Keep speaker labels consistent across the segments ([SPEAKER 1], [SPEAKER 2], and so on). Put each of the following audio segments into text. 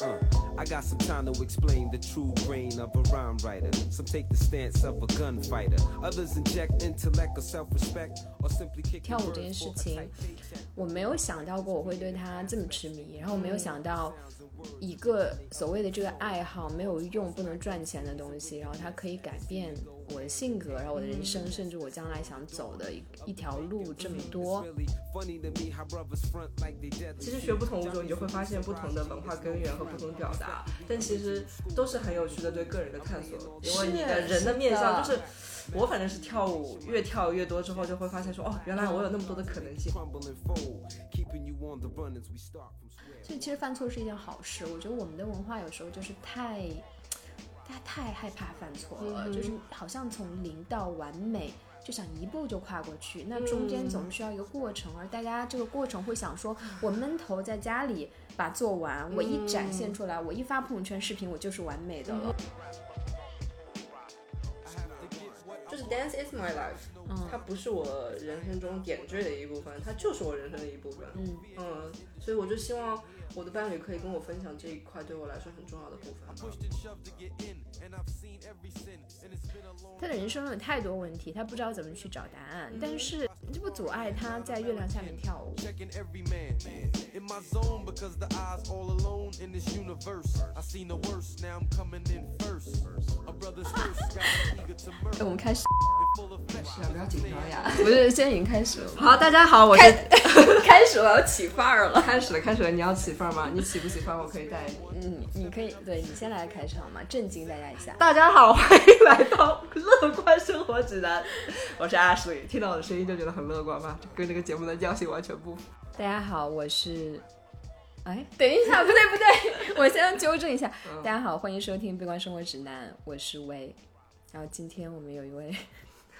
[SPEAKER 1] Uh, I got some time to explain the true brain of a rhyme writer. Some take the stance of a gunfighter. Others inject intellect or self-respect or simply kick
[SPEAKER 2] 跳
[SPEAKER 1] the
[SPEAKER 2] 舞这件
[SPEAKER 1] bird
[SPEAKER 2] 事
[SPEAKER 1] for a
[SPEAKER 2] 情
[SPEAKER 1] tight，paycheck.
[SPEAKER 2] 我没有想到过我会对它这么痴迷，然后没有想到一个所谓的这个爱好没有用、不能赚钱的东西，然后它可以改变我的性格，然后我的人生，甚至我将来想走的一一条路这么多。
[SPEAKER 3] 其实学不同舞种，你就会发现不同的文化根源和不同表达，但其实都是很有趣的对个人的探索。因为你的人的面向，就是我反正是跳舞，越跳越多之后，就会发现说，哦，原来我有那么多的可能性。
[SPEAKER 2] 所以其实犯错是一件好事。我觉得我们的文化有时候就是太，大家太害怕犯错了，
[SPEAKER 3] 嗯
[SPEAKER 2] 就是好像从零到完美。就想一步就跨过去，那中间总需要一个过程，而大家这个过程会想说，我闷头在家里把做完，我一展现出来，我一发朋友圈视频，我就是完美的了。
[SPEAKER 3] 就是 dance is my life，、
[SPEAKER 2] 嗯
[SPEAKER 3] 它不是我人生中点缀的一部分，它就是我人生的一部分。
[SPEAKER 2] 嗯
[SPEAKER 3] 嗯，所以我就希望我的伴侣可以跟我分享这一块对我来说很重要的部分。
[SPEAKER 2] 他的人生有太多问题，他不知道怎么去找答案，但是这不阻碍他在月亮下面跳舞。
[SPEAKER 4] checking every man in my zone because the eyes all alone in this universe. I seen the worst, now I'm coming in first. A brother's thirst got me eager to murder
[SPEAKER 2] 哎我们开始，
[SPEAKER 4] and full of flesh.
[SPEAKER 3] 不要紧张呀。
[SPEAKER 2] 不是，现在已经开始了吗，
[SPEAKER 3] 好，大家好，我是
[SPEAKER 2] 开始了，要起范儿了。
[SPEAKER 3] 开始了，开始了，你要起范儿吗？你起不起范儿？我可以带你。
[SPEAKER 2] 嗯，你可以，对你先来开场嘛，震惊大家一下。
[SPEAKER 3] 大家好，欢迎来到《乐观生活指南》，我是 Ashley。听到我的声音就觉得很乐观吧？跟这个节目的调性完全不符。
[SPEAKER 2] 大家好，我是，哎，嗯等一下，不对不对， 我先纠正一下。大家好，欢迎收听《悲观生活指南》，我是薇。然后今天我们有一 位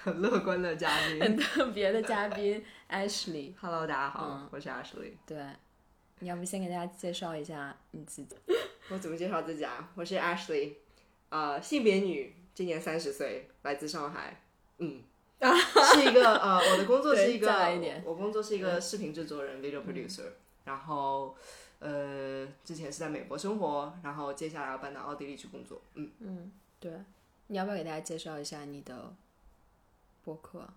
[SPEAKER 3] 很乐观的嘉
[SPEAKER 2] 很
[SPEAKER 3] 宾。
[SPEAKER 2] 特别的嘉宾 Ashley，
[SPEAKER 3] Hello，大家好，
[SPEAKER 2] 嗯
[SPEAKER 3] 我是 Ashley。
[SPEAKER 2] 对，你要不先给大家介绍一下你自己？
[SPEAKER 3] 我怎么介绍自己啊？我是 Ashley，呃，性别女，今年三十岁，来自上海。嗯， 是一个呃，我的工作是一
[SPEAKER 2] 对
[SPEAKER 3] 个，
[SPEAKER 2] 再来一点嗯
[SPEAKER 3] 我我工作是一个视频制作人 （video producer），、然后呃，之前是在美国生活，然后接下来要搬到奥地利去工作。嗯，
[SPEAKER 2] 嗯，对，你要不要给大家介绍一下你的播客？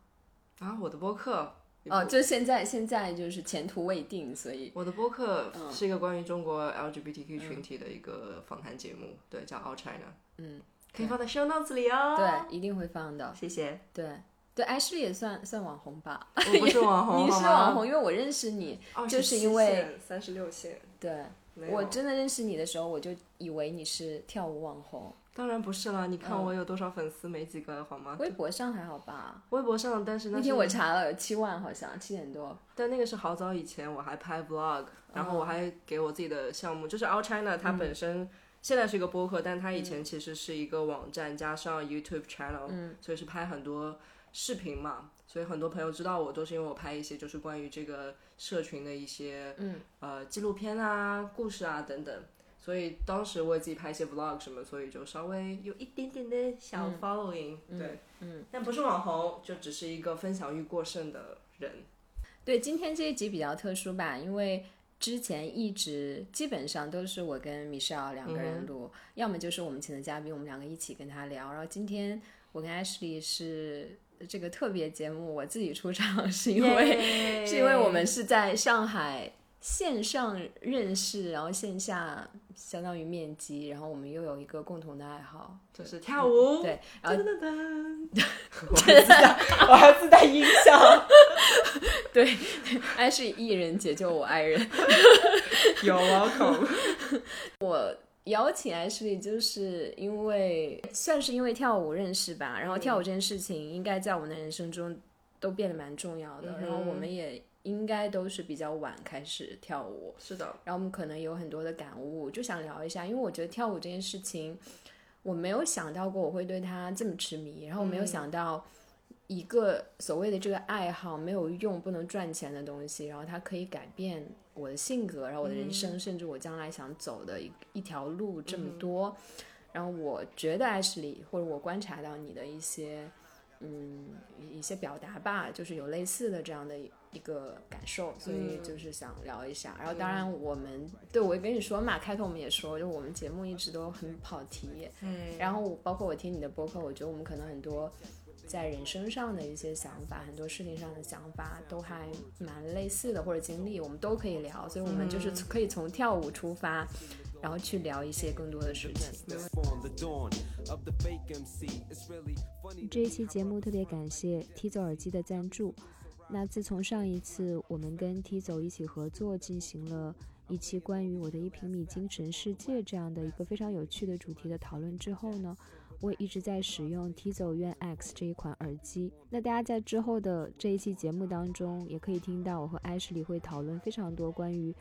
[SPEAKER 3] 啊，我的播客，
[SPEAKER 2] 哦，就现在，现在就是前途未定，所以
[SPEAKER 3] 我的播客
[SPEAKER 2] 嗯
[SPEAKER 3] 是一个关于中国 LGBTQ 群体的一个访谈节目，对，叫 All China，
[SPEAKER 2] 嗯，
[SPEAKER 3] 可以放在 show notes 里哦。
[SPEAKER 2] 对，一定会放的。
[SPEAKER 3] 谢谢。
[SPEAKER 2] 对对，Ashley 也算算网红吧，
[SPEAKER 3] 我不是网 红，
[SPEAKER 2] 你
[SPEAKER 3] 好
[SPEAKER 2] 是
[SPEAKER 3] 吗
[SPEAKER 2] 网红，因为我认识你，就是因为
[SPEAKER 3] 三十六哦线，
[SPEAKER 2] 对
[SPEAKER 3] 没有
[SPEAKER 2] 我真的认识你的时候，我就以为你是跳舞网红。
[SPEAKER 3] 当然不是啦。你看我有多少粉丝，没几个好吗？
[SPEAKER 2] 微博上还好吧？
[SPEAKER 3] 微博上，但啊是那
[SPEAKER 2] 那
[SPEAKER 3] 是
[SPEAKER 2] 天我查了有七万，好像七点多。
[SPEAKER 3] 但那个是好早以前，我还拍 vlog，然后我还给我自己的项目，就是 All China，它本身现在是一个播客，但它以前其实是一个网站加上 YouTube channel，、所以是拍很多视频嘛。所以很多朋友知道我，都是因为我拍一些就是关于这个社群的一些
[SPEAKER 2] 嗯
[SPEAKER 3] 呃纪录片啊、故事啊等等。所以当时我也自己拍一些 vlog 什么，所以就稍微有一点点的小 following，、对，嗯，但不是网红，就只是一个分享欲过剩的人。
[SPEAKER 2] 对，今天这一集比较特殊吧，因为之前一直基本上都是我跟米少两个
[SPEAKER 3] 嗯
[SPEAKER 2] 人录，要么就是我们请的嘉宾，我们两个一起跟他聊。然后今天我跟 Ashley 是这个特别节目，我自己出场 是因为是因为我
[SPEAKER 3] 嗯
[SPEAKER 2] 们是在上海线上认识，然后线下相当于面基，然后我们又有一个共同的爱好，
[SPEAKER 3] 就是跳舞，
[SPEAKER 2] 对，然后
[SPEAKER 3] 噔噔噔，我还自 带，我还自带音效，
[SPEAKER 2] 对，爱是一人解救我爱人。
[SPEAKER 3] 有毛
[SPEAKER 5] 啊
[SPEAKER 3] 孔。
[SPEAKER 2] 邀请 Ashley 就是因为算是因为跳舞认识吧，然后跳舞这件事情应该在我们的人生中都变得蛮重要的，
[SPEAKER 3] 嗯哼
[SPEAKER 2] 然后我们也应该都是比较晚开始跳舞，
[SPEAKER 3] 是的，
[SPEAKER 2] 然后我们可能有很多的感悟，就想聊一下，因为我觉得跳舞这件事情，我没有想到过我会对它这么痴迷，然后我没有想到一个所谓的这个爱好没有用、不能赚钱的东西，然后它可以改变我的性格，然后我的人生，甚至我将来想走的一一条路这么多。然后我觉得 Ashley 或者我观察到你的一些
[SPEAKER 5] 嗯一些表达吧，就是有类似的这样的一一个感受，所以
[SPEAKER 3] 嗯
[SPEAKER 5] 就是想聊一下。然后当然我们对我也跟你说嘛，开头我们也说，就我们节目一直都很跑题，
[SPEAKER 3] 嗯，
[SPEAKER 5] 然后我包括我听你的播客，我觉得我们可能很多在人生上的一些想法，很多事情上的想法都还蛮类似的，或者经历我们都可以聊，所以我们
[SPEAKER 3] 嗯
[SPEAKER 5] 就是可以从跳舞出发，然后去聊一些更多的事情。
[SPEAKER 1] That's formed the dawn of the fake MC. It's really funny.
[SPEAKER 2] 这一期节目特别感谢 T 走耳机的赞助。那自从上一次我们跟 T 走一起合作，进行了一期关于我的一平米精神世界这样的一个非常有趣的主题的讨论之后呢，我也一直在使用 T 走院 X 这一款耳机。那大家在之后的这一期节目当中，也可以听到我和 Ashley 会讨论非常多关于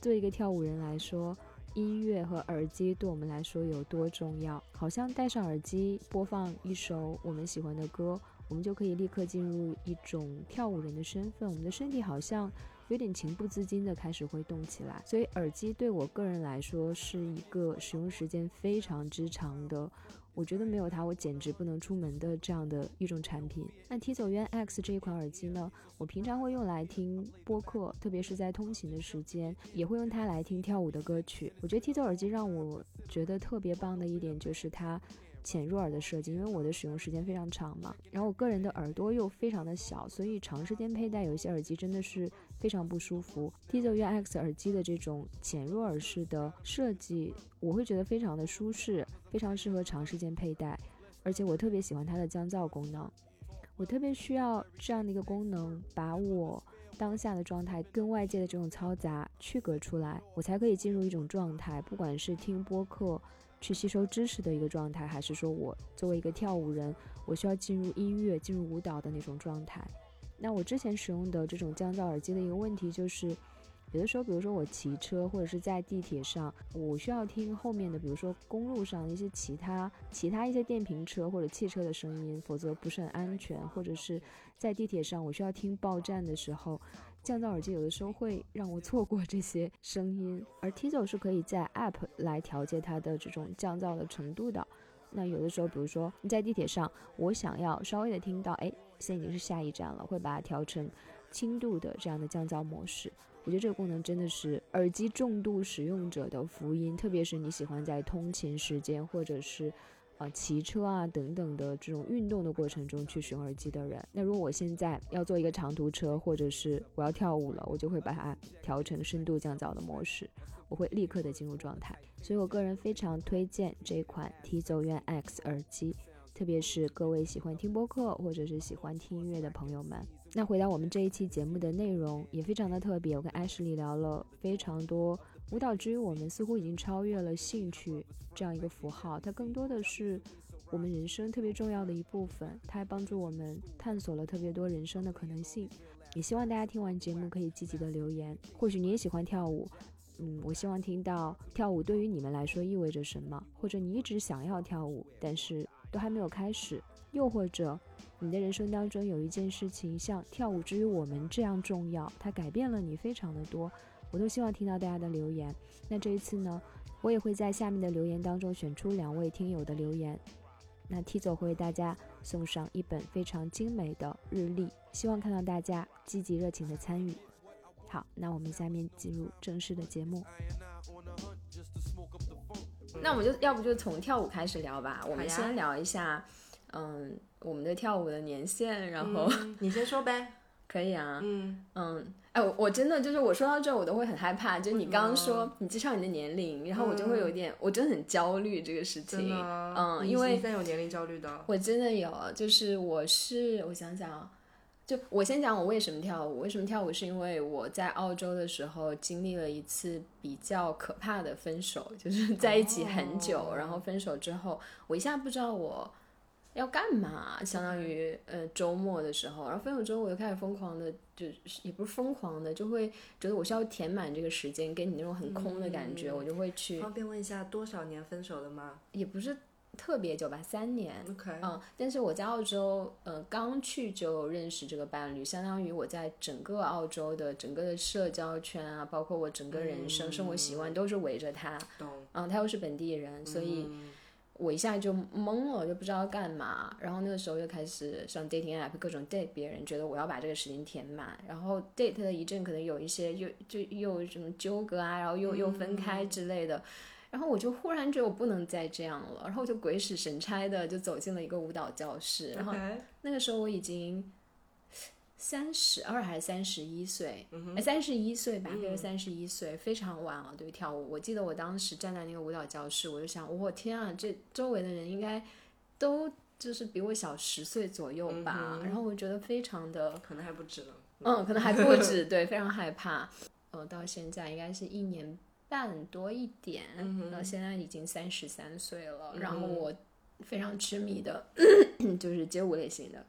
[SPEAKER 2] 对一个跳舞人来说，音乐和耳机对我们来说有多重要。好像戴上耳机播放一首我们喜欢的歌，我们就可以立刻进入一种跳舞人的身份，我们的身体好像有点情不自禁的开始会动起来。所以耳机对我个人来说是一个使用时间非常之长的。我觉得没有它，我简直不能出门的这样的一种产品。那 T 九元 X 这一款耳机呢，我平常会用来听播客，特别是在通勤的时间，也会用它来听跳舞的歌曲。我觉得 T 九耳机让我觉得特别棒的一点就是它浅入耳的设计，因为我的使用时间非常长嘛，然后我个人的耳朵又非常的小，所以长时间佩戴有一些耳机真的是非常不舒服。T 九 U X 耳机的这种浅入耳式的设计，我会觉得非常的舒适，非常适合长时间佩戴，而且我特别喜欢它的降噪功能。我特别需要这样的一个功能，把我当下的状态跟外界的这种嘈杂区隔出来，我才可以进入一种状态，不管是听播客去吸收知识的一个状态，还是说我作为一个跳舞人，我需要进入音乐、进入舞蹈的那种状态。那我之前使用的这种降噪耳机的一个问题就是，有的时候，比如说我骑车或者是在地铁上，我需要听后面的，比如说公路上一些其他其他一些电瓶车或者汽车的声音，否则不是很安全。或者是在地铁上，我需要听报站的时候，降噪耳机有的时候会让我错过这些声音。而 Tizo 是可以在 App 来调节它的这种降噪的程度的。那有的时候，比如说你在地铁上，我想要稍微的听到，哎，现在已经是下一站了，会把它调成轻度的这样的降噪模式。我觉得这个功能真的是耳机重度使用者的福音，特别是你喜欢在通勤时间或者是。啊，骑车啊等等的这种运动的过程中去使用耳机的人，那如果我现在要坐一个长途车，或者是我要跳舞了，我就会把它调成深度降噪的模式，我会立刻的进入状态。所以我个人非常推荐这款 T 走远 X 耳机，特别是各位喜欢听播客或者是喜欢听音乐的朋友们。那回到我们这一期节目的内容，也非常的特别。我跟 Ashley 聊了非常多舞蹈之于我们似乎已经超越了兴趣这样一个符号，它更多的是我们人生特别重要的一部分。它还帮助我们探索了特别多人生的可能性。也希望大家听完节目可以积极的留言，或许你也喜欢跳舞。嗯，我希望听到跳舞对于你们来说意味着什么，或者你一直想要跳舞，但是都还没有开始，又或者你的人生当中有一件事情像跳舞之于我们这样重要，它改变了你非常的多，我都希望听到大家的留言。那这一次呢，我也会在下面的留言当中选出两位听友的留言，那 T 总会为大家送上一本非常精美的日历，希望看到大家积极热情的参与。好，那我们下面进入正式的节目。
[SPEAKER 5] 那我们就要不就从跳舞开始聊吧，我们
[SPEAKER 3] 呀
[SPEAKER 5] 先聊一下，嗯，我们的跳舞的年限，然后、
[SPEAKER 3] 嗯你先说呗。
[SPEAKER 5] 可以啊，
[SPEAKER 3] 嗯，
[SPEAKER 5] 嗯，哎，我我真的就是我说到这，我都会很害怕。就你刚刚说
[SPEAKER 3] 嗯
[SPEAKER 5] 你介绍你的年龄，然后我就会有点，我真的很焦虑这个事
[SPEAKER 3] 真
[SPEAKER 5] 情
[SPEAKER 3] 的啊。。
[SPEAKER 5] 嗯，
[SPEAKER 3] 你
[SPEAKER 5] 因为
[SPEAKER 3] 现在有年龄焦虑的。
[SPEAKER 5] 我真的有，啊就是我是我想想啊，就我先讲我为什么跳舞。为什么跳舞是因为我在澳洲的时候经历了一次比较可怕的分手，就是在一起很久，
[SPEAKER 3] 哦
[SPEAKER 5] 然后分手之后，我一下不知道我要干嘛，相当于呃周末的时候，然后分手之后我就开始疯狂的，就是也不是疯狂的，就会觉得我需要填满这个时间，给你那种很空的感觉，
[SPEAKER 3] 嗯
[SPEAKER 5] 我就会去，
[SPEAKER 3] 方便问一下多少年分手的吗
[SPEAKER 5] 也不是特别久吧，三年。
[SPEAKER 3] ？OK，
[SPEAKER 5] 嗯，但是我在澳洲，呃，刚去就认识这个伴侣，相当于我在整个澳洲的整个的社交圈啊，包括我啊整个人生、生活习惯都是围着他。
[SPEAKER 3] 懂。
[SPEAKER 5] 嗯，他又是本地人，所以
[SPEAKER 3] 嗯
[SPEAKER 5] 我一下就懵了，就不知道干嘛。然后那个时候又开始上 dating app，各种 date 别人，觉得我要把这个时间填满。然后 date 了一阵，可能有一些又就又什么纠葛啊，然后又又分开之类的。然后我就忽然觉得我不能再这样了，然后我就鬼使神差的就走进了一个舞蹈教室。然后
[SPEAKER 3] OK，
[SPEAKER 5] 那个时候我已经三十二还是三十一岁，哎三十一岁吧，应该是三十一岁，非常晚了，对于跳舞。我记得我当时站在那个舞蹈教室，我就想，我天啊，这周围的人应该都就是比我小十岁左右吧，然后我觉得非常的，
[SPEAKER 3] 可能还不止呢。
[SPEAKER 5] 嗯，可能还不 止，对，非常害怕。呃，到现在应该是一年半多一点，然后现在已经三十三岁了。然后我非常痴迷的， 就是街舞类型的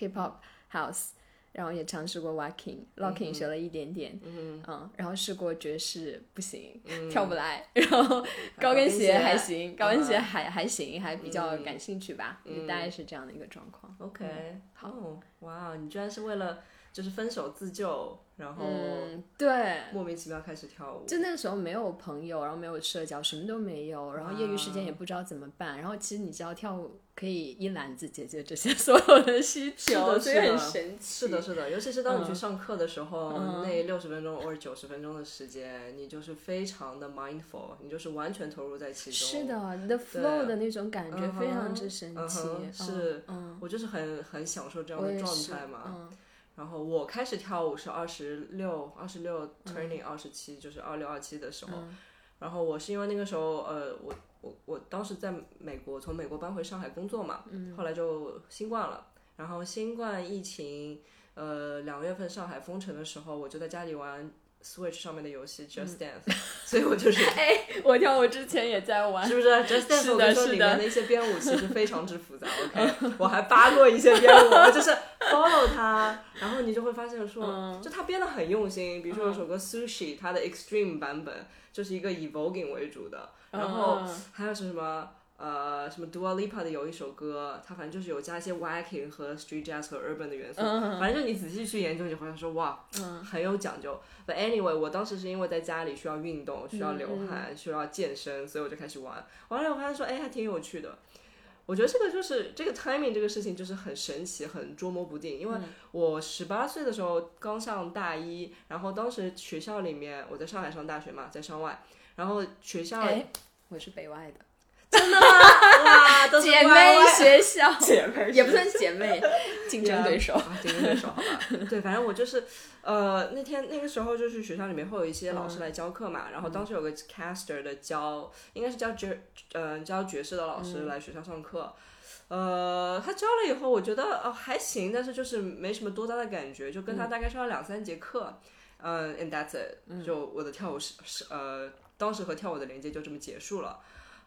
[SPEAKER 5] hip hop house，然后也尝试过 walking、locking 学了一点点，嗯然后试过爵士不行，跳不来，然 后 高跟鞋还行，高跟鞋嗯
[SPEAKER 3] 啊
[SPEAKER 5] 还还行，还比较感兴趣吧，就大概是这样的一个状况。
[SPEAKER 3] OK，好，
[SPEAKER 5] 嗯
[SPEAKER 3] 哇，你居然是为了就是分手自救，然后
[SPEAKER 5] 嗯，对，
[SPEAKER 3] 莫名其妙开始跳舞。
[SPEAKER 5] 就那个时候没有朋友，然后没有社交，什么都没有，然后业余时间也不知道怎么办。然后其实你知道跳舞可以一揽子解决这些 所有的需
[SPEAKER 3] 是
[SPEAKER 5] 求，
[SPEAKER 3] 的，
[SPEAKER 5] 所
[SPEAKER 3] 是
[SPEAKER 5] 以
[SPEAKER 3] 的，
[SPEAKER 5] 很神奇。
[SPEAKER 3] 是的，是的，尤其是当
[SPEAKER 5] 嗯
[SPEAKER 3] 你去上课的时候，那六十分钟或者九十分钟的时间，你就是非常的 mindful，你就是完全投入在其中。
[SPEAKER 5] 是的，你的 flow 的那种感觉非常之神
[SPEAKER 3] 嗯
[SPEAKER 5] 奇。
[SPEAKER 3] 哼，
[SPEAKER 5] 嗯
[SPEAKER 3] 是，
[SPEAKER 5] 嗯，
[SPEAKER 3] 我就是很很享受这样
[SPEAKER 5] 我
[SPEAKER 3] 的
[SPEAKER 5] 也
[SPEAKER 3] 状
[SPEAKER 5] 是
[SPEAKER 3] 态嘛。
[SPEAKER 5] 嗯
[SPEAKER 3] 然后我开始跳舞是二十六、二十六
[SPEAKER 5] 嗯
[SPEAKER 3] turning 二十七，就是二六二七的时候。然后我是因为那个时候，呃，我我我当时在美国，从美国搬回上海工作嘛，
[SPEAKER 5] 嗯
[SPEAKER 3] 后来就新冠了。然后新冠疫情，呃，两月份上海封城的时候，我就在家里玩 Switch 上面的游戏 Just Dance，、所
[SPEAKER 5] 嗯
[SPEAKER 3] 以我就是
[SPEAKER 5] 我跳舞之前也在玩
[SPEAKER 3] 是。不是 Just Dance？
[SPEAKER 5] 是的
[SPEAKER 3] 我跟你说，
[SPEAKER 5] 是的
[SPEAKER 3] 里面的一些编舞 其实非常之复杂。OK，我还扒过一些编舞，我就是 follow 他，然后你就会发现说，
[SPEAKER 5] 嗯
[SPEAKER 3] 就他编的很用心。比如说有首歌 Sushi，它的 Extreme 版本就是一个以 voguing 为主的，然后
[SPEAKER 5] 嗯
[SPEAKER 3] 还有是什么？呃，什么 Dua Lipa 的有一首歌，它反正就是有加一些 Viking 和 Street Jazz 和 Urban 的元素，反正就你仔细去研究，你会发现说哇，很有讲究。But anyway，我当时是因为在家里需要运动，需要流汗，需要健身，所以我就开始玩。玩了我发现说，哎，还挺有趣的。我觉得这个就是这个 timing 这个事情就是很神奇，很捉摸不定。因为
[SPEAKER 5] 嗯
[SPEAKER 3] 我十八岁的时候刚上大一，然后当时学校里面我在上海上大学嘛，在上外，然后学校
[SPEAKER 5] 哎，我是北外 的
[SPEAKER 3] 哇，都是
[SPEAKER 5] 姐妹
[SPEAKER 3] 歪歪
[SPEAKER 5] 学校，
[SPEAKER 3] 姐妹
[SPEAKER 5] 也不算 姐妹，竞争 对手。
[SPEAKER 3] 啊，竞争对手， 好吧。对，反正我就是，呃，那天那个时候就是学校里面会有一些老
[SPEAKER 5] 嗯
[SPEAKER 3] 师来教课嘛，然后当时有个 caster 的教，应该是教爵，呃，教爵士的老
[SPEAKER 5] 嗯
[SPEAKER 3] 师来学校上课。呃，他教了以后，我觉得哦还行，但是就是没什么多大的感觉，就跟
[SPEAKER 5] 嗯
[SPEAKER 3] 他大概上了两三节课，嗯、a n d that's it，就我的跳舞是是呃，当时和跳舞的连接就这么结束了。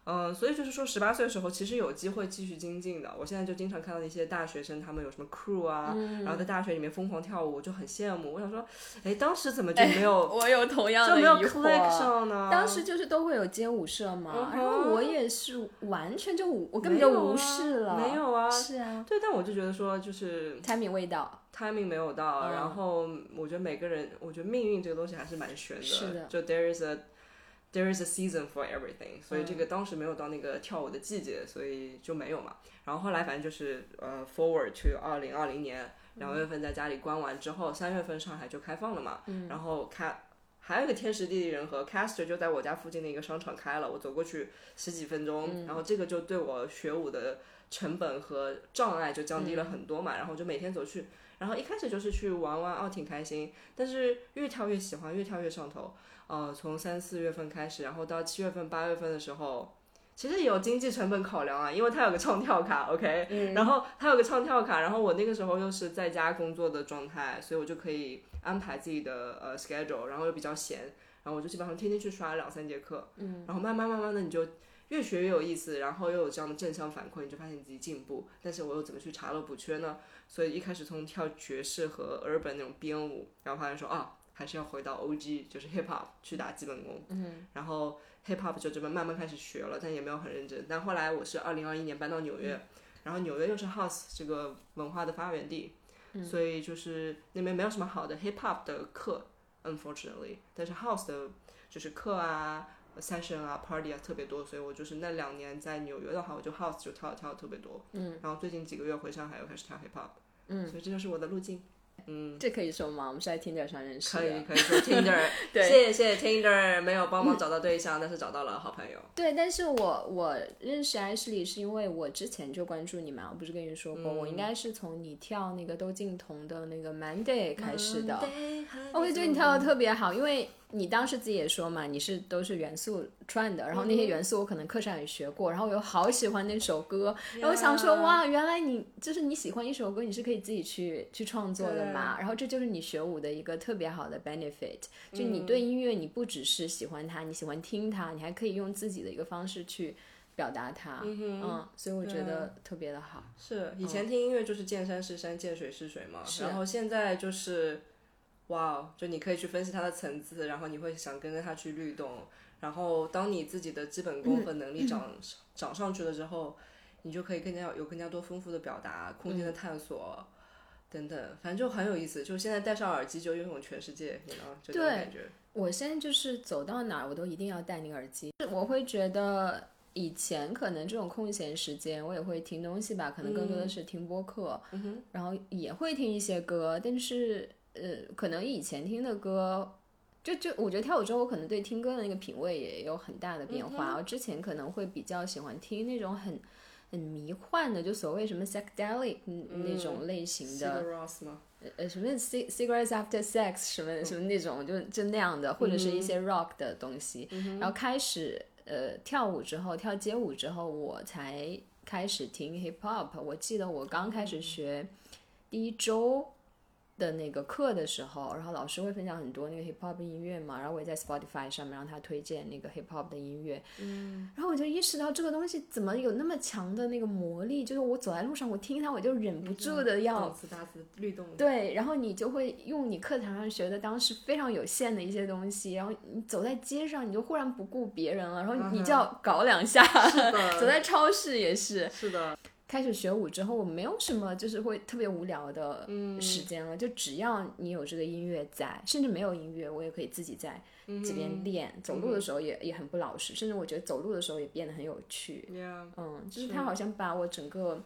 [SPEAKER 3] 嗯，所以就是说，十八岁的时候其实有机会继续精进的。我现在就经常看到一些大学生，他们有什么 crew 啊，
[SPEAKER 5] 嗯
[SPEAKER 3] 然后在大学里面疯狂跳舞，我就很羡慕。我想说，哎，当时怎么就没有、
[SPEAKER 5] 我有同样
[SPEAKER 3] 就
[SPEAKER 5] 的
[SPEAKER 3] 没有
[SPEAKER 5] 疑惑
[SPEAKER 3] click 上呢？
[SPEAKER 5] 当时就是都会有街舞社嘛，
[SPEAKER 3] 嗯哼
[SPEAKER 5] 然后我也是完全就无，我根本
[SPEAKER 3] 没
[SPEAKER 5] 就
[SPEAKER 3] 有
[SPEAKER 5] 无
[SPEAKER 3] 啊
[SPEAKER 5] 视了，
[SPEAKER 3] 没有啊
[SPEAKER 5] 是啊，
[SPEAKER 3] 对，但我就觉得说，就是
[SPEAKER 5] 产品味道，
[SPEAKER 3] timing 没有到，
[SPEAKER 5] 嗯
[SPEAKER 3] 然后我觉得每个人，我觉得命运这个东西还是蛮悬的。
[SPEAKER 5] 是的
[SPEAKER 3] 就 there is a there is a season for everything，所以这
[SPEAKER 5] 嗯
[SPEAKER 3] 个当时没有到那个跳舞的季节，所以就没有嘛。然后后来反正就是呃，forward 去二零二零年
[SPEAKER 5] 嗯
[SPEAKER 3] 两月份在家里关完之后，三月份上海就开放了嘛。
[SPEAKER 5] 嗯
[SPEAKER 3] 然后开。还有一个天时地利人和，Caster 就在我家附近的一个商场开了，我走过去十几分钟，
[SPEAKER 5] 嗯
[SPEAKER 3] 然后这个就对我学舞的成本和障碍就降低了
[SPEAKER 5] 嗯
[SPEAKER 3] 很多嘛，然后我就每天走去，然后一开始就是去玩玩，哦，挺开心，但是越跳越喜欢，越跳越上头。呃，从三四月份开始，然后到七月份、八月份的时候，其实有经济成本考量啊，因为它有个唱跳卡，OK，、然后它有个唱跳卡，然后我那个时候又是在家工作的状态，所以我就可以安排自己的呃 schedule，然后又比较闲，然后我就基本上天天去刷两三节课，嗯，然后慢慢慢慢的你就越学越有意思，然后又有这样的正向反馈，你就发现你自己进步。但是我又怎么去查漏补缺呢？所以一开始从跳爵士和 urban 那种编舞，然后发现说啊，还是要回到 OG，就是 hip hop 去打基本功。嗯，然后 hip hop 就这么慢慢开始学了，但也没有很认真。但后来我是二零二一年搬到纽约，然后纽约又是 house 这个文化的发源地，所以就是那边没有什么好的 hip hop 的课，unfortunately，但是 house 的就是课啊。 session 啊 party 啊特别多，所以我就是那两年在纽约的话，我就 house 就跳跳的特别多，嗯，然后最近几个月回上海又开始跳 hip hop，嗯，所以这就是我的路径，
[SPEAKER 5] 这可以说吗？我们是在 Tinder 上认识
[SPEAKER 3] 嗯
[SPEAKER 5] 的。
[SPEAKER 3] 可以可以说 Tinder，
[SPEAKER 5] 对
[SPEAKER 3] 谢谢 Tinder 没有帮忙找到对象，但是找到了好朋友，
[SPEAKER 5] 对，但是我我认识 Ashley 是因为我之前就关注你嘛，我不是跟你说过，我
[SPEAKER 3] 嗯
[SPEAKER 5] 应该是从你跳那个窦靖童的那个 Monday 开始
[SPEAKER 3] 嗯
[SPEAKER 5] 的。
[SPEAKER 3] Oh,
[SPEAKER 5] 哦我也觉得你跳的特别好，因为你当时自己也说嘛，你是都是元素串的，然后那些元素我可能课上也学过，然后我又好喜欢那首歌，然后我想说
[SPEAKER 3] 呀
[SPEAKER 5] 哇，原来你就是你喜欢一首歌，你是可以自己去去创作的嘛，然后这就是你学舞的一个特别好的 benefit，就你对音乐你不只是喜欢它，你喜欢听它，你还可以用自己的一个方式去。表达它，嗯所以我觉得特别的好。
[SPEAKER 3] 是以前听音乐就是见山是山，见水是水嘛，然后现在就是，哇哦，就你可以去分析它的层次，然后你会想跟着它去律动，然后当你自己的基本功和能力长、 长上去了之后，你就可以更加有更加多丰富的表达，空间的探索。等等，反正就很有意思。就现在戴上耳机就拥有全世界，你知道这种
[SPEAKER 5] 对
[SPEAKER 3] 感觉。
[SPEAKER 5] 我现在就是走到哪儿，我都一定要戴那个耳机。我会觉得以前可能这种空闲时间，我也会听东西吧，可能更多的是听播客，然后也会听一些歌，但是呃，可能以前听的歌。就就我觉得跳舞之后，我可能对听歌的那个品味也有很大的变化。我之前可能会比较喜欢听那种很很迷幻的，就所谓什么 psychedelic 那种类型的
[SPEAKER 3] Sigur Rós 吗？
[SPEAKER 5] 呃，什么 c cigarettes after sex 什么什么那种，就就那样的，或者是一些 rock 的东西。然后开始呃跳舞之后，跳街舞之后，我才开始听 hip hop。我记得我刚开始学第一周的那个课的时候，然后老师会分享很多那个 hip hop 音乐嘛，然后我也在 Spotify 上面让他推荐那个 hip hop 的音乐，嗯，然后我就意识到这个东西怎么有那么强的那个魔力，就是我走在路上，我听它我就忍不住的要
[SPEAKER 3] 动词大词律动。
[SPEAKER 5] 哦对，然后你就会用你课堂上学的当时非常有限的一些东西，然后你走在街上，你就忽然不顾别人了，然后你就要搞两下。
[SPEAKER 3] 的
[SPEAKER 5] 走在超市也是。
[SPEAKER 3] 是的，
[SPEAKER 5] 开始学舞之后，我没有什么就是会特别无聊的时间了，就只要你有这个音乐在，甚至没有音乐，我也可以自己在这边练。走路的时候也、也很不老实，甚至我觉得走路的时候也变得很有趣。
[SPEAKER 3] Yeah，
[SPEAKER 5] 嗯，就是他好像把我整个，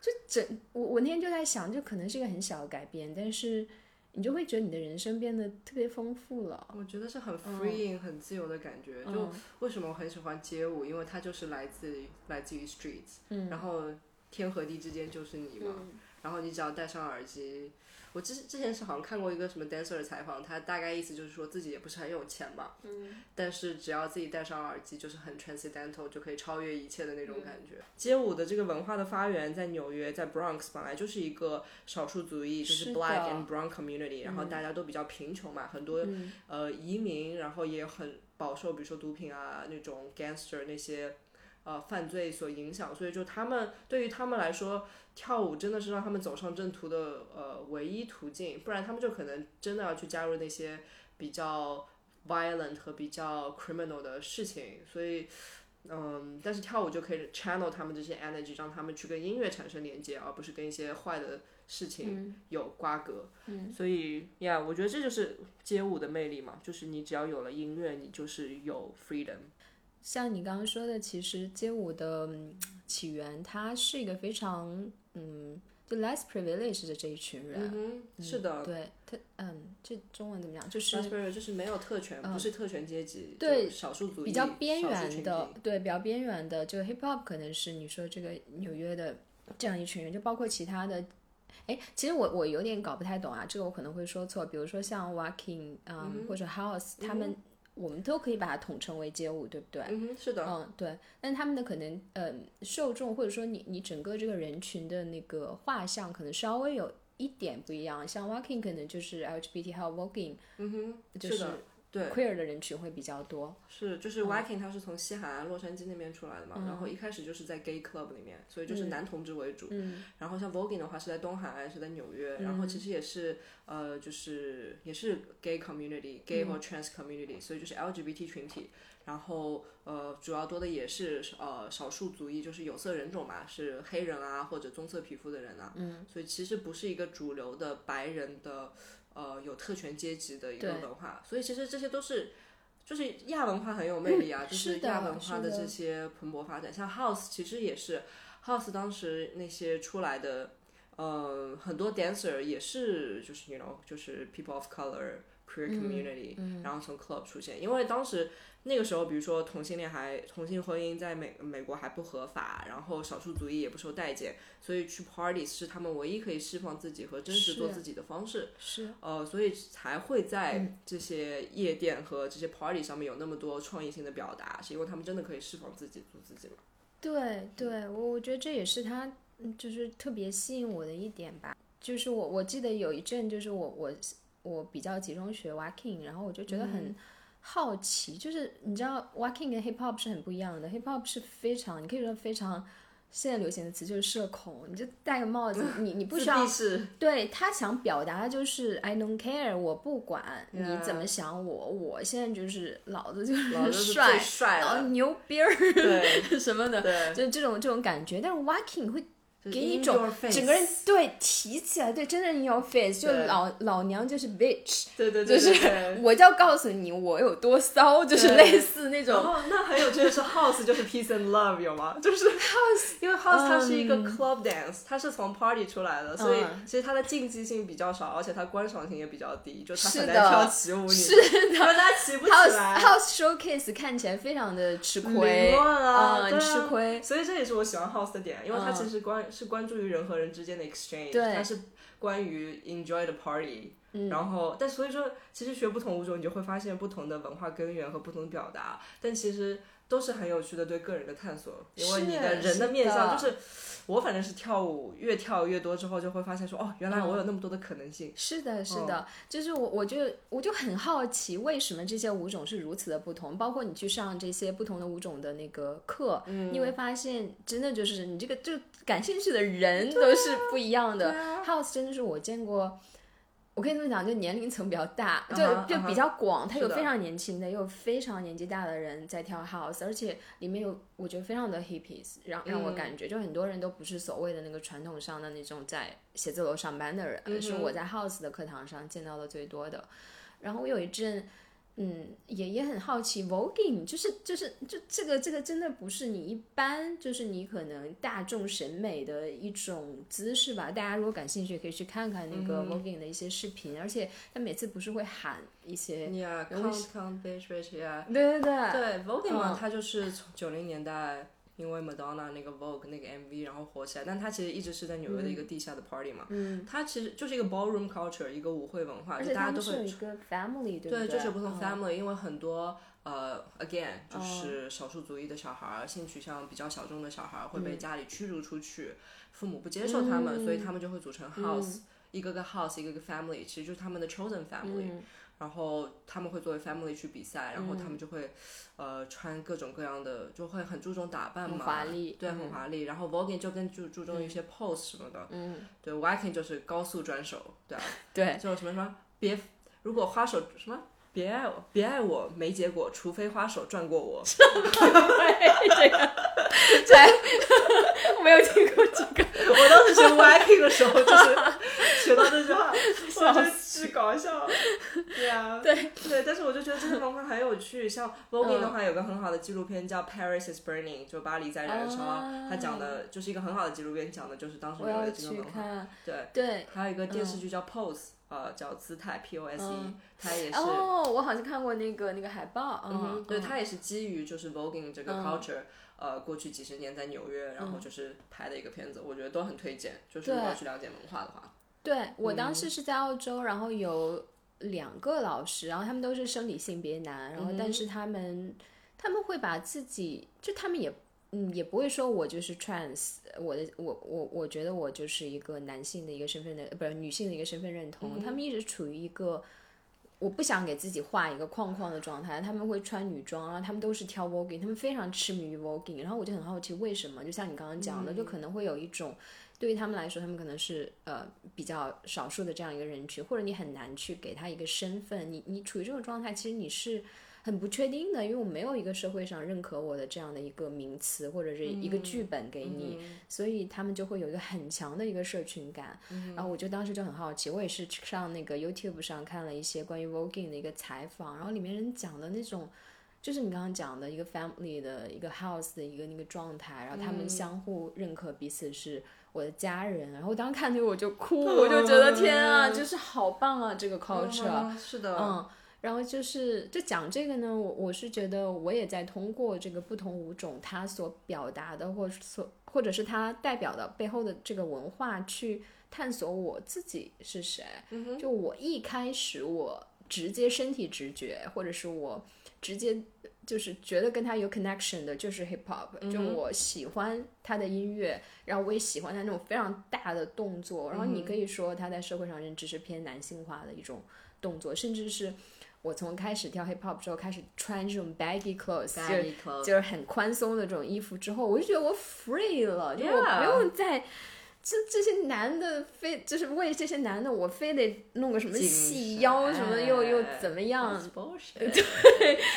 [SPEAKER 5] 就整我我那天就在想，就可能是一个很小的改变，但是你就会觉得你的人生变得特别丰富了。
[SPEAKER 3] 我觉得是很
[SPEAKER 5] 嗯
[SPEAKER 3] freeing、很自由的感觉。就为什么我很喜欢街舞，因为它就是来自于来自于 streets，、然
[SPEAKER 5] 嗯
[SPEAKER 3] 后天和地之间就是你嘛。然后你只要戴上耳机，我之之前是好像看过一个什么 dancer 的采访，他大概意思就是说自己也不是很有钱嘛，但是只要自己戴上耳机，就是很 transcendental，就可以超越一切的那种感觉。街舞的这个文化的发源在纽约，在 Bronx 本来就是一个少数族裔，就是是
[SPEAKER 5] 的
[SPEAKER 3] Black and Brown community，、然后大家都比较贫穷嘛，很多、呃移民，然后也很饱受比如说毒品啊那种 gangster 那些。呃，犯罪所影响，所以就他们对于他们来说，跳舞真的是让他们走上正途的呃唯一途径，不然他们就可能真的要去加入那些比较 violent 和比较 criminal 的事情，所以，嗯，但是跳舞就可以 channel 他们这些 energy，让他们去跟音乐产生连接，而不是跟一些坏的事情有瓜葛。嗯，所以呀我觉得这就是街舞的魅力嘛，就是你只要有了音乐，你就是有 freedom。
[SPEAKER 5] 像你刚刚说的，其实街舞的嗯起源，它是一个非常嗯，就 less privileged 的这一群人。
[SPEAKER 3] 嗯，是的。
[SPEAKER 5] 对他，嗯，这中文怎么讲？就是。嗯
[SPEAKER 3] Raspberry 就是没有特权，不是特权阶级，
[SPEAKER 5] 对
[SPEAKER 3] 就少数族裔、
[SPEAKER 5] 比较边
[SPEAKER 3] 少数
[SPEAKER 5] 缘
[SPEAKER 3] 群
[SPEAKER 5] 的
[SPEAKER 3] 体，
[SPEAKER 5] 对，比较边缘的，就 hip hop 可能是你说这个纽约的这样一群人，就包括其他的。哎，其实我我有点搞不太懂啊，这个我可能会说错。比如说像 Walking 啊、
[SPEAKER 3] 嗯
[SPEAKER 5] 或者 House，他们、我们都可以把它统称为街舞，对不对？
[SPEAKER 3] 嗯哼，是的，
[SPEAKER 5] 嗯，对，但他们的可能，呃，受众或者说你你整个这个人群的那个画像，可能稍微有一点不一样。像 Walking 可能就是 LGBT 还有 Voguing 就是
[SPEAKER 3] 的，对，
[SPEAKER 5] queer 的人群会比较多。
[SPEAKER 3] 是，就是 Viking，他是从西海岸洛杉矶那边出来的嘛，然后一开始就是在 gay club 里面，所以就是男同志为主。然后像 Voguing 的话是在东海岸，是在纽约，然后其实也是呃，就是也是 gay community，gay 或 trans community，、所以就是 LGBT 群体。然后呃，主要多的也是呃少数族裔，就是有色人种嘛，是黑人啊或者棕色皮肤的人啊。嗯，所以其实不是一个主流的白人的呃有特权阶级的一个
[SPEAKER 5] 对
[SPEAKER 3] 文化，所以其实这些都是。就是亚文化很有魅力啊，
[SPEAKER 5] 嗯
[SPEAKER 3] 就是
[SPEAKER 5] 是的
[SPEAKER 3] 亚文化
[SPEAKER 5] 是的
[SPEAKER 3] 这些蓬勃发展，像 House 其实也是 House 当时那些出来的，呃，很多 dancer 也是就是 you know 就是 people of color
[SPEAKER 5] 嗯
[SPEAKER 3] queer community，、然后从 club 出现，因为当时那个时候，比如说同性恋还同性婚姻在美美国还不合法，然后少数族裔也不受待见，所以去 party 是他们唯一可以释放自己和真实
[SPEAKER 5] 是
[SPEAKER 3] 做自己的方式。
[SPEAKER 5] 是
[SPEAKER 3] 呃，所以才会
[SPEAKER 5] 嗯
[SPEAKER 3] 在这些夜店和这些 party 上面有那么多创意性的表达，是因为他们真的可以释放自己，做自己嘛。
[SPEAKER 5] 对对，我我觉得这也是他嗯就是特别吸引我的一点吧。就是我我记得有一阵，就是我我我比较集中学 Walking，然后我就觉得
[SPEAKER 3] 嗯
[SPEAKER 5] 很好奇，就是你知道 Walking 跟 Hip Hop 是很不一样的，Hip Hop 是非常你可以说非常。现在流行的词就是社恐，你就戴个帽子，你你不需
[SPEAKER 3] 嗯自
[SPEAKER 5] 要
[SPEAKER 3] 闭是
[SPEAKER 5] 对他想表达的就是 I don't care，我不管你
[SPEAKER 3] Yeah
[SPEAKER 5] 怎么想我，我现在就是老子就
[SPEAKER 3] 老子是
[SPEAKER 5] 帅嗯
[SPEAKER 3] 最，帅
[SPEAKER 5] 老
[SPEAKER 3] 的
[SPEAKER 5] 子，牛逼儿
[SPEAKER 3] 对
[SPEAKER 5] 什么的，
[SPEAKER 3] 对，
[SPEAKER 5] 就这种这种感觉。但是 Walking 会
[SPEAKER 3] 就是
[SPEAKER 5] 给你一
[SPEAKER 3] in
[SPEAKER 5] 种
[SPEAKER 3] your face
[SPEAKER 5] 整个人对提起来，对，真的 in your face，就
[SPEAKER 3] 对
[SPEAKER 5] 老老娘就是 bitch，
[SPEAKER 3] 对对
[SPEAKER 5] 就
[SPEAKER 3] 对对
[SPEAKER 5] 是
[SPEAKER 3] 对。
[SPEAKER 5] 我就要告诉你我有多骚，就是
[SPEAKER 3] 对
[SPEAKER 5] 类似那
[SPEAKER 3] 然
[SPEAKER 5] 种
[SPEAKER 3] 后那很有趣的是，House 就是 Peace and Love 有吗？就是 House，因为 House 它是一个 club dance，它是从 party 出来的，所以
[SPEAKER 5] 嗯
[SPEAKER 3] 其实它的竞技性比较少，而且它观赏性也比较低，就它
[SPEAKER 5] 是
[SPEAKER 3] 很难
[SPEAKER 5] 的
[SPEAKER 3] 跳起舞，你
[SPEAKER 5] 是
[SPEAKER 3] 的，大家起不起
[SPEAKER 5] house
[SPEAKER 3] 来。
[SPEAKER 5] house showcase 看起来非常的吃
[SPEAKER 3] 理
[SPEAKER 5] 亏，
[SPEAKER 3] 论啊，
[SPEAKER 5] 嗯，
[SPEAKER 3] 对啊
[SPEAKER 5] 吃亏，
[SPEAKER 3] 所以这也是我喜欢 House 的点，因为它
[SPEAKER 5] 嗯
[SPEAKER 3] 其实关、是关注于人和人之间的 exchange，
[SPEAKER 5] 对嗯
[SPEAKER 3] 它是关于 enjoy the party，、然后但所以说其实学不同舞种，你就会发现不同的文化根源和不同的表达，但其实都是很有趣的对个人的探索，因为
[SPEAKER 5] 是
[SPEAKER 3] 你的人的
[SPEAKER 5] 是
[SPEAKER 3] 面
[SPEAKER 5] 的
[SPEAKER 3] 向就是。我反正是跳舞，越跳越多之后，就会发现说，哦，原来我有那么多的可能性。
[SPEAKER 5] 是的，是
[SPEAKER 3] 嗯
[SPEAKER 5] 的，就是我，我就我就很好奇，为什么这些舞种是如此的不同？包括你去上这些不同的舞种的那个课，
[SPEAKER 3] 嗯
[SPEAKER 5] 你会发现，真的就是你这个就感兴趣的人
[SPEAKER 3] 啊
[SPEAKER 5] 都是不一样的。House 真的是我见过，我可以这么讲，就年龄层比较大，就、
[SPEAKER 3] 啊哈
[SPEAKER 5] 就
[SPEAKER 3] 啊哈
[SPEAKER 5] 比较广，它有
[SPEAKER 3] 是的
[SPEAKER 5] 非常年轻的，也有非常年纪大的人在跳 House，而且里面有我觉得非常的 hippies，让让我
[SPEAKER 3] 嗯
[SPEAKER 5] 感觉、就很多人都不是所谓的那个传统上的那种在写字楼上班的人，
[SPEAKER 3] 嗯哼
[SPEAKER 5] 是我在 House 的课堂上见到的最多的。然后我有一阵，嗯，也也很好奇 voguing，就是就是就这个这个真的不是你一般就是你可能大众审美的一种姿势吧。大家如果感兴趣，也可以去看看那
[SPEAKER 3] 嗯
[SPEAKER 5] 个 voguing 的一些视频，而且他每次不是会喊一些，
[SPEAKER 3] Yeah, count, count, bitch, bitch, yeah.
[SPEAKER 5] 对对对，
[SPEAKER 3] 对 Vogue 嘛
[SPEAKER 5] 嗯，
[SPEAKER 3] 它就是从九零年代因为 Madonna 那个 Vogue 那个 MV 然后火起来，但它其实一直是在纽约的一个地下的 party 嘛，嗯，它其实就是一个 ballroom culture，一个舞会文化，
[SPEAKER 5] 而
[SPEAKER 3] 就
[SPEAKER 5] 且
[SPEAKER 3] 大
[SPEAKER 5] 他
[SPEAKER 3] 家
[SPEAKER 5] 们
[SPEAKER 3] 都
[SPEAKER 5] 是有
[SPEAKER 3] 会
[SPEAKER 5] 一个 family，对不对？
[SPEAKER 3] 对， 就是有不同
[SPEAKER 5] 嗯哦
[SPEAKER 3] family，、因为很多呃，again，就是少数族裔的小孩儿、性取向比较小众的小孩儿会
[SPEAKER 5] 嗯
[SPEAKER 3] 被家里驱逐出去，父母不接受他们，所以他们就会组成
[SPEAKER 5] 嗯
[SPEAKER 3] house，、一个个 house，一个个 family，其实就是他们的 chosen family、然
[SPEAKER 5] 嗯
[SPEAKER 3] 后他们会作为 family 去比赛，然后他们就会，呃，穿各种各样的，就会很注重打扮
[SPEAKER 5] 很
[SPEAKER 3] 嘛，
[SPEAKER 5] 华丽嗯
[SPEAKER 3] 对，很华丽。然后 voguing 就更注注重一些 pose 什么的，嗯，对 w a k i n g 就是高速转手，对啊，
[SPEAKER 5] 对，
[SPEAKER 3] 就什么什么别，如果花手什么别爱我，别爱我没结果，除非花手转过我。
[SPEAKER 5] 这个， 对， 我没有听过这个。
[SPEAKER 3] 我当时学 wacking 的时候，就是学到这句话，我 真是搞笑。对啊，对对，但是我就觉得这些文化很有趣。像 Vogue 的
[SPEAKER 5] 嗯
[SPEAKER 3] 话，有个很好的纪录片叫《Paris is Burning》，就巴黎在燃烧。
[SPEAKER 5] 啊
[SPEAKER 3] 它讲的就是一个很好的纪录片，讲的就是当时
[SPEAKER 5] 我
[SPEAKER 3] 纽约
[SPEAKER 5] 要
[SPEAKER 3] 的这个
[SPEAKER 5] 去
[SPEAKER 3] 文化。
[SPEAKER 5] 看，
[SPEAKER 3] 对，
[SPEAKER 5] 对，
[SPEAKER 3] 还有一个电视剧叫《Pose》，呃，叫姿态 P O S E，、它也是。
[SPEAKER 5] 嗯哦，我好像看过那个那个海报，
[SPEAKER 3] 嗯
[SPEAKER 5] 嗯
[SPEAKER 3] 哼，，对，
[SPEAKER 5] 嗯
[SPEAKER 3] 它也是基于就是 voguing 这个 culture，、呃，过去几十年在纽约，然后就是拍的一个片子，我觉得都很推荐。就是
[SPEAKER 5] 嗯对
[SPEAKER 3] 如果要去了解文化的话，
[SPEAKER 5] 对我
[SPEAKER 3] 嗯
[SPEAKER 5] 当时是在澳洲，然后有两个老师，然后他们都是生理性别
[SPEAKER 3] 嗯
[SPEAKER 5] 男，然后但是他们他们会把自己，就他们也嗯也不会说我就是 trans，我的我我我觉得我就是一个男性的一个身份的，呃不是女性的一个身份认
[SPEAKER 3] 嗯
[SPEAKER 5] 同，他们一直处于一个。我不想给自己画一个框框的状态，他们会穿女装，然后他们都是挑 voguing，他们非常痴迷于 voguing，然后我就很好奇为什么，就像你刚刚讲的，就可能会有一种对于他们来说，他们可能是呃比较少数的这样一个人群，或者你很难去给他一个身份，你你处于这种状态，其实你是很不确定的，因为我没有一个社会上认可我的这样的一个名词或者是一个剧本给
[SPEAKER 3] 嗯
[SPEAKER 5] 你，所以他们就会有一个很强的一个社群感。
[SPEAKER 3] 嗯
[SPEAKER 5] 然后我就当时就很好奇，我也是上那个 YouTube 上看了一些关于 voguing 的一个采访，然后里面人讲的那种。就是你刚刚讲的一个 family 的一个 house 的一个那个状态，然后他
[SPEAKER 3] 嗯
[SPEAKER 5] 们相互认可彼此是我的家人，然后我当时看这个我就 哭，我就觉得天啊，就是好棒啊，这个 culture，、
[SPEAKER 3] 嗯是的，
[SPEAKER 5] 嗯，然后就是就讲这个呢，我我是觉得我也在通过这个不同舞种它所表达的，或所或者是它代表的背后的这个文化去探索我自己是谁。就我一开始我直接身体直觉，或者是我直接就是觉得跟他有 connection 的，就是 hip hop，、就我喜欢他的音乐，然后我也喜欢他那种非常大的动作，然后你可以说他在社会上认知是偏男性化的一种动作，甚至是我从开始跳 hip hop 之后开始穿这种 baggy clothes，
[SPEAKER 3] Baggy
[SPEAKER 5] 就是
[SPEAKER 3] clothes
[SPEAKER 5] 就是很宽松的这种衣服之后，我就觉得我 free 了，就我
[SPEAKER 3] Yeah
[SPEAKER 5] 不用再。这这些男的非就是为这些男的，我非得弄个什么
[SPEAKER 3] 紧
[SPEAKER 5] 细腰什么又又
[SPEAKER 3] 哎
[SPEAKER 5] 怎么样？
[SPEAKER 3] That's bullshit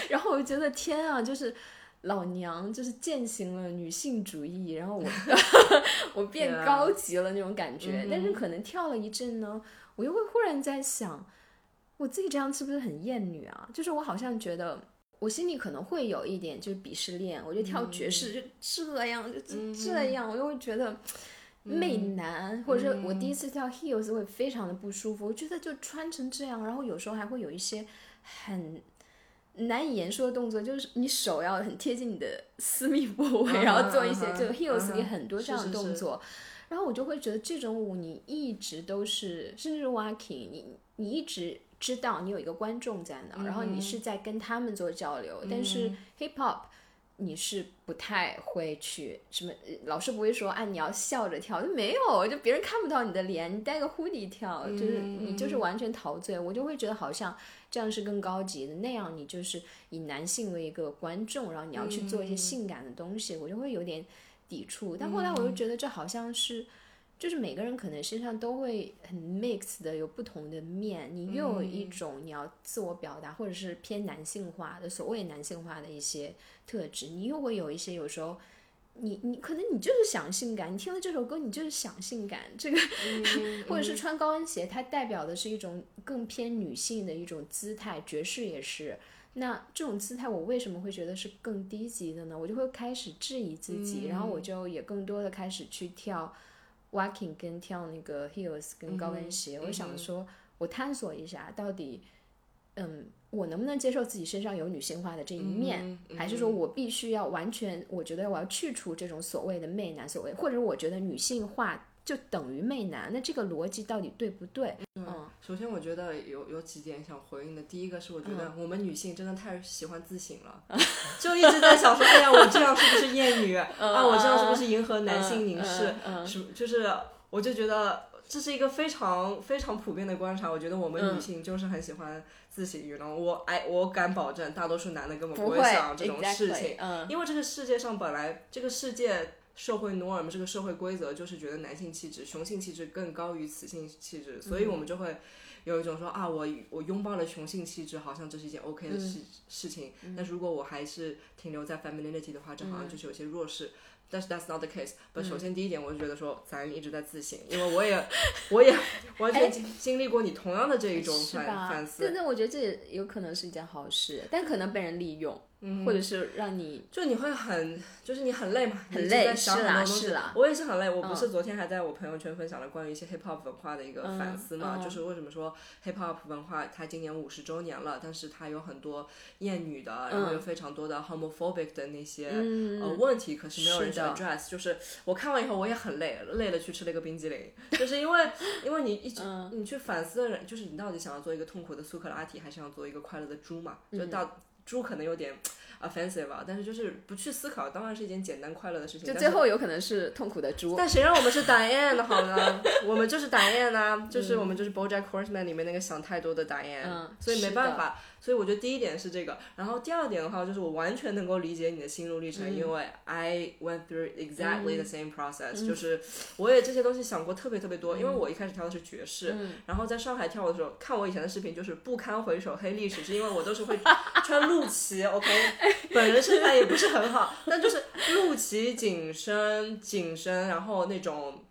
[SPEAKER 5] 然后我觉得天啊，就是老娘就是践行了女性主义，然后我我变
[SPEAKER 3] Yeah
[SPEAKER 5] 高级了那种感觉。但是可能跳了一阵呢，我又会忽然在想，我自己这样是不是很厌女啊？就是我好像觉得。我心里可能会有一点就是鄙视链，我觉得跳爵士就这样，就这这样，我又会觉得媚男，或者是我第一次跳 heels 会非常的不舒服，我觉得就穿成这样，然后有时候还会有一些很难以言说的动作，就是你手要很贴近你的私密部位，
[SPEAKER 3] 嗯哼
[SPEAKER 5] 然后做一些
[SPEAKER 3] 嗯哼
[SPEAKER 5] 就 heels
[SPEAKER 3] 嗯哼
[SPEAKER 5] 里很多这样的
[SPEAKER 3] 是是
[SPEAKER 5] 动作，然后我就会觉得这种舞你一直都是，甚至是 walking，你你一直知道你有一个观众在那儿，
[SPEAKER 3] 嗯
[SPEAKER 5] 然后你是在跟他们做交流，但是 hip hop。你是不太会去什么，呃老师不会说啊，你要笑着跳，就没有，就别人看不到你的脸，你戴个 hoodie 跳，就是你就是完全陶醉，我就会觉得好像这样是更高级的，那样你就是以男性为一个观众，然后你要去做一些性感的东西，我就会有点抵触。但后来我又觉得这好像是。就是每个人可能身上都会很 mix 的，有不同的面。你又有一种你要自我表达，或者是偏男性化的，所谓男性化的一些特质，你又会有一些有时候。你你可能你就是想性感，你听了这首歌你就是想性感，这个、 或者是穿高跟鞋，它代表的是一种更偏女性的一种姿态，爵士也是。那这种姿态我为什么会觉得是更低级的呢？我就会开始质疑自己，然后我就也更多的开始去跳 walking 跟跳那个 heels 跟
[SPEAKER 3] 嗯
[SPEAKER 5] 高跟鞋，我想说，我探索一下到底，嗯，我能不能接受自己身上有女性化的这一面，
[SPEAKER 3] 嗯
[SPEAKER 5] 嗯还是说我必须要完全，我觉得我要去除这种所谓的媚男，所谓或者我觉得女性化就等于媚男，那这个逻辑到底对不对？嗯
[SPEAKER 3] 首先，我觉得有有几点想回应的。第一个是，我觉
[SPEAKER 5] 嗯
[SPEAKER 3] 得我们女性真的太喜欢自省了，就一直在想说，哎呀，我这样是不是厌女？
[SPEAKER 5] 嗯
[SPEAKER 3] 啊，我这样是不是迎合男性凝视？是不就是，我就觉得这是一个非常非常普遍的观察。我觉得我
[SPEAKER 5] 嗯
[SPEAKER 3] 们女性就是很喜欢自省运动。我哎，我敢保证，大多数男的根本
[SPEAKER 5] 不
[SPEAKER 3] 会
[SPEAKER 5] 会
[SPEAKER 3] 想这种事情
[SPEAKER 5] exactly，嗯
[SPEAKER 3] 因为这个世界上本来这个世界。社会 norm 这个社会规则就是觉得男性气质、雄性气质更高于雌性气
[SPEAKER 5] 嗯
[SPEAKER 3] 质，所以我们就会有一种说啊，我我拥抱了雄性气质，好像这是一件
[SPEAKER 5] 嗯
[SPEAKER 3] OK 的事、事情。那如果我还是停留在 femininity 的话，这好像就是有些弱势。但是 that's not the
[SPEAKER 5] 嗯
[SPEAKER 3] case。但首先第一点，我就觉得说咱一直在自省，因为我也我也完全经经历过你同样的这一种
[SPEAKER 5] 哎是
[SPEAKER 3] 反反？
[SPEAKER 5] 吧但
[SPEAKER 3] 思。
[SPEAKER 5] 是我觉得这也有可能是一件好事，但可能被人利用，
[SPEAKER 3] 嗯
[SPEAKER 5] 或者是让你
[SPEAKER 3] 就你会很，就是你很累嘛，
[SPEAKER 5] 很
[SPEAKER 3] 你一直在
[SPEAKER 5] 累
[SPEAKER 3] 想
[SPEAKER 5] 是
[SPEAKER 3] 很多
[SPEAKER 5] 啦
[SPEAKER 3] 东西
[SPEAKER 5] 是啦嗯
[SPEAKER 3] 我也是很累，我不是昨天还在我朋友圈分享了关于一些 hip hop 文化的一个反思嘛，
[SPEAKER 5] 嗯
[SPEAKER 3] 就是为什么说 hip hop 文化它今年五十周年了，但是它有很多厌女的，
[SPEAKER 5] 嗯
[SPEAKER 3] 然后有非常多的 homophobic 的那些、呃问题，可是没有人去
[SPEAKER 5] 是的
[SPEAKER 3] address。就是我看完以后我也很累，累了去吃了一个冰激凌，就是因为因为你一直、
[SPEAKER 5] 嗯
[SPEAKER 3] 你去反思的人，就是你到底想要做一个痛苦的苏格拉底，还是想做一个快乐的猪嘛？
[SPEAKER 5] 嗯
[SPEAKER 3] 就到。猪可能有点 offensive 啊，但是就是不去思考，当然是一件简单快乐的事情。
[SPEAKER 5] 就
[SPEAKER 3] 但
[SPEAKER 5] 最
[SPEAKER 3] 是
[SPEAKER 5] 后有可能是痛苦的猪。
[SPEAKER 3] 但谁让我们是 Diane 的好 呢？我嗯们就是 Diane 啊，就是我们就是 BoJack Horseman 里面那个想太多的 Diane，、
[SPEAKER 5] 嗯
[SPEAKER 3] 所以没办法。所以我觉得第一点是这个，然后第二点的话就是我完全能够理解你的心路历程，因为 I went through exactly the same process，、就是我也这些东西想过特别特别多，因为我一开始跳的是爵士，然后在上海跳的时候，看我以前的视频就是不堪回首黑历史，是因为我都是会穿露脐，OK，本 人身材也不是很好，但就是露脐紧身紧身，然后那种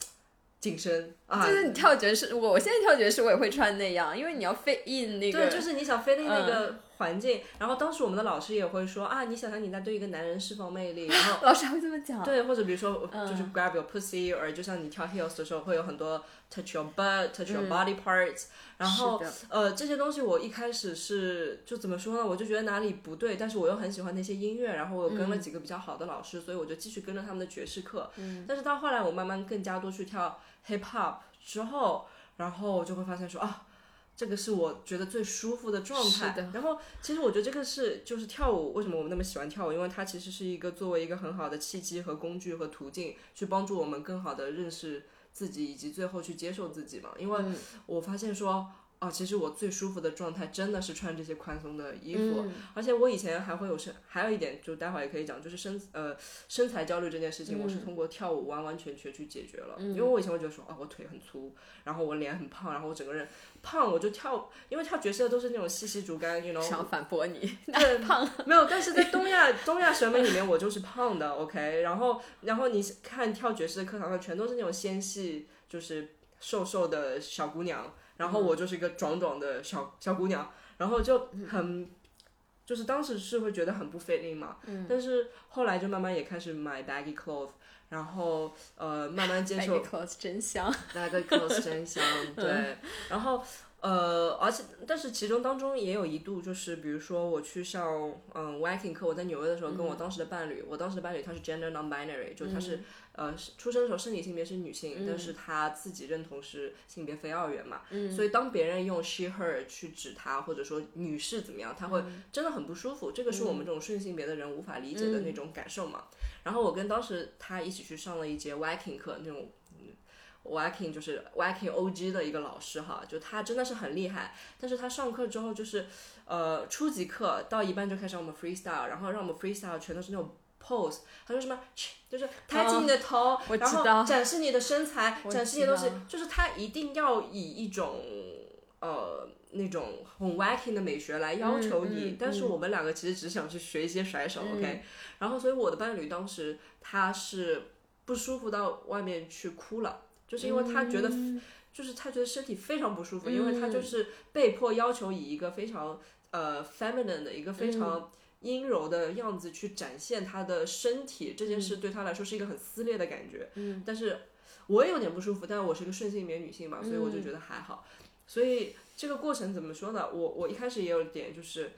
[SPEAKER 3] 紧身啊，
[SPEAKER 5] 就是你跳爵士，我我现在跳爵士我也会穿那样，因为你要 fit in 那个，
[SPEAKER 3] 对，就是你想飞进那个环境。然后当时我们的老师也会说啊，你想想你在对一个男人释放魅力，然 后。
[SPEAKER 5] 老师还会这么讲。
[SPEAKER 3] 对，或者比如说，就是 grab your pussy，或者、就像你跳 heels 的时候，会有很多 touch your butt，touch your body parts，、然后
[SPEAKER 5] 是的
[SPEAKER 3] 呃这些东西我一开始是就怎么说呢，我就觉得哪里不对，但是我又很喜欢那些音乐，然后我又
[SPEAKER 5] 嗯
[SPEAKER 3] 跟了几个比较好的老师，所以我就继续跟着他们的爵士课。
[SPEAKER 5] 嗯
[SPEAKER 3] 但是到后来我慢慢更加多去跳 hip hop 之后，然后我就会发现说啊。这个是我觉得最舒服的状态。
[SPEAKER 5] 是的
[SPEAKER 3] 然后，其实我觉得这个是就是跳舞，为什么我们那么喜欢跳舞？因为它其实是一个作为一个很好的契机和工具和途径，去帮助我们更好的认识自己，以及最后去接受自己嘛。因为我发现说，哦，其实我最舒服的状态真的是穿这些宽松的衣服，
[SPEAKER 5] 嗯
[SPEAKER 3] 而且我以前还会有身，还有一点就待会儿也可以讲，就是身呃身材焦虑这件事情，我是通过跳舞完完全全去解决了，因为我以前会觉得说，啊，我腿很粗，然后我脸很胖，然后我整个人胖，我就跳，因为跳爵士的都是那种细细竹竿，you know，
[SPEAKER 5] 想反驳你，
[SPEAKER 3] 对，胖 没有，但是在东亚东亚审美里面，我就是胖的，OK。然后然后你看跳爵士的课堂上，全都是那种纤细，就是瘦瘦的小姑娘，然后我就是一个壮壮的小小姑娘，然后就很。就是当时是会觉得很不 fit in 嘛，但是后来就慢慢也开始买 baggy clothes，然后呃慢慢接
[SPEAKER 5] 白
[SPEAKER 3] 受
[SPEAKER 5] 衣 clothes 真香。
[SPEAKER 3] 那个 close 真香，嗯对。然后呃，而且但是其中当中也有一度就是，比如说我去上嗯 Viking 课，我在纽约的时候跟我当时的伴侣，我当时的伴侣他是 gender non-binary，就他是、呃是出生的时候生理性别是女性，但是他自己认同是性别非二元嘛，所
[SPEAKER 5] 嗯
[SPEAKER 3] 以当别人用 she her 去指他，或者说女士怎么样，他会
[SPEAKER 5] 嗯
[SPEAKER 3] 真的很不舒服。这个是我们这种顺性别的人无法理解的
[SPEAKER 5] 嗯
[SPEAKER 3] 那种感受嘛。然后我跟当时他一起去上了一节 Viking 课，那种嗯 Viking 就是 Viking OG 的一个老师哈，就他真的是很厉害。但是他上课之后就是，呃，初级课到一半就开始让我们 freestyle，然后让我们 freestyle 全都是那种 pose，他说什么，切就是抬起你的头，
[SPEAKER 5] 哦我
[SPEAKER 3] 然
[SPEAKER 5] 知
[SPEAKER 3] 后
[SPEAKER 5] 道
[SPEAKER 3] 展示你的身材，
[SPEAKER 5] 我
[SPEAKER 3] 展示你的
[SPEAKER 5] 知
[SPEAKER 3] 东西
[SPEAKER 5] 道，
[SPEAKER 3] 就是他一定要以一种呃那种很 Viking 的美学来要求你。
[SPEAKER 5] 嗯嗯
[SPEAKER 3] 但是我们两个其实只想去学一些甩手、o k 然后所以我的伴侣当时他是不舒服到外面去哭了，就是因为他觉得、就是他觉得身体非常不舒服，因为他就是被迫要求以一个非常呃 feminine 的一个非常阴柔的样子去展现他的身体，这件事对他来说是一个很撕裂的感觉。嗯，但是我也有点不舒服，但我是一个顺性别女性嘛，所以我就觉得还好。所以这个过程怎么说呢？我我一开始也有点就是。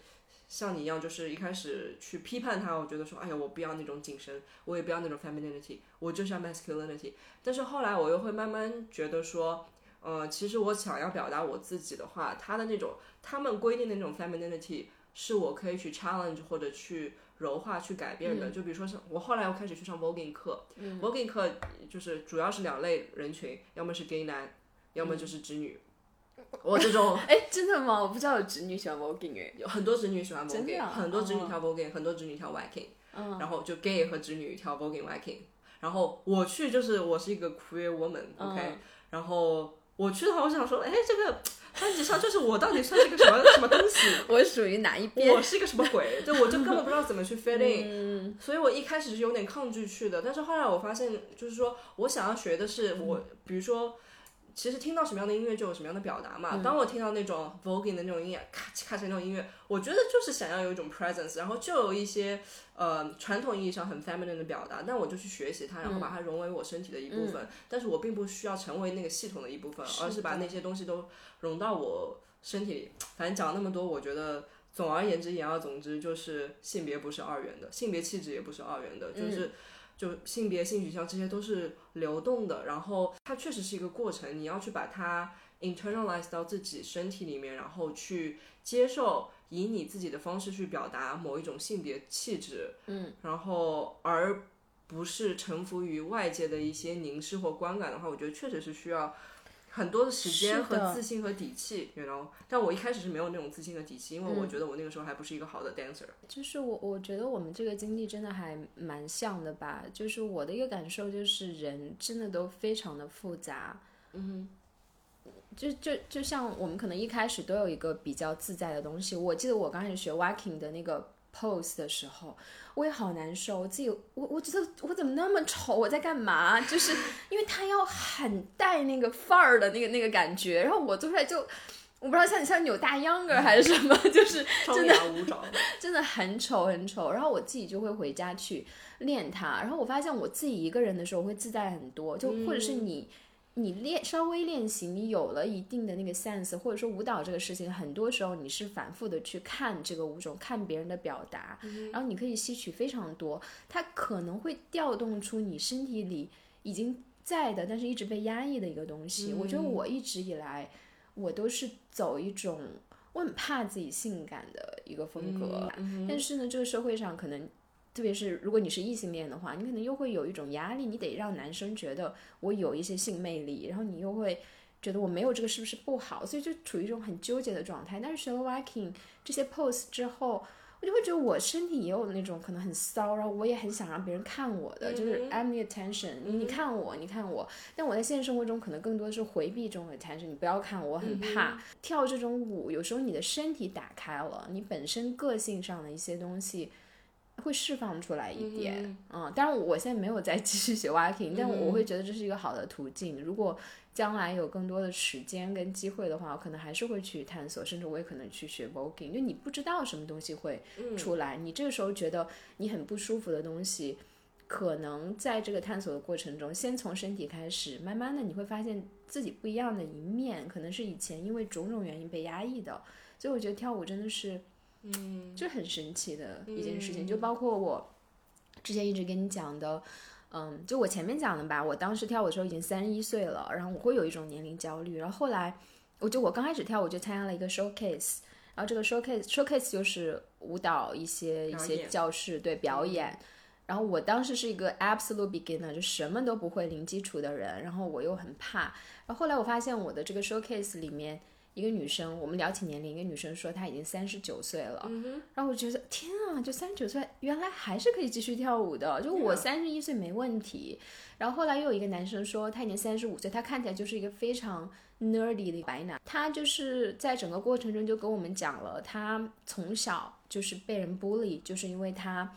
[SPEAKER 3] 像你一样，就是一开始去批判他，我觉得说，哎呀，我不要那种紧身，我也不要那种 femininity，我就是要 masculinity。但是后来我又会慢慢觉得说，呃，其实我想要表达我自己的话，他的那种他们规定的那种 femininity 是我可以去 challenge 或者去柔化、去改变的。就比如说像我后来又开始去上 voguing 课、v o g u i n g 课就是主要是两类人群，要么是 gay 男，要么就是直女。我这种
[SPEAKER 5] 哎，真的吗？我不知道有直女喜欢 voguing 哎。
[SPEAKER 3] 有很多直女喜欢 voguing，、
[SPEAKER 5] 真的啊嗯
[SPEAKER 3] 很多直女跳 voguing，、很多直女跳 viking，、然后就 gay 和直女跳 voguing viking。然后我去就是我是一个 queer
[SPEAKER 5] 嗯
[SPEAKER 3] woman，OK，、然后我去的话，我想说，哎，这个班级上就是我到底算是个什么什么东西？
[SPEAKER 5] 我属于哪一边
[SPEAKER 3] 我？是一个什么鬼？对，我就根本不知道怎么 去 fit in，、所以我一开始是有点抗拒去的。但是后来我发现，就是说我想要学的是我，比如说，其实听到什么样的音乐就有什么样的表达嘛。当我听到那种 voguing 的那种音乐，咔哧咔哧那种音乐，我觉得就是想要有一种 presence，然后就有一些呃传统意义上很 feminine 的表达，那我就去学习它，然后把它融为我身体的一部分。但是我并不需要成为那个系统的一部分，嗯而是把那些东西都融到我身体里。反正讲了那么多，我觉得总而言之，言而总之就是性别不是二元的，性别气质也不是二元的，就是。就性别、性取向这些都是流动的，然后它确实是一个过程，你要去把它 internalize 到自己身体里面，然后去接受，以你自己的方式去表达某一种性别气质，嗯，然后而不是臣服于外界的一些凝视或观感的话，我觉得确实是需要很多的时间
[SPEAKER 5] 是
[SPEAKER 3] 和
[SPEAKER 5] 的
[SPEAKER 3] 自信和底气，you know。但我一开始是没有那种自信和底气，因为我
[SPEAKER 5] 嗯
[SPEAKER 3] 觉得我那个时候还不是一个好的 dancer。
[SPEAKER 5] 就是我，我觉得我们这个经历真的还蛮像的吧。就是我的一个感受就是，人真的都非常的复杂。
[SPEAKER 3] 嗯
[SPEAKER 5] 就就就像我们可能一开始都有一个比较自在的东西。我记得我刚开始学 walking 的那个 pose 的时候，我也好难受，我自己我我觉得我怎么那么丑，我在干嘛？就是因为他要很带那个范儿的那个那个感觉，然后我做出来就我不知道像像扭大秧歌儿还是什么，就是
[SPEAKER 3] 哼，张牙舞爪。
[SPEAKER 5] 真的很丑很丑，然后我自己就会回家去练它，然后我发现我自己一个人的时候会自在很多，就或者是你、你练稍微练习，你有了一定的那个 sense，或者说舞蹈这个事情，很多时候你是反复的去看这个舞种，看别人的表达，然后你可以吸取非常多，它可能会调动出你身体里已经在的，但是一直被压抑的一个东西。我觉得我一直以来我都是走一种。我很怕自己性感的一个风格，
[SPEAKER 3] 嗯
[SPEAKER 5] 嗯但是呢，这个社会上可能，特别是如果你是异性恋的话，你可能又会有一种压力，你得让男生觉得我有一些性魅力，然后你又会觉得我没有这个是不是不好，所以就处于一种很纠结的状态。但是学了 Viking 这些 pose 之后。我就会觉得我身体也有那种可能很骚，然后我也很想让别人看我的，就是 I'm the attention，、你看我，你看我。但我在现实生活中可能更多的是回避这种 attention，你不要看我，我
[SPEAKER 3] 嗯
[SPEAKER 5] 很怕。跳这种舞，有时候你的身体打开了，你本身个性上的一些东西会释放出来一点。嗯，当然我现在没 有再继续学 walking，但我会觉得这是一个好的途径。如果将来有更多的时间跟机会的话，我可能还是会去探索，甚至我也可能去学 voguing。就你不知道什么东西会
[SPEAKER 3] 嗯
[SPEAKER 5] 出来，你这个时候觉得你很不舒服的东西。可能在这个探索的过程中，先从身体开始，慢慢的你会发现自己不一样的一面，可能是以前因为种种原因被压抑的，所以我觉得跳舞真的是，嗯，就很神奇的一件事情。
[SPEAKER 3] 嗯
[SPEAKER 5] 就包括我之前一直跟你讲的，嗯，就我前面讲的吧，我当时跳舞的时候已经三十一岁了，然后我会有一种年龄焦虑，然后后来，我就我刚开始跳舞就参加了一个 showcase，然后这个 showcase showcase 就是舞蹈一些一
[SPEAKER 3] 表
[SPEAKER 5] 些
[SPEAKER 3] 演嗯
[SPEAKER 5] 教室对表演。然后我当时是一个 absolute beginner，就什么都不会、零基础的人，然后我又很怕。然后后来我发现我的这个 showcase 里面，一个女生，我们聊起年龄，一个女生说她已经三十九岁了，然后我觉得天啊，就三十九岁，原来还是可以继续跳舞的，就我三十一岁没问题。然后后来又有一个男生说他已经三十五岁，他看起来就是一个非常 nerdy 的白男，他就是在整个过程中就跟我们讲了，他从小就是被人 bully，就是因为他。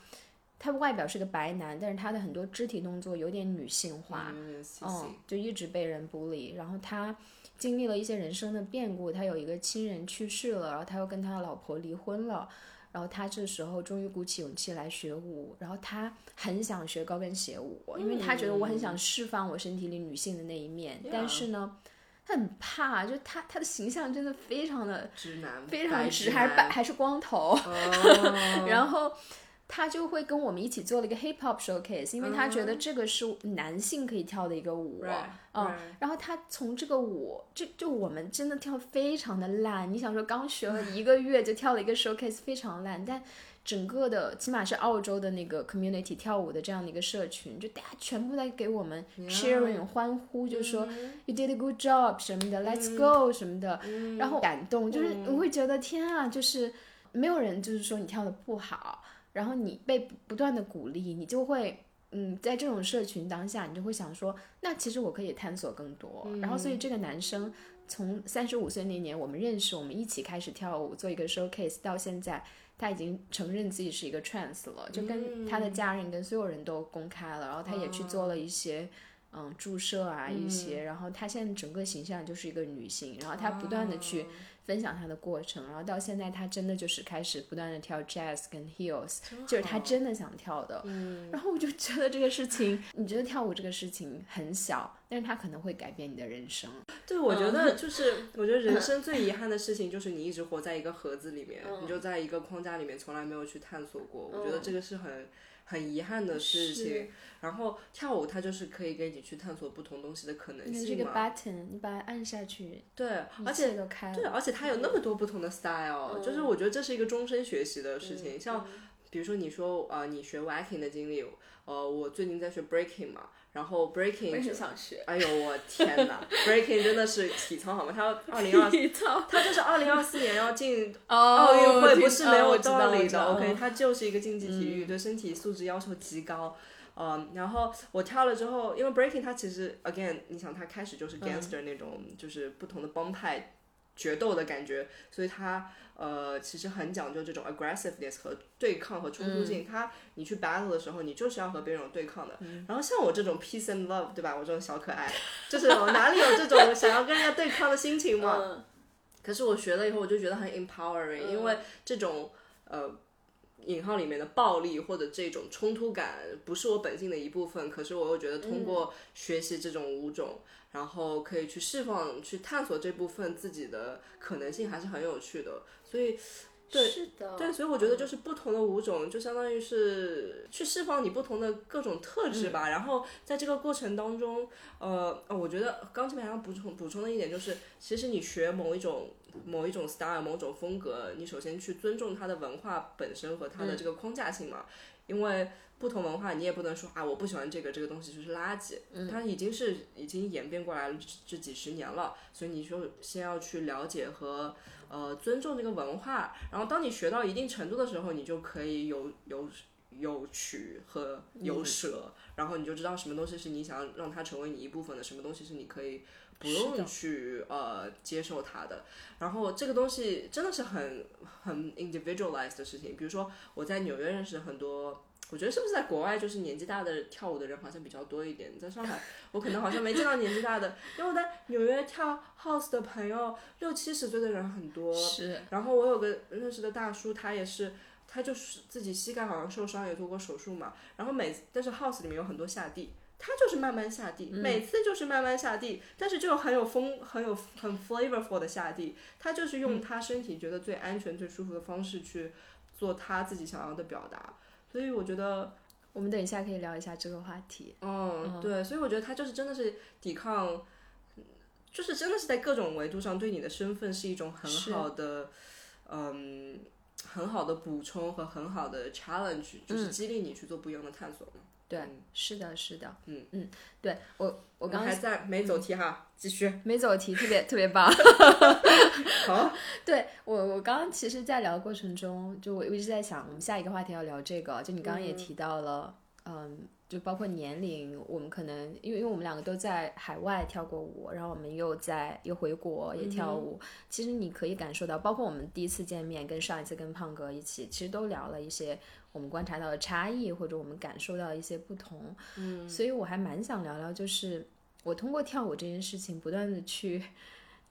[SPEAKER 5] 他外表是个白男，但是他的很多肢体动作有点女性化，
[SPEAKER 3] 有点 C
[SPEAKER 5] 嗯
[SPEAKER 3] C，，
[SPEAKER 5] 就一直被人 bully。然后他经历了一些人生的变故，他有一个亲人去世了，然后他又跟他的老婆离婚了。然后他这时候终于鼓起勇气来学舞，然后他很想学高跟鞋舞，
[SPEAKER 3] 嗯
[SPEAKER 5] 因为他觉得我很想释放我身体里女性的那一面。但是呢，他很怕，就他他的形象真的非常的
[SPEAKER 3] 直男，
[SPEAKER 5] 非常直，
[SPEAKER 3] 直，
[SPEAKER 5] 还是白还是光头。
[SPEAKER 3] 哦
[SPEAKER 5] 然后他就会跟我们一起做了一个 hip hop showcase，因为他觉得这个是男性可以跳的一个舞。
[SPEAKER 3] Right，
[SPEAKER 5] 嗯
[SPEAKER 3] right
[SPEAKER 5] 然后他从这个舞，就就我们真的跳得非常的烂。你想说刚学了一个月就跳了一个 showcase，非常烂，但。整个的，起码是澳洲的那个 community 跳舞的这样的一个社群，就大家全部在给我们 cheering 欢呼，就说 you did a good job 什么的，let's go 什么的，然后感动，就是我会觉得天啊，就是没有人就是说你跳的不好，然后你被不不断的鼓励，你就会。嗯，在这种社群当下，你就会想说，那其实我可以探索更多。然后，所以这个男生从三十五岁那年我们认识，我们一起开始跳舞，做一个 showcase，到现在他已经承认自己是一个 trans 了，就跟他的家人、跟所有人都公开了。然后他也去做了一些嗯注射啊一些，然后他现在整个形象就是一个女性，然后他不断的去分享他的过程，然后到现在他真的就是开始不断的跳 jazz 跟 heels，就是他真的想跳的。然后我就觉得这个事情，你觉得跳舞这个事情很小，但是它可能会改变你的人生。
[SPEAKER 3] 对，我
[SPEAKER 5] 嗯
[SPEAKER 3] 觉得就是，我觉得人生最遗憾的事情就是你一直活在一个盒子里面，你
[SPEAKER 5] 嗯
[SPEAKER 3] 就在一个框架里面，从来没有去探索过。我觉得这个是很很遗憾的事
[SPEAKER 5] 是
[SPEAKER 3] 情。然后跳舞它就是可以给你去探索不同东西的可能
[SPEAKER 5] 那这
[SPEAKER 3] 性
[SPEAKER 5] 个
[SPEAKER 3] 嘛。
[SPEAKER 5] button，你把它按下去，
[SPEAKER 3] 对，而
[SPEAKER 5] 一嗯
[SPEAKER 3] 且
[SPEAKER 5] 切都开
[SPEAKER 3] 对，啊
[SPEAKER 5] 了。嗯
[SPEAKER 3] 而且它有那么多不同的 style，、就是我觉得这是一个终身学习的事情。像比如说你说啊、呃你学 Viking 的经历，呃，我最近在学 Breaking 嘛，然后 Breaking
[SPEAKER 6] 我也很想学。
[SPEAKER 3] 哎呦我天哪，Breaking 真的是体操好吗？他要二 零二，
[SPEAKER 6] 体操
[SPEAKER 5] 哦
[SPEAKER 3] 他就是二零二四年要进
[SPEAKER 6] 奥
[SPEAKER 3] 奥运哦会不是没有
[SPEAKER 5] 哦
[SPEAKER 3] 道嗯理的。OK，
[SPEAKER 6] OK，
[SPEAKER 3] 它就是一个竞技体育，对身体素质要求极高。嗯，然后我跳了之后，因为 breaking 它其实 again，你想它开始就是 gangster 那种，就是不同的帮派决斗的感觉，所以它呃其实很讲究这种 aggressiveness 和对抗和冲突性。它你去 battle 的时候，你就是要和别人有对抗的。然后像我这种 peace and love，对吧？我这种小可爱，就是我哪里有这种想要跟人家对抗的心情嘛？
[SPEAKER 6] 嗯，
[SPEAKER 3] 可是我学了以后，我就觉得很 empowering，、因为这种呃引号里面的暴力或者这种冲突感不是我本性的一部分，可是我又觉得通过学习这种舞种，然后可以去释放、去探索这部分自己的可能性，还是很有趣的。所以对
[SPEAKER 6] 是的，
[SPEAKER 3] 对，所以我觉得就是不同的舞种，就相当于是去释放你不同的各种特质
[SPEAKER 6] 嗯
[SPEAKER 3] 吧。然后在这个过程当中，呃，呃我觉得刚这边还要补充补充的一点就是，其实你学某一种某一种 style、某种风格，你首先去尊重它的文化本身和它的这个框架性嘛，因为。不同文化，你也不能说啊，我不喜欢这个，这个东西就是垃圾。它已经是已经演变过来了这这几十年了，所以你就先要去了解和呃尊重这个文化，然后当你学到一定程度的时候，你就可以有有有取和有舍，然后你就知道什么东西是你想要让它成为你一部分的，什么东西是你可以不用去呃接受它的。然后这个东西真的是很很 individualized 的事情。比如说我在纽约认识很多。我觉得是不是在国外，就是年纪大的跳舞的人好像比较多一点。在上海，我可能好像没见到年纪大的，因为我在纽约跳 house 的朋友六七十岁的人很多，
[SPEAKER 5] 是
[SPEAKER 3] 然后我有个认识的大叔，他也是，他就是自己膝盖好像受伤，也做过手术嘛。然后每次但是 house 里面有很多下地，他就是慢慢下地，每次就是慢慢下地，但是就很有风，很有很 flavorful 的下地。他就是用他身体觉得最安全、最舒服的方式去做他自己想要的表达。所以我觉得，
[SPEAKER 5] 我们等一下可以聊一下这个话题。
[SPEAKER 3] 嗯，对，所以我觉得他就是真的是抵抗，就是真的是在各种维度上对你的身份是一种很
[SPEAKER 5] 是
[SPEAKER 3] 好的，嗯，很好的补充和很好的 challenge，就是
[SPEAKER 5] 嗯
[SPEAKER 3] 激励你去做不一样的探索嘛。
[SPEAKER 5] 对，
[SPEAKER 3] 嗯
[SPEAKER 5] 是的，是的，
[SPEAKER 3] 嗯
[SPEAKER 5] 嗯，对我我
[SPEAKER 3] 我
[SPEAKER 5] 刚嗯
[SPEAKER 3] 还
[SPEAKER 5] 才
[SPEAKER 3] 在没走题哈，继续。
[SPEAKER 5] 没走题，特别特别棒。
[SPEAKER 3] 好，
[SPEAKER 5] 对我，我刚刚其实，在聊的过程中，就我一直在想，我们下一个话题要聊这个。就你刚刚也提到了，嗯就包括年龄，我们可能因为因为我们两个都在海外跳过舞，然后我们又在又回国也跳舞，其实你可以感受到，包括我们第一次见面跟上一次跟胖哥一起，其实都聊了一些我们观察到的差异，或者我们感受到一些不同。嗯，所以我还蛮想聊聊，就是我通过跳舞这件事情，不断的去。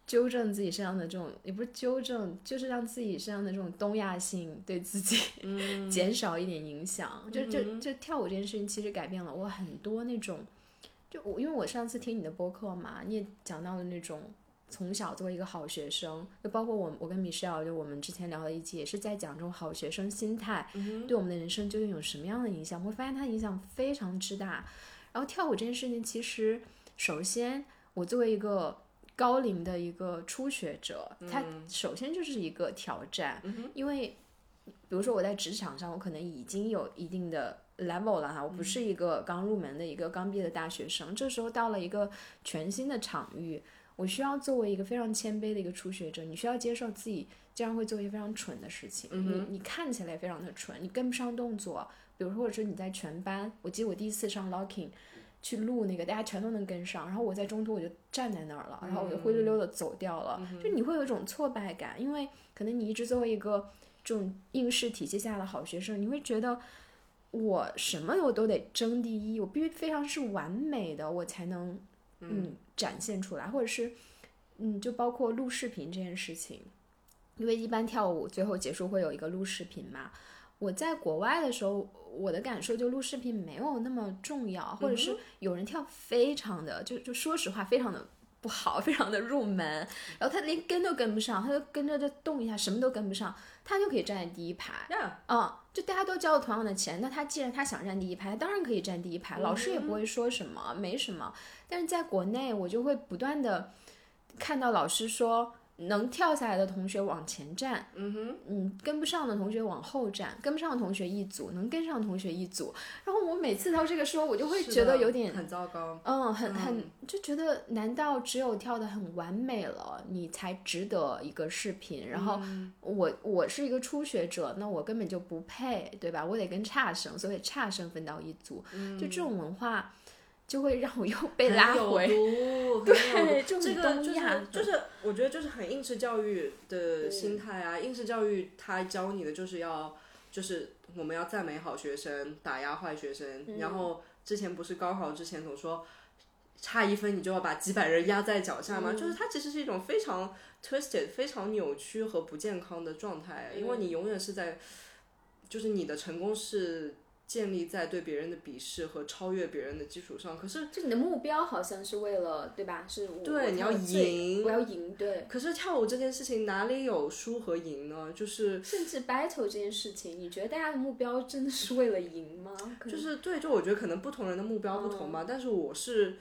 [SPEAKER 5] 纠正自己身上的这种，也不是纠正，就是让自己身上的这种东亚性对自己 减少一点影响。就就就跳舞这件事情，其实改变了我很多那种，就我因为我上次听你的播客嘛，你也讲到了那种从小作为一个好学生，就包括我我跟 Michelle，就我们之前聊了一期，也是在讲这种好学生心态、对我们的人生究竟有什么样的影响，我会发现它影响非常之大。然后跳舞这件事情，其实首先我作为一个高龄的一个初学者，它首先就是一个挑战，因为比如说我在职场上，我可能已经有一定的 level 了哈，我不是一个刚入门的一个刚毕业的大学生，这时候到了一个全新的场域，我需要作为一个非常谦卑的一个初学者，你需要接受自己经常会做一些非常蠢的事情，你你看起来非常的蠢，你跟不上动作，比如说或者说你在全班，我记得我第一次上 locking。去录那个，大家全都能跟上，然后我在中途我就站在那儿了，然后我就灰溜溜的走掉了，就你会有一种挫败感，因为可能你一直作为一个这种应试体系下的好学生，你会觉得我什么我都得争第一，我必须非常是完美的，我才能嗯展现出来，或者是嗯，就包括录视频这件事情，因为一般跳舞最后结束会有一个录视频嘛。我在国外的时候，我的感受就录视频没有那么重要，或者是有人跳非常的，就就说实话非常的不好，非常的入门，然后他连跟都跟不上，他就跟着这动一下，什么都跟不上，他就可以站在第一排。
[SPEAKER 3] 呀，
[SPEAKER 5] 嗯，就大家都交了同样的钱，那他既然他想站第一排，他当然可以站第一排，老师也
[SPEAKER 3] 嗯
[SPEAKER 5] 不会说什么，没什么。但是在国内，我就会不断的看到老师说。能跳下来的同学往前站，
[SPEAKER 3] 嗯哼，
[SPEAKER 5] 嗯，跟不上的同学往后站，跟不上的同学一组，能跟上的同学一组。然后我每次到这个时候，我就会
[SPEAKER 3] 是
[SPEAKER 5] 觉
[SPEAKER 3] 的
[SPEAKER 5] 得有点
[SPEAKER 3] 很糟糕。
[SPEAKER 5] 嗯，很很
[SPEAKER 3] 嗯
[SPEAKER 5] 就觉得，难道只有跳的很完美了，你才值得一个视频？然后我我是一个初学者，那我根本就不配，对吧？我得跟差生，所以差生分到一组，就这种文化就会让我 又被
[SPEAKER 3] 很
[SPEAKER 5] 拉
[SPEAKER 3] 有
[SPEAKER 5] 回。
[SPEAKER 3] 毒，很哦有
[SPEAKER 5] 对，
[SPEAKER 3] 毒
[SPEAKER 5] 这
[SPEAKER 3] 这
[SPEAKER 5] 种
[SPEAKER 3] 个
[SPEAKER 5] 东
[SPEAKER 3] 就是
[SPEAKER 5] 亚
[SPEAKER 3] 就是，我觉得就是很应试教育的心态啊。应试教育它教你的就是要，就是我们要赞美好学生，打压坏学生。
[SPEAKER 5] 嗯
[SPEAKER 3] 然后之前不是高考之前总说，差一分你就要把几百人压在脚下
[SPEAKER 5] 嗯
[SPEAKER 3] 吗？就是它其实是一种非常 twisted、非常扭曲和不健康的状态，啊因为
[SPEAKER 5] 嗯
[SPEAKER 3] 你永远是在，就是你的成功是。建立在对别人的鄙视和超越别人的基础上，可是
[SPEAKER 5] 就你的目标好像是为了，对吧？是我
[SPEAKER 3] 对你要赢
[SPEAKER 5] 我要赢，对。
[SPEAKER 3] 可是跳舞这件事情哪里有输和赢呢？就是
[SPEAKER 5] 甚至 battle 这件事情，你觉得大家的目标真的是为了赢吗？可
[SPEAKER 3] 就
[SPEAKER 5] 能
[SPEAKER 3] 是对，就我觉得可能不同人的目标不同吧。但是我是，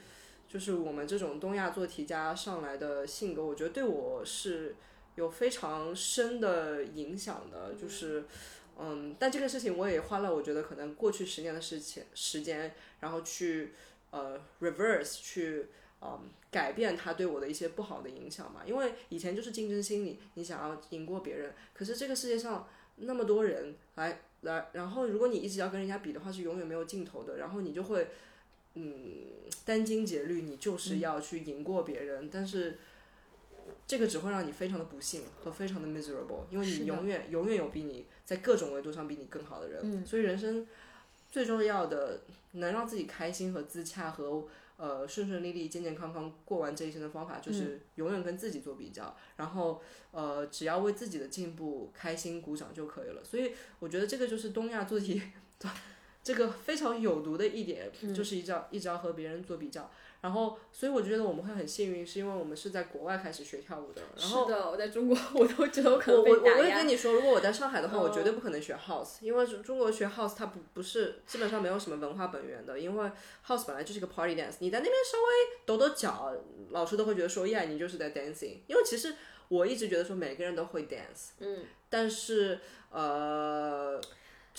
[SPEAKER 3] 就是我们这种东亚做题家上来的性格，我觉得对我是有非常深的影响的。就是，嗯，但这个事情我也花了，我觉得可能过去十年的事情时间，然后去呃 reverse 去。嗯，改变他对我的一些不好的影响嘛，因为以前就是竞争心理，你想要赢过别人，可是这个世界上那么多人来来，然后如果你一直要跟人家比的话，是永远没有尽头的。然后你就会，嗯，殚精竭虑，你
[SPEAKER 5] 嗯
[SPEAKER 3] 就是要去赢过别人，但是这个只会让你非常的不幸和非常的 miserable，因为
[SPEAKER 5] 是的
[SPEAKER 3] 你永远永远有比你在各种维度上比你更好的人。
[SPEAKER 5] 嗯
[SPEAKER 3] 所以人生最重要的，能让自己开心和自洽和。呃，顺顺利利、健健康康过完这一生的方法，就是永远跟自己做比较，然后呃，只要为自己的进步开心鼓掌就可以了。所以我觉得这个就是东亚做题这个非常有毒的一点，就是一直要一直要和别人做比较。然后，所以我觉得我们会很幸运，是因为我们是在国外开始学跳舞的。然后
[SPEAKER 5] 是的，我在中国 我都觉得我可
[SPEAKER 3] 我
[SPEAKER 5] 能
[SPEAKER 3] 我
[SPEAKER 5] 被
[SPEAKER 3] 我
[SPEAKER 5] 打
[SPEAKER 3] 会
[SPEAKER 5] 压
[SPEAKER 3] 跟。你说，如果我在上海的话，
[SPEAKER 5] 嗯
[SPEAKER 3] 我绝对不可能学 house，因为中国学 house 它不不是基本上没有什么文化本源的，因为 house 本来就是一个 party dance，你在那边稍微抖抖脚，老师都会觉得说，呀，你就是在 dancing。因为其实我一直觉得说每个人都会 dance，
[SPEAKER 5] 嗯，
[SPEAKER 3] 但是呃。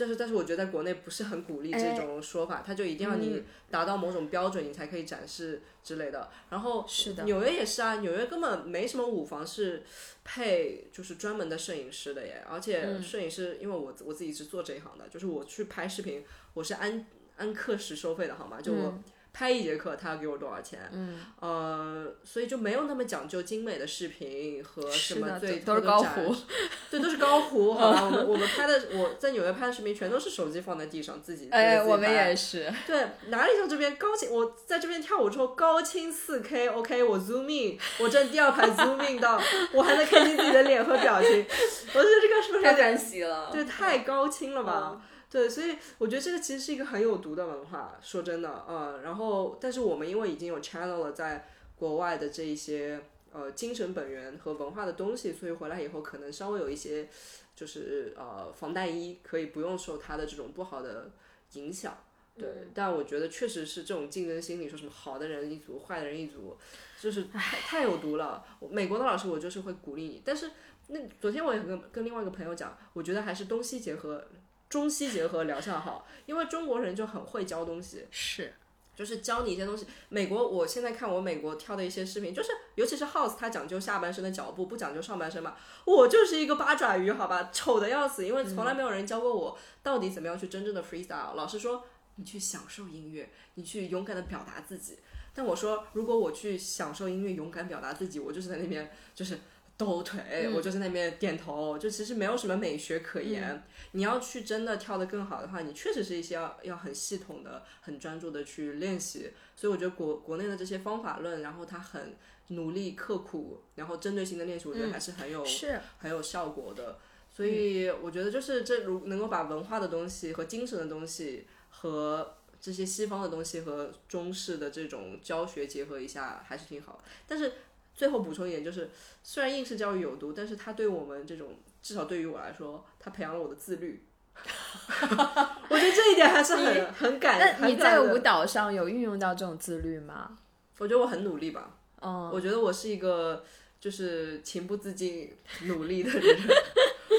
[SPEAKER 3] 但是，但是我觉得在国内不是很鼓励
[SPEAKER 5] 哎
[SPEAKER 3] 这种说法，他就一定要
[SPEAKER 5] 嗯
[SPEAKER 3] 你达到某种标准，你才可以展示之类的。然后
[SPEAKER 5] 是的
[SPEAKER 3] 纽约也是啊，纽约根本没什么舞房是配就是专门的摄影师的耶，而
[SPEAKER 5] 嗯
[SPEAKER 3] 且摄影师，因为我我自己是做这一行的，就是我去拍视频，我是按按课时收费的，好吗？就我
[SPEAKER 5] 嗯
[SPEAKER 3] 拍一节课，他要给我多少钱？嗯，呃，所以就没有那么讲究精美的视频和什
[SPEAKER 5] 是
[SPEAKER 3] 么
[SPEAKER 5] 的
[SPEAKER 3] 最
[SPEAKER 5] 都
[SPEAKER 3] 多的
[SPEAKER 5] 都是高
[SPEAKER 3] 展
[SPEAKER 5] 糊
[SPEAKER 3] 示，对，都是高糊，好 吧？我们我们拍的我在纽约拍的视频全都是手机放在地上自己，
[SPEAKER 5] 哎，
[SPEAKER 3] 自己
[SPEAKER 5] 我们
[SPEAKER 3] 拍
[SPEAKER 5] 也 是，
[SPEAKER 3] 对，哪里像这边高清？我在这边跳舞之后，高清四 K，OK，、我 zoom in，我站第二排 zoom in 到，我还能看见自己的脸和表情，我觉得这个是不是有点
[SPEAKER 5] 惜了
[SPEAKER 3] 对太高清了吧？对，所以我觉得这个其实是一个很有毒的文化，说真的，嗯，然后但是我们因为已经有 channel 了在国外的这一些呃精神本源和文化的东西，所以回来以后可能稍微有一些就是呃防弹衣，可以不用受它的这种不好的影响。对，但我觉得确实是这种竞争心理，说什么好的人一组，坏的人一组，就是太太有毒了。我美国的老师我就是会鼓励你，但是那昨天我也跟跟另外一个朋友讲，我觉得还是东西结合。中西结合疗效好，因为中国人就很会教东西，
[SPEAKER 5] 是
[SPEAKER 3] 就是教你一些东西。美国，我现在看我美国跳的一些视频，就是尤其是 House，它讲究下半身的脚步，不讲究上半身嘛。我就是一个八爪鱼，好吧，丑的要死，因为从来没有人教过我到底怎么样去真正的 freestyle。老师说你去享受音乐，你去勇敢的表达自己。但我说，如果我去享受音乐，勇敢表达自己，我就是在那边就是抖腿，我就在那边点头，就其实没有什么美学可言。你要去真的跳得更好的话，你确实是一些要要很系统的、很专注的去练习。所以我觉得国国内的这些方法论，然后它很努力刻苦，然后针对性的练习，我觉得还是很有、
[SPEAKER 5] 是，
[SPEAKER 3] 很有效果的。所以我觉得就是这如能够把文化的东西和精神的东西和这些西方的东西和中式的这种教学结合一下，还是挺好的。但是最后补充一点，就是虽然应试教育有毒，但是它对我们这种至少对于我来说，它培养了我的自律。 我觉得这一点还是
[SPEAKER 5] 你
[SPEAKER 3] 很很感，
[SPEAKER 5] 那
[SPEAKER 3] 很
[SPEAKER 5] 你在
[SPEAKER 3] 感
[SPEAKER 5] 舞
[SPEAKER 3] 的。
[SPEAKER 5] 蹈上有运用到这种自律吗？
[SPEAKER 3] 我觉得我很努力吧，
[SPEAKER 5] 嗯，
[SPEAKER 3] 我觉得我是一个就是情不自禁努力的 人。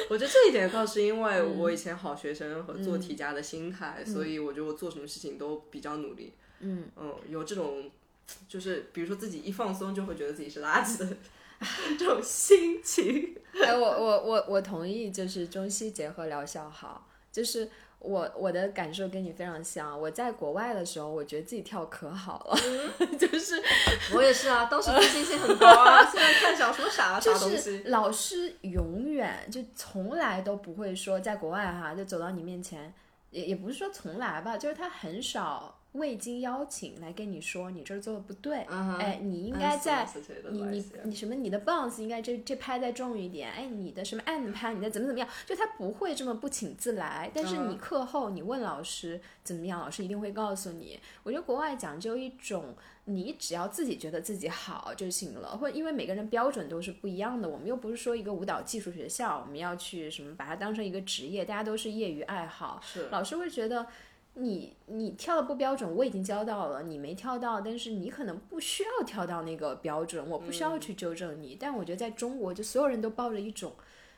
[SPEAKER 3] 我觉得这一点倒是因为我以前好学生和做题家的心态，所以我觉得我做什么事情都比较努力。嗯有这种就是比如说自己一放松就会觉得自己是垃圾 的这种心情。
[SPEAKER 5] 哎，我我我我同意，就是中西结合疗效好。就是我我的感受跟你非常像。我在国外的时候，我觉得自己跳可好了，就是
[SPEAKER 3] 我也是啊，当时自信心很高啊，现在看小说傻了啥
[SPEAKER 5] 就
[SPEAKER 3] 东
[SPEAKER 5] 是
[SPEAKER 3] 西。
[SPEAKER 5] 老师永远就从来都不会说，在国外哈，就走到你面前，也也不是说从来吧，就是他很少未经邀请来跟你说你这儿做的不对，
[SPEAKER 3] 嗯哼
[SPEAKER 5] 哎，你应该
[SPEAKER 3] 嗯
[SPEAKER 5] 在。你你
[SPEAKER 3] 你
[SPEAKER 5] 你什么你的 bounce 应该这这拍再重一点，哎，你的什么按拍，你的怎么怎么样，就他不会这么不请自来。但是你课后你问老师怎么样，老师一定会告诉你。我觉得国外讲究一种，你只要自己觉得自己好就行了，或者因为每个人标准都是不一样的。我们又不是说一个舞蹈技术学校，我们要去什么把它当成一个职业，大家都是业余爱好。
[SPEAKER 3] 是嗯
[SPEAKER 5] 老师会觉得你你跳的不标准，我已经教到了，你没跳到，但是你可能不需要跳到那个标准，我不需
[SPEAKER 3] 嗯
[SPEAKER 5] 要去纠正你。但我觉得在中国，就所有人都抱着一种，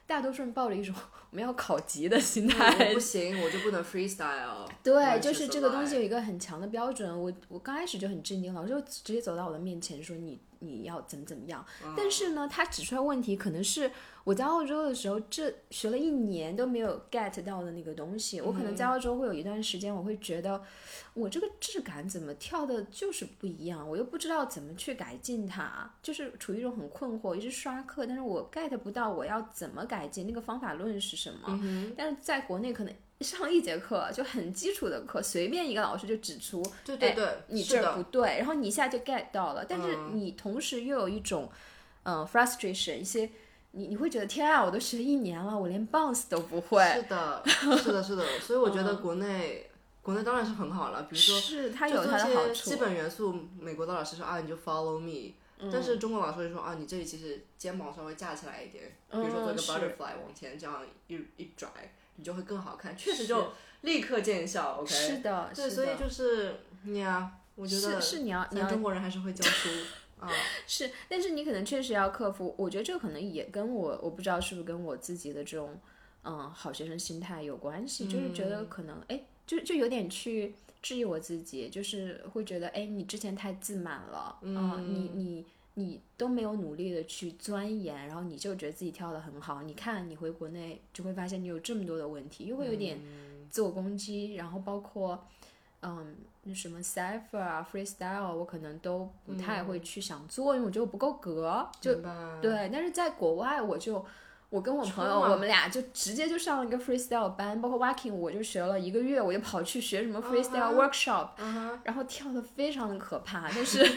[SPEAKER 5] 大多数人抱着一种 我们要考级的心态
[SPEAKER 3] 嗯我不。行，我就不能 freestyle。
[SPEAKER 5] 对，就是这个东西有
[SPEAKER 3] 有
[SPEAKER 5] 一个很强的标准。我我刚开始就很震惊，老师就直接走到我的面前说你你要怎么怎么样。但是呢，他指出来问题可能是我在澳洲的时候，这学了一年都没有 get 到的那个东西。我可能在澳洲会有一段时间，我会觉得我这个质感怎么跳的就是不一样，我又不知道怎么去改进它，就是处于一种很困惑，一直刷课，但是我 get 不到我要怎么改进，那个方法论是什么。但是在国内可能。上一节课就很基础的课，随便一个老师就指出，
[SPEAKER 3] 对对
[SPEAKER 5] 哎
[SPEAKER 3] 对
[SPEAKER 5] 你
[SPEAKER 3] 是
[SPEAKER 5] 这
[SPEAKER 3] 的
[SPEAKER 5] 儿不对，然后你一下就 get 到了，但是
[SPEAKER 3] 嗯
[SPEAKER 5] 你同时又有一种，呃，frustration，一些你你会觉得天啊，我都学一年了，我连 bounce 都不
[SPEAKER 3] 是
[SPEAKER 5] 会，
[SPEAKER 3] 的，是的，是的。所以我觉得国内国内当然是很好了，比如说
[SPEAKER 5] 嗯是它
[SPEAKER 3] 就
[SPEAKER 5] 有
[SPEAKER 3] 做
[SPEAKER 5] 它
[SPEAKER 3] 一
[SPEAKER 5] 的好
[SPEAKER 3] 些
[SPEAKER 5] 处，
[SPEAKER 3] 基本元素，美国的老师说啊，你就 follow me。但
[SPEAKER 5] 嗯
[SPEAKER 3] 是中国老师会说啊，你这里其实肩膀稍微架起来一点，比如说做
[SPEAKER 5] 嗯
[SPEAKER 3] 个
[SPEAKER 5] 是
[SPEAKER 3] butterfly 往前这样一一拽，你就会更好看，确实就立刻见效。OK，
[SPEAKER 5] 是的，
[SPEAKER 3] 对，
[SPEAKER 5] 是
[SPEAKER 3] 所以
[SPEAKER 5] 的
[SPEAKER 3] 就是哎呀，我觉
[SPEAKER 5] 是
[SPEAKER 3] 得
[SPEAKER 5] 是你要你
[SPEAKER 3] 咱
[SPEAKER 5] 要
[SPEAKER 3] 中国人还是会教 书啊，
[SPEAKER 5] 是，但是你可能确实要克服。我觉得这可能也跟我，我不知道是不是跟我自己的这种，嗯，好学生心态有关系。就是觉得可能，哎、就就有点去质疑我自己，就是会觉得，哎，你之前太自满了，嗯，你你你都没有努力的去钻研，然后你就觉得自己跳的很好。你看你回国内就会发现你有这么多的问题，又会有点自我攻击，然后包括。嗯，那什么 cipher 啊，freestyle，我可能都不
[SPEAKER 3] 嗯
[SPEAKER 5] 太会去想做，因为我觉得我不够格。就
[SPEAKER 3] 明白
[SPEAKER 5] 对，但是在国外，我就我跟我朋友，
[SPEAKER 3] 嗯冲啊
[SPEAKER 5] 我们俩就直接就上了一个 freestyle 班，包括 walking，我就学了一个月，我就跑去学什
[SPEAKER 3] 嗯
[SPEAKER 5] 么 freestyle workshop，、然后跳的非常的可怕，但是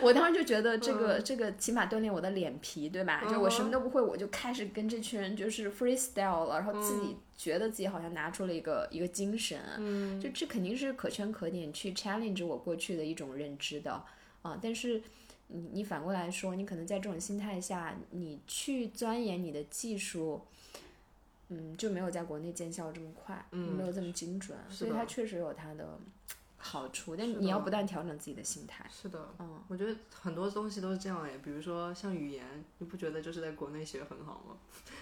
[SPEAKER 5] 我当时就觉得这个、这个起码锻炼我的脸皮，对吧？就我什么都不会，我就开始跟这群人就是 freestyle 了，然后自己觉得自己好像拿出了一个一个精神，啊就这肯定是可圈可点去 challenge 我过去的一种认知的啊，但是。你你反过来说，你可能在这种心态下，你去钻研你的技术，嗯，就没有在国内见效这么快，没有这么精准，啊所以
[SPEAKER 3] 的
[SPEAKER 5] 它确实有它的好处，但
[SPEAKER 3] 是
[SPEAKER 5] 你要
[SPEAKER 3] 的
[SPEAKER 5] 不断调整自己的心态。
[SPEAKER 3] 是的，
[SPEAKER 5] 嗯，
[SPEAKER 3] 我觉得很多东西都是这样哎，比如说像语言，你不觉得就是在国内学很好吗？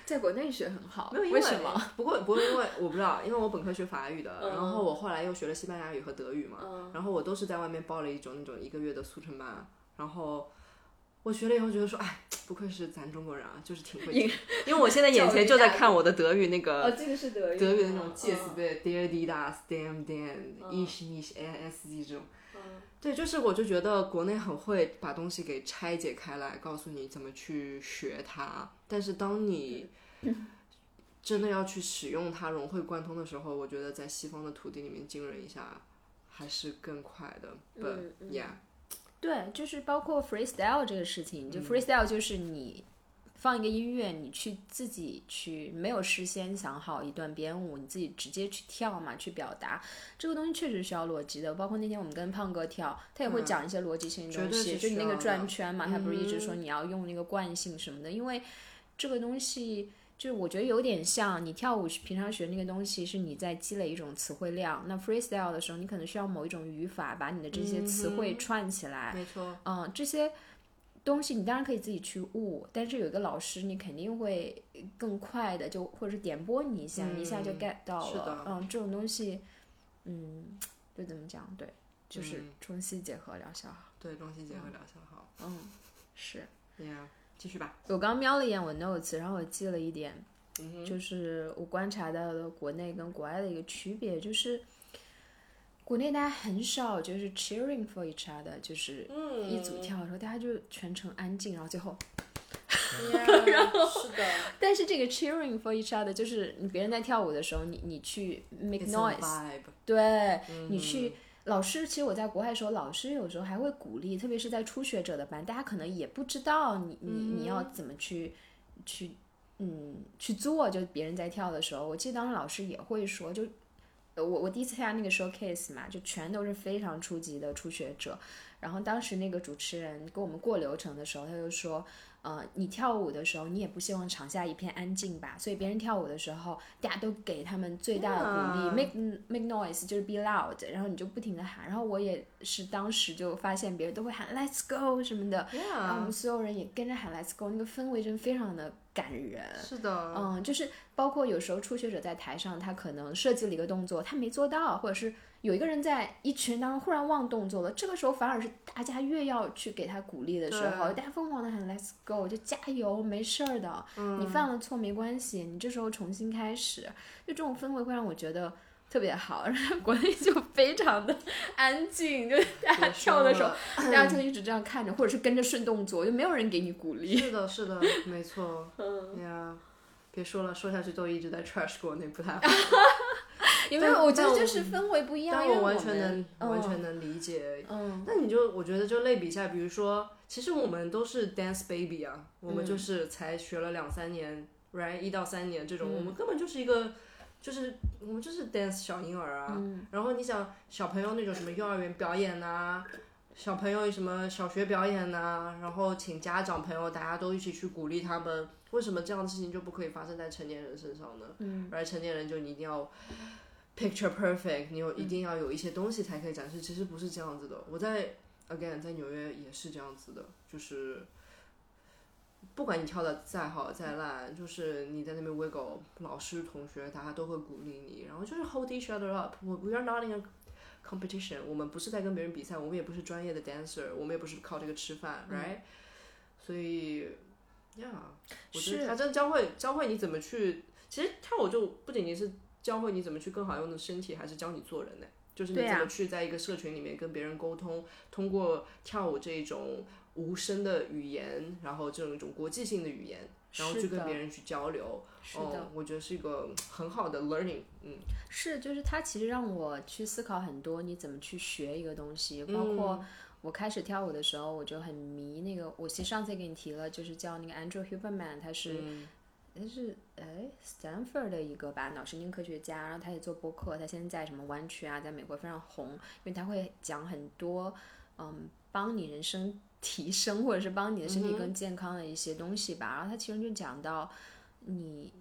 [SPEAKER 5] 在国内学很好，
[SPEAKER 3] 没有，因
[SPEAKER 5] 为什么？？嗯
[SPEAKER 3] 不过不过因为我不知道，因为我本科学法语的，然后我后来又学了西班牙语和德语嘛，然后我都是在外面报了一种那种一个月的速成班，然后。我学了以后觉得说，哎，不愧是咱中国人啊，就是挺会。因为我现在眼前就在看我的德语那个
[SPEAKER 5] 这个是德
[SPEAKER 3] 德语的那种介
[SPEAKER 5] 嗯
[SPEAKER 3] 词对 d e r d i das dem den ich nicht s d 这种。
[SPEAKER 5] 嗯
[SPEAKER 3] 对，就是我就觉得国内很会把东西给拆解开来，告诉你怎么去学它。但是当你 真的要去使用它、融会贯通的时候，我觉得在西方的土地里面浸润一下还是更快的。
[SPEAKER 5] 嗯
[SPEAKER 3] But yeah，
[SPEAKER 5] 对，就是包括 freestyle 这个事情，就 freestyle 就是你放一个音乐，你去自己去没有事先想好一段编舞，你自己直接去跳嘛，去表达这个东西确实需要逻辑的。包括那天我们跟胖哥跳，他也会讲一些逻辑性的嗯
[SPEAKER 3] 绝
[SPEAKER 5] 东
[SPEAKER 3] 对
[SPEAKER 5] 西，
[SPEAKER 3] 是
[SPEAKER 5] 就你
[SPEAKER 3] 需
[SPEAKER 5] 那个
[SPEAKER 3] 要的
[SPEAKER 5] 转圈嘛，他不是一直说你要用那个惯性什么的，因为这个东西。就是我觉得有点像你跳舞是平常学那个东西，是你在积累一种词汇量。那 freestyle 的时
[SPEAKER 3] 嗯
[SPEAKER 5] 候，哎你可能需要某一种语法把你的这些词汇串起来，
[SPEAKER 3] 没错，
[SPEAKER 5] 嗯，这些东西你当然可以自己去悟，但是有一个老师，你肯定会更快的就或者是点拨你一下，你一下就
[SPEAKER 3] 嗯
[SPEAKER 5] get 到
[SPEAKER 3] 是
[SPEAKER 5] 了
[SPEAKER 3] 的。
[SPEAKER 5] 嗯，这种东西，嗯，就怎么讲？对，就是
[SPEAKER 3] 嗯
[SPEAKER 5] 中西结合疗效。
[SPEAKER 3] 对，中西结合疗效好。
[SPEAKER 5] 嗯，是
[SPEAKER 3] 呀，继续吧。
[SPEAKER 5] 我刚瞄了一眼我 notes，然后我记了一点，
[SPEAKER 3] 嗯哼，
[SPEAKER 5] 就是我观察到的国内跟国外的一个区别，就是国内大家很少就是 cheering for each other，就是
[SPEAKER 3] 嗯
[SPEAKER 5] 一组跳的时候，大家就全程安静，然后最后，
[SPEAKER 3] 然后是的
[SPEAKER 5] 但是这个 cheering for each other 就是你别人在跳舞的时候，你你去 make noise，对
[SPEAKER 3] 嗯
[SPEAKER 5] 你去。老师，其实我在国外的时候，老师有时候还会鼓励，特别是在初学者的班，大家可能也不知道你你你要怎么去去嗯去做，就别人在跳的时候，我记得当时老师也会说，就呃我我第一次参加那个 showcase 嘛，就全都是非常初级的初学者。然后当时那个主持人跟我们过流程的时候，他就说，呃，你跳舞的时候，你也不希望场下一片安静吧？所以别人跳舞的时候，大家都给他们最大的鼓励，make make noise，就是 be loud，然后你就不停的喊。然后我也是当时就发现别人都会喊 let's go 什么的，然后
[SPEAKER 3] ，Yeah，
[SPEAKER 5] 我们所有人也跟着喊 let's go，那个氛围真非常的感人。
[SPEAKER 3] 是的，
[SPEAKER 5] 嗯，就是包括有时候初学者在台上，他可能设计了一个动作，他没做到，或者是有一个人在一群人当中忽然忘动作了，这个时候反而是大家越要去给他鼓励的时候，
[SPEAKER 3] 对
[SPEAKER 5] 大家疯狂的喊 “Let's go”，就加油，没事儿的，你犯了错没关系，你这时候重新开始，就这种氛围会让我觉得。特别好，然后国内就非常的安静，就是大家
[SPEAKER 3] 别
[SPEAKER 5] 跳的时候
[SPEAKER 3] 说，
[SPEAKER 5] 大家就一直这样看着，或者是跟着顺动作，就没有人给你鼓励。
[SPEAKER 3] 是的，是的，没错。哎呀，别说了，说下去都一直在 trash 国内不太好。
[SPEAKER 5] 因为
[SPEAKER 3] 但
[SPEAKER 5] 我觉
[SPEAKER 3] 但
[SPEAKER 5] 得
[SPEAKER 3] 我
[SPEAKER 5] 就是氛围不一样，
[SPEAKER 3] 但
[SPEAKER 5] 因为
[SPEAKER 3] 我完
[SPEAKER 5] 们
[SPEAKER 3] 全能，完
[SPEAKER 5] 嗯
[SPEAKER 3] 全能理解。
[SPEAKER 5] 嗯，
[SPEAKER 3] 那你就我觉得就类比一下，比如说，其实我们都是 dance baby 啊，我们
[SPEAKER 5] 嗯
[SPEAKER 3] 就是才学了两三年，right 一到三年这种，我
[SPEAKER 5] 嗯
[SPEAKER 3] 们根本就是一个，就是我们就是 dance 小婴儿啊。
[SPEAKER 5] 嗯
[SPEAKER 3] 然后你想小朋友那种什么幼儿园表演呐、小朋友什么小学表演呐、然后请家长朋友大家都一起去鼓励他们，为什么这样的事情就不可以发生在成年人身上呢？嗯，而成年人就你一定要 picture perfect，你有一定要有一些东西才可以展示，其实不是这样子的。我在 again 在纽约也是这样子的，就是不管你跳的再好再烂，就是你在那边 wiggle，老师同学大家都会鼓励你，然后就是 hold each other up。我 we are not in a competition，我们不是在跟别人比赛，我们也不是专业的 dancer，我们也不是靠这个吃饭、r i g h t 所以，yeah，我觉
[SPEAKER 5] 是
[SPEAKER 3] 得它真的教会教会你怎么去，其实跳舞就不仅仅是教会你怎么去更好用的身体，还是教你做人呢。就是你
[SPEAKER 5] 对啊
[SPEAKER 3] 怎么去在一个社群里面跟别人沟通，通过跳舞这种无声的语言，然后这种一种国际性的语言，然后
[SPEAKER 5] 是
[SPEAKER 3] 去跟
[SPEAKER 5] 的
[SPEAKER 3] 别人去交流。
[SPEAKER 5] 是的
[SPEAKER 3] 嗯，我觉得是一个很好的 learning。嗯，
[SPEAKER 5] 哦是，就是它其实让我去思考很多，你怎么去学一个东西，包括我开始跳舞的时候，我就很迷那个，我其实上次也给你提了，就是叫那个 Andrew Huberman，他是、他是哎 Stanford 的一个吧，脑神经科学家，然后他也做播客，他现在在什么湾区啊，在美国非常红，因为他会讲很多嗯帮你人生提升或者是帮你的身体更健康的一些东西吧，然后他其中就讲到你。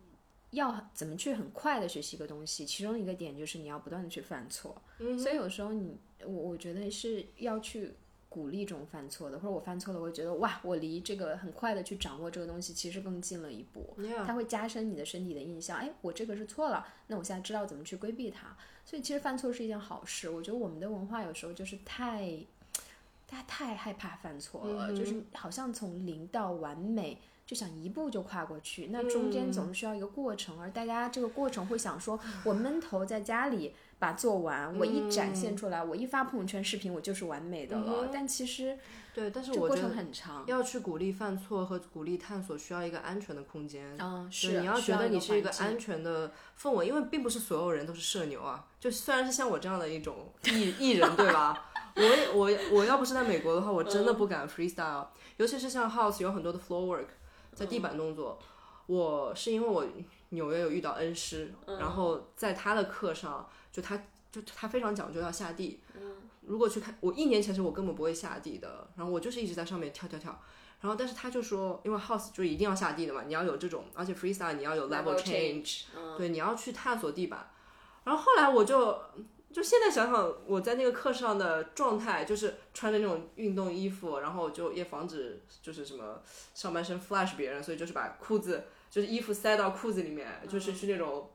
[SPEAKER 5] 要怎么去很快的学习一个东西，其中一个点就是你要不断的去犯错。所以有时候你我我觉得是要去鼓励这种犯错的，或者我犯错了，我会觉得哇，我离这个很快的去掌握这个东西，其实更近了一步。它会加深你的身体的印象，哎，我这个是错了，那我现在知道怎么去规避它。所以其实犯错是一件好事。我觉得我们的文化有时候就是太，大家太害怕犯错了，
[SPEAKER 3] 嗯
[SPEAKER 5] 就是好像从零到完美。就想一步就跨过去，那中
[SPEAKER 3] 嗯
[SPEAKER 5] 间总是需要一个过程，而大家这个过程会想说，我闷头在家里把做完，我一展
[SPEAKER 3] 嗯
[SPEAKER 5] 现出来，我一发朋友圈视频，我就是完美的了。但其实
[SPEAKER 3] 对，但是嗯
[SPEAKER 5] 这
[SPEAKER 3] 我
[SPEAKER 5] 过
[SPEAKER 3] 觉
[SPEAKER 5] 程
[SPEAKER 3] 得
[SPEAKER 5] 很长，
[SPEAKER 3] 要去鼓励犯错和鼓励探索，需要一个安全的空间。
[SPEAKER 5] 嗯，
[SPEAKER 3] 对
[SPEAKER 5] 是
[SPEAKER 3] 你要
[SPEAKER 5] 需
[SPEAKER 3] 觉得
[SPEAKER 5] 一
[SPEAKER 3] 你是一个
[SPEAKER 5] 环境
[SPEAKER 3] 安全的氛围，因为并不是所有人都是社牛啊。就虽然是像我这样的一种 艺艺人，对吧？我也我也我要不是在美国的话，我真
[SPEAKER 5] 嗯
[SPEAKER 3] 的不敢 freestyle，、尤其是像 house 有很多的 floor work，在地
[SPEAKER 5] 嗯
[SPEAKER 3] 板动作。我是因为我纽约有遇到恩师，
[SPEAKER 5] 嗯
[SPEAKER 3] 然后在他的课上，就他就他非常讲究要下地。
[SPEAKER 5] 嗯
[SPEAKER 3] 如果去看我一年前是我根本不会下地的，然后我就是一直在上面跳跳跳。然后，但是他就说，因为 house 就一定要下地的嘛，你要有这种，而且 freestyle 你要有 level change，、对，你要去探索地板。然后后来我就就现在想想，我在那个课上的状态，就是穿着那种运动衣服，然后就也防止就是什么上半身 flash 别人，所以就是把裤子就是衣服塞到裤子里面，就是去那种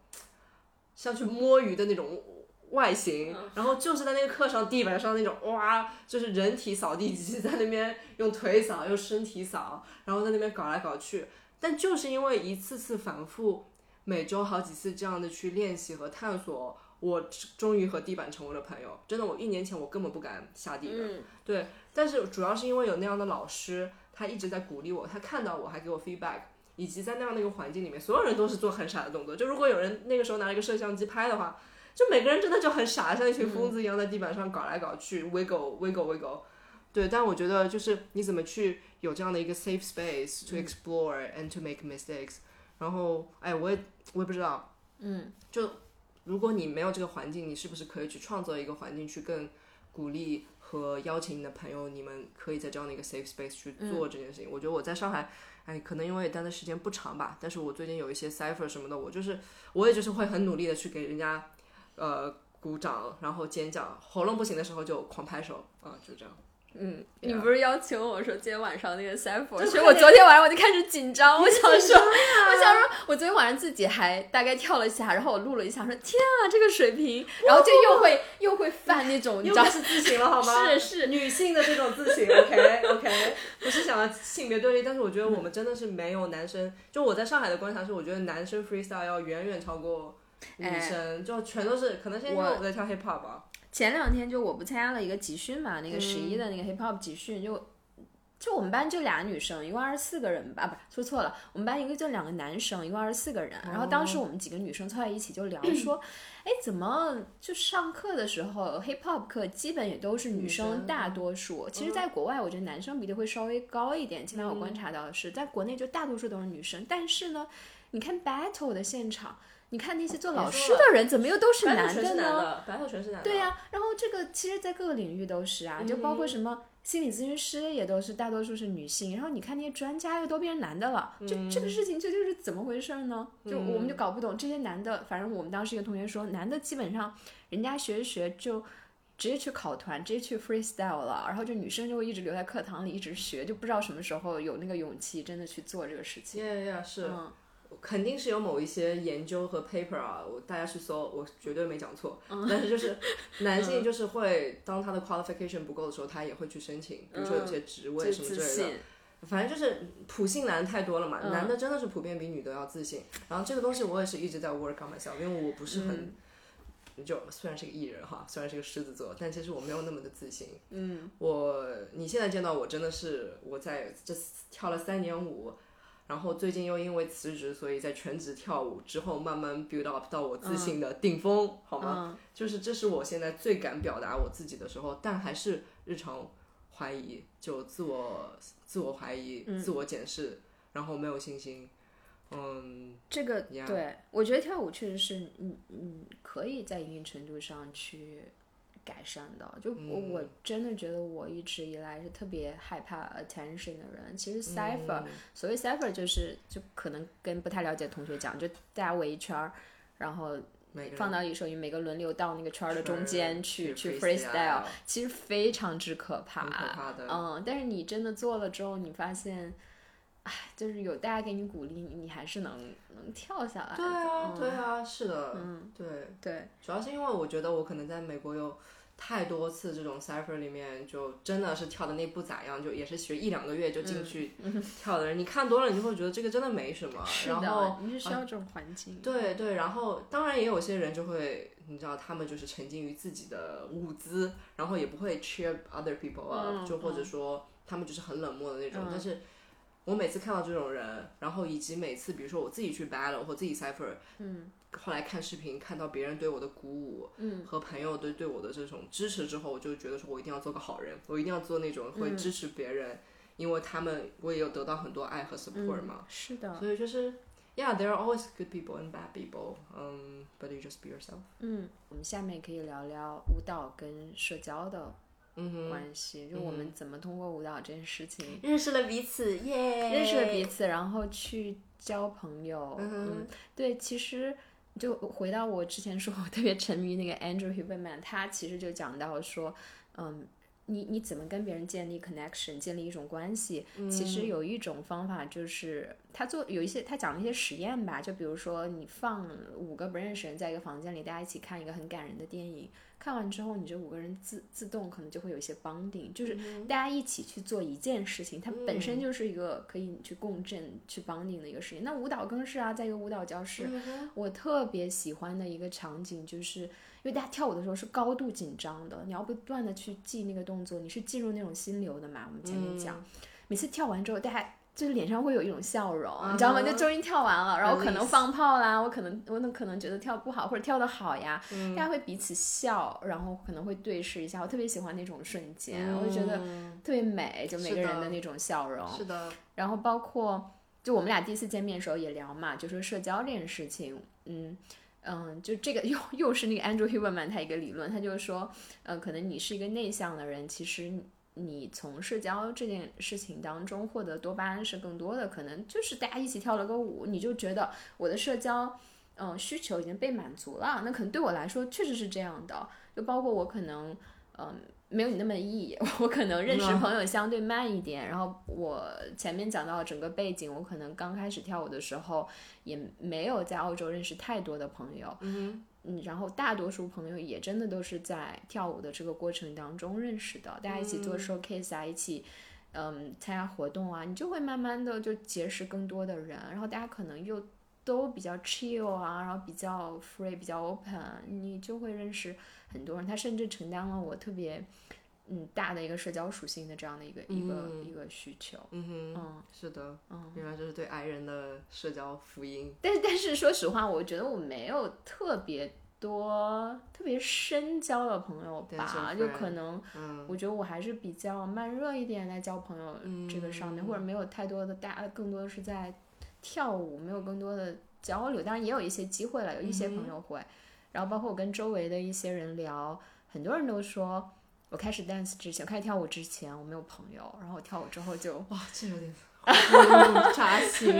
[SPEAKER 3] 像去摸鱼的那种外形。然后就是在那个课上地板上那种哇，就是人体扫地机 在那边用腿扫，用身体扫，然后在那边搞来搞去。但就是因为一次次反复，每周好几次这样的去练习和探索，我终于和地板成为了朋友。真的，我一年前我根本不敢下地的，对。但是主要是因为有那样的老师，他一直在鼓励我，他看到我还给我 feedback，以及在那样的一个环境里面，所有人都是做很傻的动作。就如果有人那个时候拿了一个摄像机拍的话，就每个人真的就很傻，像一群疯子一样在地板上搞来搞去，wiggle wiggle wiggle。对，但我觉得就是你怎么去有这样的一个 safe space to explore and to make mistakes。然后，哎，我也我也不知道，嗯，就如果你没有这个环境，你是不是可以去创造一个环境去更鼓励和邀请你的朋友，你们可以在这样的一个 safe space 去做这件事情？我觉得我在上海，哎，可能因为也待的时间不长吧，但是我最近有一些 cipher 什么的，我就是我也就是会很努力的去给人家，呃。鼓掌，然后尖叫，喉咙不行的时候就狂拍手，啊、就这样。
[SPEAKER 6] 嗯，
[SPEAKER 3] 对
[SPEAKER 6] 你
[SPEAKER 3] 啊
[SPEAKER 6] 不是要求我说今天晚上那个 c y p h e r
[SPEAKER 3] 对
[SPEAKER 6] 所以
[SPEAKER 3] 快
[SPEAKER 6] 我
[SPEAKER 3] 点
[SPEAKER 6] 昨天晚上我就开始紧张，我想说，我想说，我昨天晚上自己还大概跳了一下，然后我录了一下，说天啊，这个水平，然后就又会又会犯那种，你
[SPEAKER 3] 又
[SPEAKER 6] 知道
[SPEAKER 3] 开，始自省了好吗？
[SPEAKER 6] 是是
[SPEAKER 3] 女性的这种自 省。OK OK，不是想要性别对立，但是我觉得我们真的是没有男生。就我在上海的观察是，我觉得男生 freestyle 要远远超过女
[SPEAKER 6] 哎
[SPEAKER 3] 生，就全都是可能现在因为
[SPEAKER 6] 我
[SPEAKER 3] 我在跳 hip hop 吧。
[SPEAKER 5] 前两天就我不参加了一个集训嘛，那个十
[SPEAKER 3] 嗯
[SPEAKER 5] 一的那个 hip hop 集训，就就我们班就俩女生，一共二十四个人吧，啊不是说错了，我们班一个就两个男生，一共二十四个人。然后当
[SPEAKER 3] 哦
[SPEAKER 5] 时我们几个女生凑在一起就聊说，哎，怎么就上课的时候 hip hop 课基本也都是女
[SPEAKER 3] 女
[SPEAKER 5] 生
[SPEAKER 3] 生嗯
[SPEAKER 5] 大多数。其实，在国外我觉得男生比例会稍微高一点，起码我
[SPEAKER 3] 嗯
[SPEAKER 5] 观察到的是，在国内就大多数都是女生。但是呢，你看 battle 的现场。你看那些做老师
[SPEAKER 3] 说了
[SPEAKER 5] 的人，怎么又都是
[SPEAKER 3] 白
[SPEAKER 5] 男
[SPEAKER 3] 头
[SPEAKER 5] 的
[SPEAKER 3] 全是
[SPEAKER 5] 呢？
[SPEAKER 3] 男的，白头全是男的。
[SPEAKER 5] 对呀、然后这个其实，在各个领域都是啊，就包括
[SPEAKER 3] 嗯
[SPEAKER 5] 什么心理咨询师也都是大多数是女性，然后你看那些专家又都变成男的了，就这
[SPEAKER 3] 嗯
[SPEAKER 5] 个事情这就是怎么回事呢？就我们就搞不懂这些男的，反正我们当时一个同学说，男的基本上人家学一学就。直接去考团，直接去 freestyle 了，然后就女生就会一直留在课堂里一直学，就不知道什么时候有那个勇气真的去做这个事情。
[SPEAKER 3] 呀呀是。
[SPEAKER 5] 嗯
[SPEAKER 3] 肯定是有某一些研究和 paper 啊，我大家去搜，我绝对没讲错。
[SPEAKER 6] 嗯
[SPEAKER 3] 但是 就是男性就是会当他的 qualification 不够的时候，他也会去申请，比如说有些职位
[SPEAKER 6] 就
[SPEAKER 3] 什么之
[SPEAKER 6] 自
[SPEAKER 3] 类的。
[SPEAKER 6] 信，
[SPEAKER 3] 反正就是普信男太多了嘛，男的真的是普遍比女的要自信。然后这个东西我也是一直在 work on myself，因为我不是很，就虽然是个艺人哈，虽然是个狮子座，但其实我没有那么的自信。嗯，我你现在见到我真的是我在这跳了三年舞，然后最近又因为辞职，所以在全职跳舞之后慢慢 build up 到我自信的顶峰，好吗？就是这是我现在最敢表达我自己的时候，但还是日常怀疑，就自我自我怀疑、
[SPEAKER 5] 嗯
[SPEAKER 3] 自我检视，然后没有信心。嗯，
[SPEAKER 5] 这个
[SPEAKER 3] Yeah
[SPEAKER 5] 对，我觉得跳舞确实是，嗯嗯，可以在一定程度上去改善的。就我、
[SPEAKER 3] 嗯
[SPEAKER 5] 我真的觉得我一直以来是特别害怕 attention 的人。其
[SPEAKER 3] 嗯
[SPEAKER 5] 实 cipher，、所谓 cipher 就是就可能跟不太了解的同学讲，就大家围一圈儿，然后
[SPEAKER 3] 每个人
[SPEAKER 5] 放到一首音，每个轮流到那个圈儿的中间去
[SPEAKER 3] 去
[SPEAKER 5] 去
[SPEAKER 3] freestyle 啊
[SPEAKER 5] freestyle，其实非常之可怕，
[SPEAKER 3] 很可怕的
[SPEAKER 5] 嗯，但是你真的做了之后，你发现，哎，就是有大家给你鼓励，你你还是能能跳下来的。
[SPEAKER 3] 对啊，
[SPEAKER 5] 嗯
[SPEAKER 3] 对啊，是的，
[SPEAKER 5] 嗯
[SPEAKER 3] 对，
[SPEAKER 5] 对，
[SPEAKER 3] 主要是因为我觉得我可能在美国有太多次这种 cipher 里面，就真的是跳的那不咋样，就也是学一两个月就
[SPEAKER 5] 嗯
[SPEAKER 3] 进去跳的人，你看多了，你就会觉得这个真的没什么。
[SPEAKER 5] 是
[SPEAKER 3] 然后
[SPEAKER 5] 的，你是需要这种环境。
[SPEAKER 3] 对对，然后当然也有些人就会，你知道，他们就是沉浸于自己的舞姿，然后也不会 cheer other people up，、就或者说他们就是很冷漠的那种。但是我每次看到这种人，然后以及每次比如说我自己去 battle 或自己 cipher，嗯，后来看视频看到别人对我的鼓舞，嗯，和朋友对对我的这种支持之后，我就觉得说我一定要做个好人，我一定要做那种会支持别人，因为他们我也有得到很多爱和 support 嘛。
[SPEAKER 5] 嗯是的，
[SPEAKER 3] 所以就是，Yeah, there are always good people and bad people. Um, but you just be yourself.
[SPEAKER 5] 嗯，我们下面可以聊聊舞蹈跟社交的
[SPEAKER 3] 嗯哼，
[SPEAKER 5] 关系，就我们怎么通过舞蹈这件事情
[SPEAKER 6] 认识了彼此，耶，
[SPEAKER 5] 认识了彼。此，然后去交朋友。
[SPEAKER 3] 哎嗯哼
[SPEAKER 5] 嗯，对，其实就回到我之前说，我特别沉迷那个 Andrew Huberman，他其实就讲到说，嗯，你你怎么跟别人建立 connection，建立一种关系？
[SPEAKER 3] 嗯
[SPEAKER 5] 其实有一种方法就是他做有一些他讲了一些实验吧，就比如说你放五个不认识人在一个房间里，大家一起看一个很感人的电影，看完之后你这五个人自自动可能就会有一些 bonding，就是大家一起去做一件事情，它本身就是一个可以去共振、去 bonding 的一个事情。那舞蹈更是啊，在一个舞蹈教室。
[SPEAKER 3] 嗯
[SPEAKER 5] 我特别喜欢的一个场景，就是因为大家跳舞的时候是高度紧张的，你要不断的去记那个动作，你是进入那种心流的嘛？我们前面讲，每次跳完之后，大家就是脸上会有一种笑容，你知道吗？
[SPEAKER 3] 嗯哼
[SPEAKER 5] 就终于跳完了，然后可能
[SPEAKER 3] Release
[SPEAKER 5] 放炮啦，我可能我可能觉得跳不好或者跳的好呀，大家会彼此笑，然后可能会对视一下。我特别喜欢那种瞬间，
[SPEAKER 3] 嗯
[SPEAKER 5] 我就觉得特别美，就每
[SPEAKER 3] 是
[SPEAKER 5] 个人
[SPEAKER 3] 的
[SPEAKER 5] 的那种笑容。
[SPEAKER 3] 是的，
[SPEAKER 5] 然后包括就我们俩第一次见面的时候也聊嘛，就说社交这件事情，嗯嗯，就这个 又又是那个 Andrew Huberman 他一个理论，他就是说，呃，可能你是一个内向的人，其实你你从社交这件事情当中获得多巴胺是更多的，可能就是大家一起跳了个舞，你就觉得我的社交。嗯，需求已经被满足了，那可能对我来说确实是这样的。就包括我可能，嗯，没有你那么易，我可能认识
[SPEAKER 3] 嗯
[SPEAKER 5] 朋友相对慢一点。然后我前面讲到整个背景，我可能刚开始跳舞的时候也没有在澳洲认识太多的朋友，
[SPEAKER 3] 嗯
[SPEAKER 5] 嗯，然后大多数朋友也真的都是在跳舞的这个过程当中认识的，大家一起做
[SPEAKER 3] 嗯
[SPEAKER 5] showcase 啊，一起嗯参加活动啊，你就会慢慢的就结识更多的人，然后大家可能又都比较 chill 啊，然后比较 free，比较 open，你就会认识很多人，他甚至承担了我特别嗯大的一个社交属性的这样的一个、一个
[SPEAKER 3] 嗯
[SPEAKER 5] 一个需求，
[SPEAKER 3] 哼，嗯哼，
[SPEAKER 5] 嗯
[SPEAKER 3] 是的，
[SPEAKER 5] 嗯。
[SPEAKER 3] 原来这是对 I 人的社交福音。
[SPEAKER 5] 但是但是说实话，我觉得我没有特别多特别深交的朋友吧，
[SPEAKER 3] That's your
[SPEAKER 5] 就
[SPEAKER 3] friend
[SPEAKER 5] 可能
[SPEAKER 3] 嗯，
[SPEAKER 5] 我觉得我还是比较慢热一点在交朋友这个上面，
[SPEAKER 3] 嗯
[SPEAKER 5] 或者没有太多的大，更多的是在跳舞，没有更多的交流。当然也有一些机会了，有一
[SPEAKER 3] 嗯
[SPEAKER 5] 些朋友会，然后包括我跟周围的一些人聊，很多人都说。我开始 dance 之前，开始跳舞之前，我没有朋友，然后我跳舞之后就
[SPEAKER 3] 哇，这 有点嗯扎心。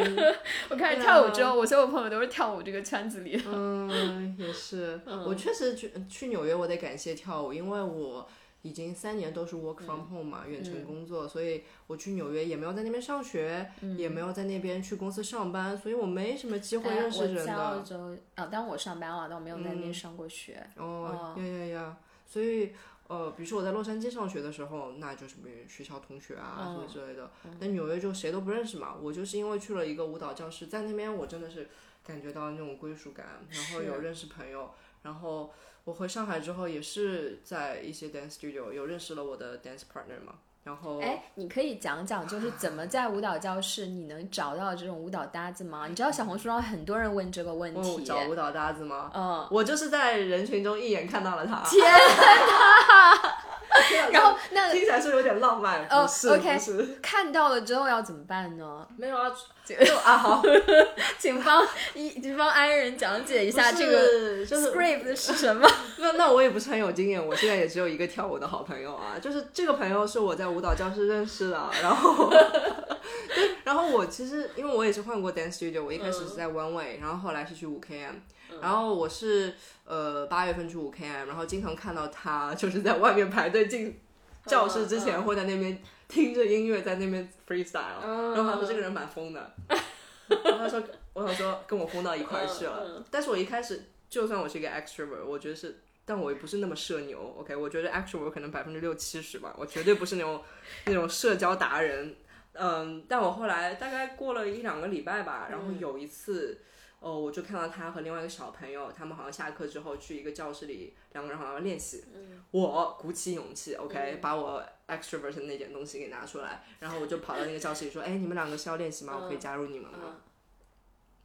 [SPEAKER 5] 我开始
[SPEAKER 3] 对
[SPEAKER 5] 跳舞
[SPEAKER 3] 啊
[SPEAKER 5] 之后，我所有朋友都是跳舞这个圈子里的。
[SPEAKER 3] 嗯，也是，我确实去去纽约，我得感谢跳舞，因为我已经三年
[SPEAKER 5] 嗯
[SPEAKER 3] 都是 work from home 嘛，远程工作，所以我去纽约也没有在那边上学，也没有在那边去公司上班，所以我没什么机会
[SPEAKER 5] 嗯哎
[SPEAKER 3] 认识
[SPEAKER 5] 我
[SPEAKER 3] 人
[SPEAKER 5] 在
[SPEAKER 3] 的。嗯
[SPEAKER 5] 澳洲啊，当然我上班了，但我没有在那边上过学。
[SPEAKER 3] 哦，呀呀呀！所以呃，比如说我在洛杉矶上学的时候，那就是没学校同学啊、
[SPEAKER 5] 嗯
[SPEAKER 3] 什么之类的。那纽约就谁都不认识嘛。我就是因为去了一个舞蹈教室，在那边我真的是感觉到那种归属感，然后有
[SPEAKER 5] 是
[SPEAKER 3] 认识朋友。然后我回上海之后，也是在一些 dance studio 有认识了我的 dance partner 嘛。然后
[SPEAKER 5] 哎、你可以讲讲，就是怎么在舞蹈教室你能找到这种舞蹈搭子吗？你知道小红书上很多人问这个问
[SPEAKER 3] 问哦我
[SPEAKER 5] 题。
[SPEAKER 3] 找舞蹈搭子吗？
[SPEAKER 5] 嗯，
[SPEAKER 3] 我就是在人群中一眼看到了他，
[SPEAKER 5] 天 哪！然后那
[SPEAKER 3] 听起来是有点浪漫，
[SPEAKER 5] 哦
[SPEAKER 3] 不是、
[SPEAKER 5] ，OK
[SPEAKER 3] 不是，
[SPEAKER 5] 看到了之后要怎么办呢？
[SPEAKER 3] 没有啊，就啊好，
[SPEAKER 5] 请帮一，请帮 i 人讲解一下
[SPEAKER 3] 不
[SPEAKER 5] 这个
[SPEAKER 3] 是就是
[SPEAKER 5] script 是什么。
[SPEAKER 3] 那那我也不是很有经验，我现在也只有一个跳舞的好朋友啊，就是这个朋友是我在舞蹈教室认识的，然后，对，然后我其实因为我也是换过 dance studio，我一开始是在 One Way，、然后后来是去五 KM，然后我是呃八月份去五 KM，然后经常看到他就是在外面排队进教室之前会在那边听着音乐在那边 freestyle，、然后他说这个人蛮疯的， 然后他说我想说跟我疯到一块儿去了，但是我一开始就算我是一个 extrovert，我觉得是。但我也不是那么社牛，OK，我觉得 extrovert 可能百分之六七十吧，我绝对不是那种 那种社交达人，嗯，但我后来大概过了一两个礼拜
[SPEAKER 5] 嗯
[SPEAKER 3] 吧，然后有一次，哦，我就看到他和另外一个小朋友，他们好像下课之后去一个教室里，两个人好像要练习，
[SPEAKER 5] 嗯
[SPEAKER 3] 我鼓起勇气，OK，、把我 extrovert 的那点东西给拿出来，然后我就跑到那个教室里 说，哎，你们两个是要练习吗？我可
[SPEAKER 5] 嗯
[SPEAKER 3] 以加入你们吗、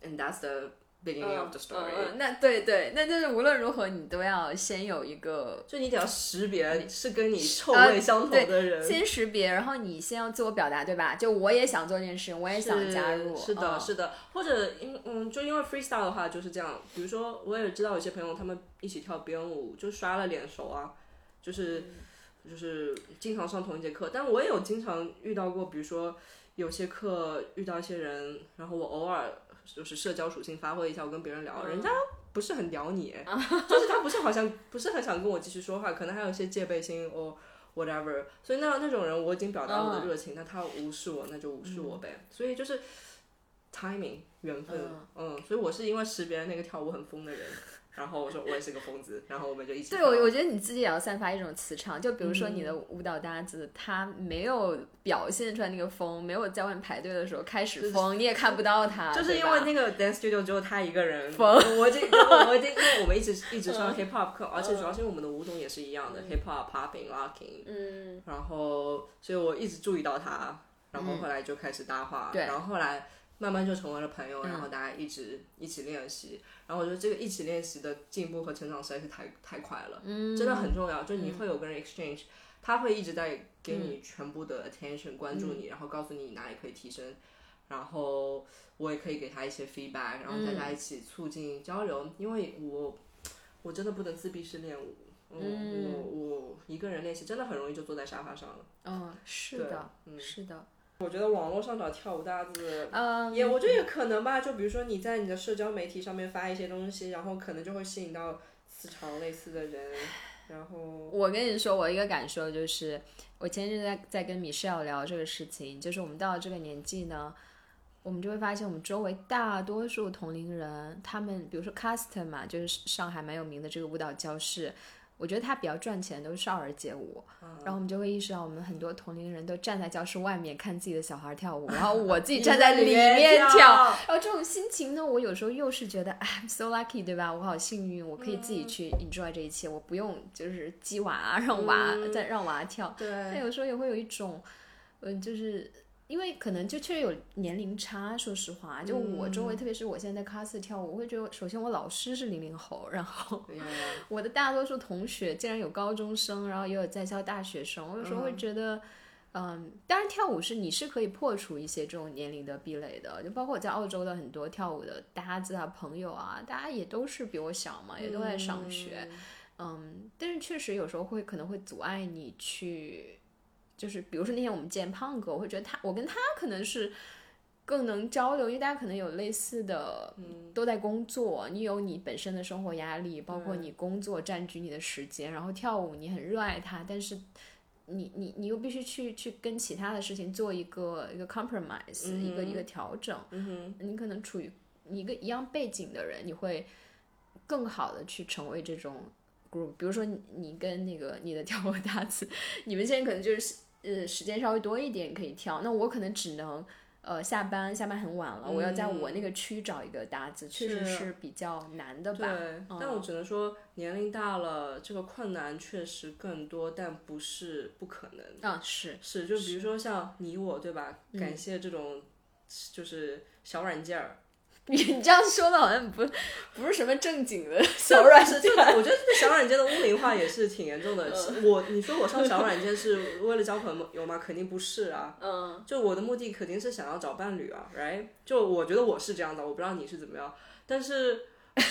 [SPEAKER 3] a n d that's the beginning of the story、
[SPEAKER 5] 嗯，那对对，那就是无论如何你都要先有一个
[SPEAKER 3] 就你得要识别是跟你臭
[SPEAKER 5] 呃
[SPEAKER 3] 味相同的人。
[SPEAKER 5] 先识别，然后你先要自我表达，对吧？就我也想做这件事，我也想加入。
[SPEAKER 3] 是的，
[SPEAKER 5] 嗯
[SPEAKER 3] 是的，或者因嗯，就因为 freestyle 的话就是这样。比如说，我也知道有些朋友他们一起跳编舞，就刷了脸熟啊，就是、
[SPEAKER 5] 嗯
[SPEAKER 3] 就是经常上同一节课。但我也有经常遇到过，比如说有些
[SPEAKER 5] 嗯
[SPEAKER 3] 课遇到一些人，然后我偶尔就是社交属性发挥一下，我跟别人聊，人家不是很聊你，就是他不是好像不是很想跟我继续说话，可能还有一些戒备心哦。whatever，所以那那种人我已经表达我
[SPEAKER 5] 嗯
[SPEAKER 3] 的热情，那他无视我，那就无视我呗。所以就是 timing 缘分，嗯所以我是因为识别了那个跳舞很疯的人，然后我说我也是个疯子，然后我们就一起
[SPEAKER 5] 对我，我觉得你自己也要散发一种磁场。就比如说你
[SPEAKER 3] 嗯
[SPEAKER 5] 的舞蹈搭子，他没有表现出来那个风，没有在外面排队的时候开始疯，你也看不到他，
[SPEAKER 3] 就是
[SPEAKER 5] 对
[SPEAKER 3] 因
[SPEAKER 5] 吧
[SPEAKER 3] 为那个 dance studio 只有他一个人，我这我我这，因为我们一直一
[SPEAKER 5] 嗯
[SPEAKER 3] 直上 hip hop 课，而且主要是因为我们的舞种也是一样的、hip hop popping locking，嗯，然后所以我一直注意到他，然后后来就开始搭话，
[SPEAKER 5] 对
[SPEAKER 3] 然后后来慢慢就成为了朋友，然后大家一直、一起练习，然后我觉得这个一起练习的进步和成长实在是太太快了，嗯，真的很重要，就你会有跟人 exchange，、他会一直在给你全部的 attention 关注你，然后告诉你哪里可以提升。然后我也可以给他一些 feedback，然后大家一起促进交流，因为我我真的不能自闭式练舞，嗯，我我一个人练习真的很容易就坐在沙发上了。
[SPEAKER 5] 嗯，是
[SPEAKER 3] 对
[SPEAKER 5] 的，
[SPEAKER 3] 嗯
[SPEAKER 5] 是的，
[SPEAKER 3] 我觉得网络上找跳舞搭子，
[SPEAKER 5] 嗯，
[SPEAKER 3] 也我觉得也可能吧，就比如说你在你的社交媒体上面发一些东西，然后可能就会吸引到磁场类似的人，然后
[SPEAKER 5] 我跟你说，我一个感受就是，我前一阵在在跟米少聊这个事情，就是我们到了这个年纪呢，我们就会发现我们周围大多数同龄人，他们比如说 Custom 嘛，就是上海蛮有名的这个舞蹈教室。我觉得它比较赚钱，都是少儿街舞，然后我们就会意识到，我们很多同龄人都站在教室外面看自己的小孩跳舞，然后我自己站在里面跳，然后哦这种心情呢，我有时候又是觉得哎，I'm so lucky，对吧？我好幸运，我可以自己去 enjoy 这一切，我不用就是鸡娃啊，让娃、再让娃跳。但
[SPEAKER 3] 对，
[SPEAKER 5] 有时候也会有一种，嗯，就是因为可能就确实有年龄差，说实话，就我周围，特别是我现在在 class 跳舞，我会觉得，首先我老师是零零后，然后
[SPEAKER 3] 呀
[SPEAKER 5] 我的大多数同学竟然有高中生，然后也有在校大学生，我有时候会觉得。嗯，当然，跳舞是你是可以破除一些这种年龄的壁垒的，就包括我在澳洲的很多跳舞的搭子啊、朋友啊，大家也都是比我小嘛，也都在上
[SPEAKER 3] 嗯
[SPEAKER 5] 学，嗯但是确实有时候会可能会阻碍你去，就是比如说那天我们见胖哥，我会觉得他，我跟他可能是更能交流，因为大家可能有类似的，都在工作，你有你本身的生活压力，包括你工作占据你的时间，然后跳舞你很热爱它，但是你你你又必须去去跟其他的事情做一个一个 compromise，、一个一个调整，
[SPEAKER 3] 嗯
[SPEAKER 5] 你可能处于你一个一样背景的人，你会更好的去成为这种 group。比如说你你跟那个你的跳舞搭子，你们现在可能就是呃时间稍微多一点你可以跳，那我可能只能呃下班下班很晚了，我要在我那个区找一个搭子，确实
[SPEAKER 3] 嗯是
[SPEAKER 5] 是比较难的
[SPEAKER 3] 对
[SPEAKER 5] 吧。，嗯
[SPEAKER 3] 但我只能说年龄大了，这个困难确实更多，但不是不可能。
[SPEAKER 5] 啊，是 嗯
[SPEAKER 3] 是，就比如说像你我对吧？感谢这种就是小软件 儿，
[SPEAKER 5] 你这样说的好像不不是什么正经的
[SPEAKER 3] 小
[SPEAKER 5] 小软
[SPEAKER 3] 是
[SPEAKER 5] 件，嗯
[SPEAKER 3] 就我觉得对小软件的污名化也是挺严重的。我你说我上小软件是为了交朋友吗？肯定不是 啊。嗯，就我的目的肯定是想要找伴侣啊，right？就我觉得我是这样的，我不知道你是怎么样，但是。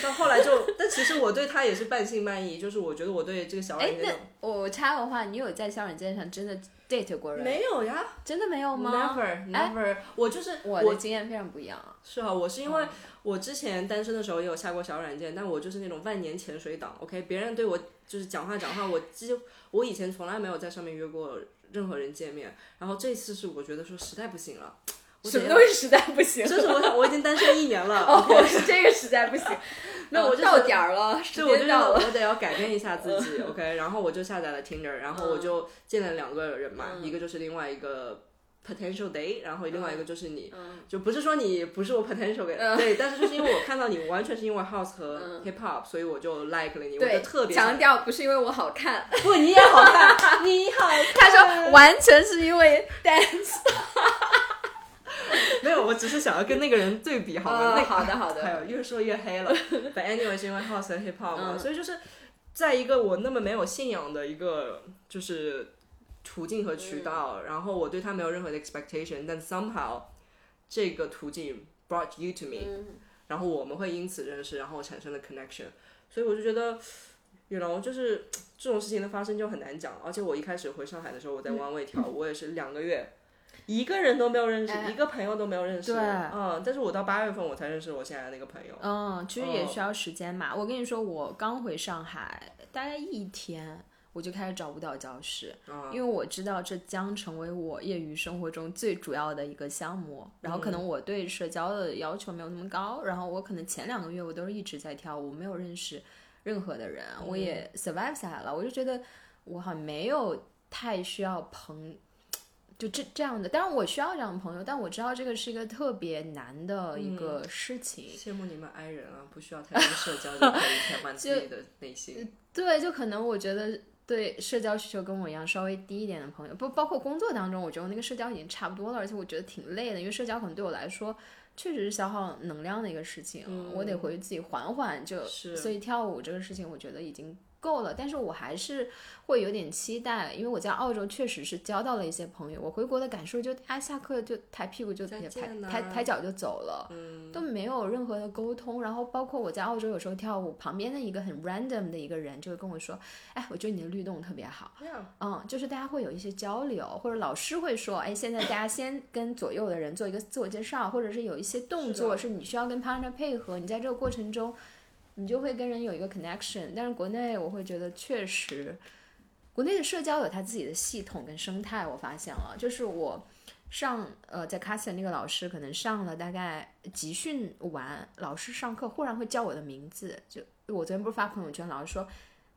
[SPEAKER 3] 到后来就，但其实我对他也是半信半疑，就是我觉得我对这个小软
[SPEAKER 5] 哎，
[SPEAKER 3] 件
[SPEAKER 5] 那
[SPEAKER 3] 的
[SPEAKER 5] 我插个话，你有在小软件上真的 date 过人？
[SPEAKER 3] 没有呀
[SPEAKER 5] 真的没有吗哎
[SPEAKER 3] ，never never，我就是
[SPEAKER 5] 我的经验非常不一样啊。
[SPEAKER 3] 是啊，我是因为我之前单身的时候也有下过小软件，但我就是那种万年潜水党。OK，别人对我就是讲话讲话，我几乎我以前从来没有在上面约过任何人见面。然后这次是我觉得说实在不行了，我
[SPEAKER 5] 什么
[SPEAKER 3] 得要
[SPEAKER 5] 东西实在不行？
[SPEAKER 3] 这是我想我已经单身一年 了
[SPEAKER 5] 哦，
[SPEAKER 3] ，OK，
[SPEAKER 5] 我是这个实在不行。
[SPEAKER 3] 那我就是
[SPEAKER 5] 哦到点儿了，时
[SPEAKER 3] 所以我就
[SPEAKER 5] 间
[SPEAKER 3] 觉
[SPEAKER 5] 到
[SPEAKER 3] 得
[SPEAKER 5] 了。
[SPEAKER 3] 我得要改变一下自 己，OK，然后我就下载了 Tinder，然后我
[SPEAKER 5] 嗯
[SPEAKER 3] 就见了两个人嘛，一个就是另外一个 potential date，然后另
[SPEAKER 5] 嗯
[SPEAKER 3] 外一个就是你，就不是说你不是我 potential date，、对，但是就是因为我看到你，完全是因为 house 和 hip hop，、所以我就 like 了你，我就
[SPEAKER 5] 嗯对，
[SPEAKER 3] 特别
[SPEAKER 5] 强
[SPEAKER 3] 想，
[SPEAKER 5] 调不是因为我好看，
[SPEAKER 3] 不，你也好看，你好 看，
[SPEAKER 5] 他说完全是因 为 dance。
[SPEAKER 3] 没有，我只是想要跟那个人对比， 好吗？那
[SPEAKER 5] 呃
[SPEAKER 3] 个
[SPEAKER 5] 好的好
[SPEAKER 3] 还
[SPEAKER 5] 的，
[SPEAKER 3] 有越说越黑 了。But anyway，是因为 house 和 hip hop 嘛，
[SPEAKER 5] 嗯
[SPEAKER 3] 所以就是在一个我那么没有信仰的一个就是途径和
[SPEAKER 5] 嗯
[SPEAKER 3] 渠道，然后我对他没有任何的 expectation，但 somehow 这个途径 brought you to me，、然
[SPEAKER 5] 嗯
[SPEAKER 3] 后我们会因此认识，然后产生了 connection，所以我就觉得。you know，就是
[SPEAKER 5] 嗯
[SPEAKER 3] 这种事情的发生就很难讲，而且我一开始回上海的时候，我在 One Way 跳舞，我也是两个月，一个人都没有认识，
[SPEAKER 5] 哎
[SPEAKER 3] 一个朋友都没有认识。
[SPEAKER 5] 对
[SPEAKER 3] 嗯，但是我到八月份我才认识我现在那个朋友。
[SPEAKER 5] 嗯，其实也
[SPEAKER 3] 嗯
[SPEAKER 5] 需要时间嘛。我跟你说，我刚回上海，大概一天。我就开始找舞蹈教室，
[SPEAKER 3] 嗯
[SPEAKER 5] 因为我知道这将成为我业余生活中最主要的一个项目。然后可能我对社交的要求没有那么高，然后我可能前两个月我都是一直在跳舞，没有认识任何的人，我也 survive 下来了。我就觉得我好像没有太需要朋，就这这样的。当然我需要这样的朋友，但我知道这个是一个特别难的一个事情。
[SPEAKER 3] 羡慕你们 i 人啊，不需要太多社交就可以填满自己的内心。
[SPEAKER 5] 对，就可能我觉得对社交需求跟我一样稍微低一点的朋友，不包括工作当中，我觉得我那个社交已经差不多了，而且我觉得挺累的，因为社交可能对我来说确实是消耗能量的一个事情，我得回去自己缓缓就。
[SPEAKER 3] 是
[SPEAKER 5] 所以跳舞这个事情，我觉得已经够了，但是我还是会有点期待，因为我在澳洲确实是交到了一些朋友，我回国的感受就大家下课就抬屁股就
[SPEAKER 3] 再
[SPEAKER 5] 也抬
[SPEAKER 3] 见嗯
[SPEAKER 5] 抬
[SPEAKER 3] 啦
[SPEAKER 5] 抬脚就走了。都没有任何的沟通。然后包括我在澳洲有时候跳舞，旁边的一个很 random 的一个人就会跟我说：“哎，我觉得你的律动特别好。
[SPEAKER 3] 这样”
[SPEAKER 5] 嗯， 就是大家会有一些交流，或者老师会说：“哎，现在大家先跟左右的人做一个自我介绍，或者是有一些动作是你需要跟 partner 配合，你在这个过程中。”你就会跟人有一个 connection，但是国内我会觉得确实，国内的社交有它自己的系统跟生态，我发现了，就是我上呃在 c a s t o n 那个老师可能上了大概集训完，老师上课忽然会叫我的名字，就我昨天不是发朋友圈，老师说。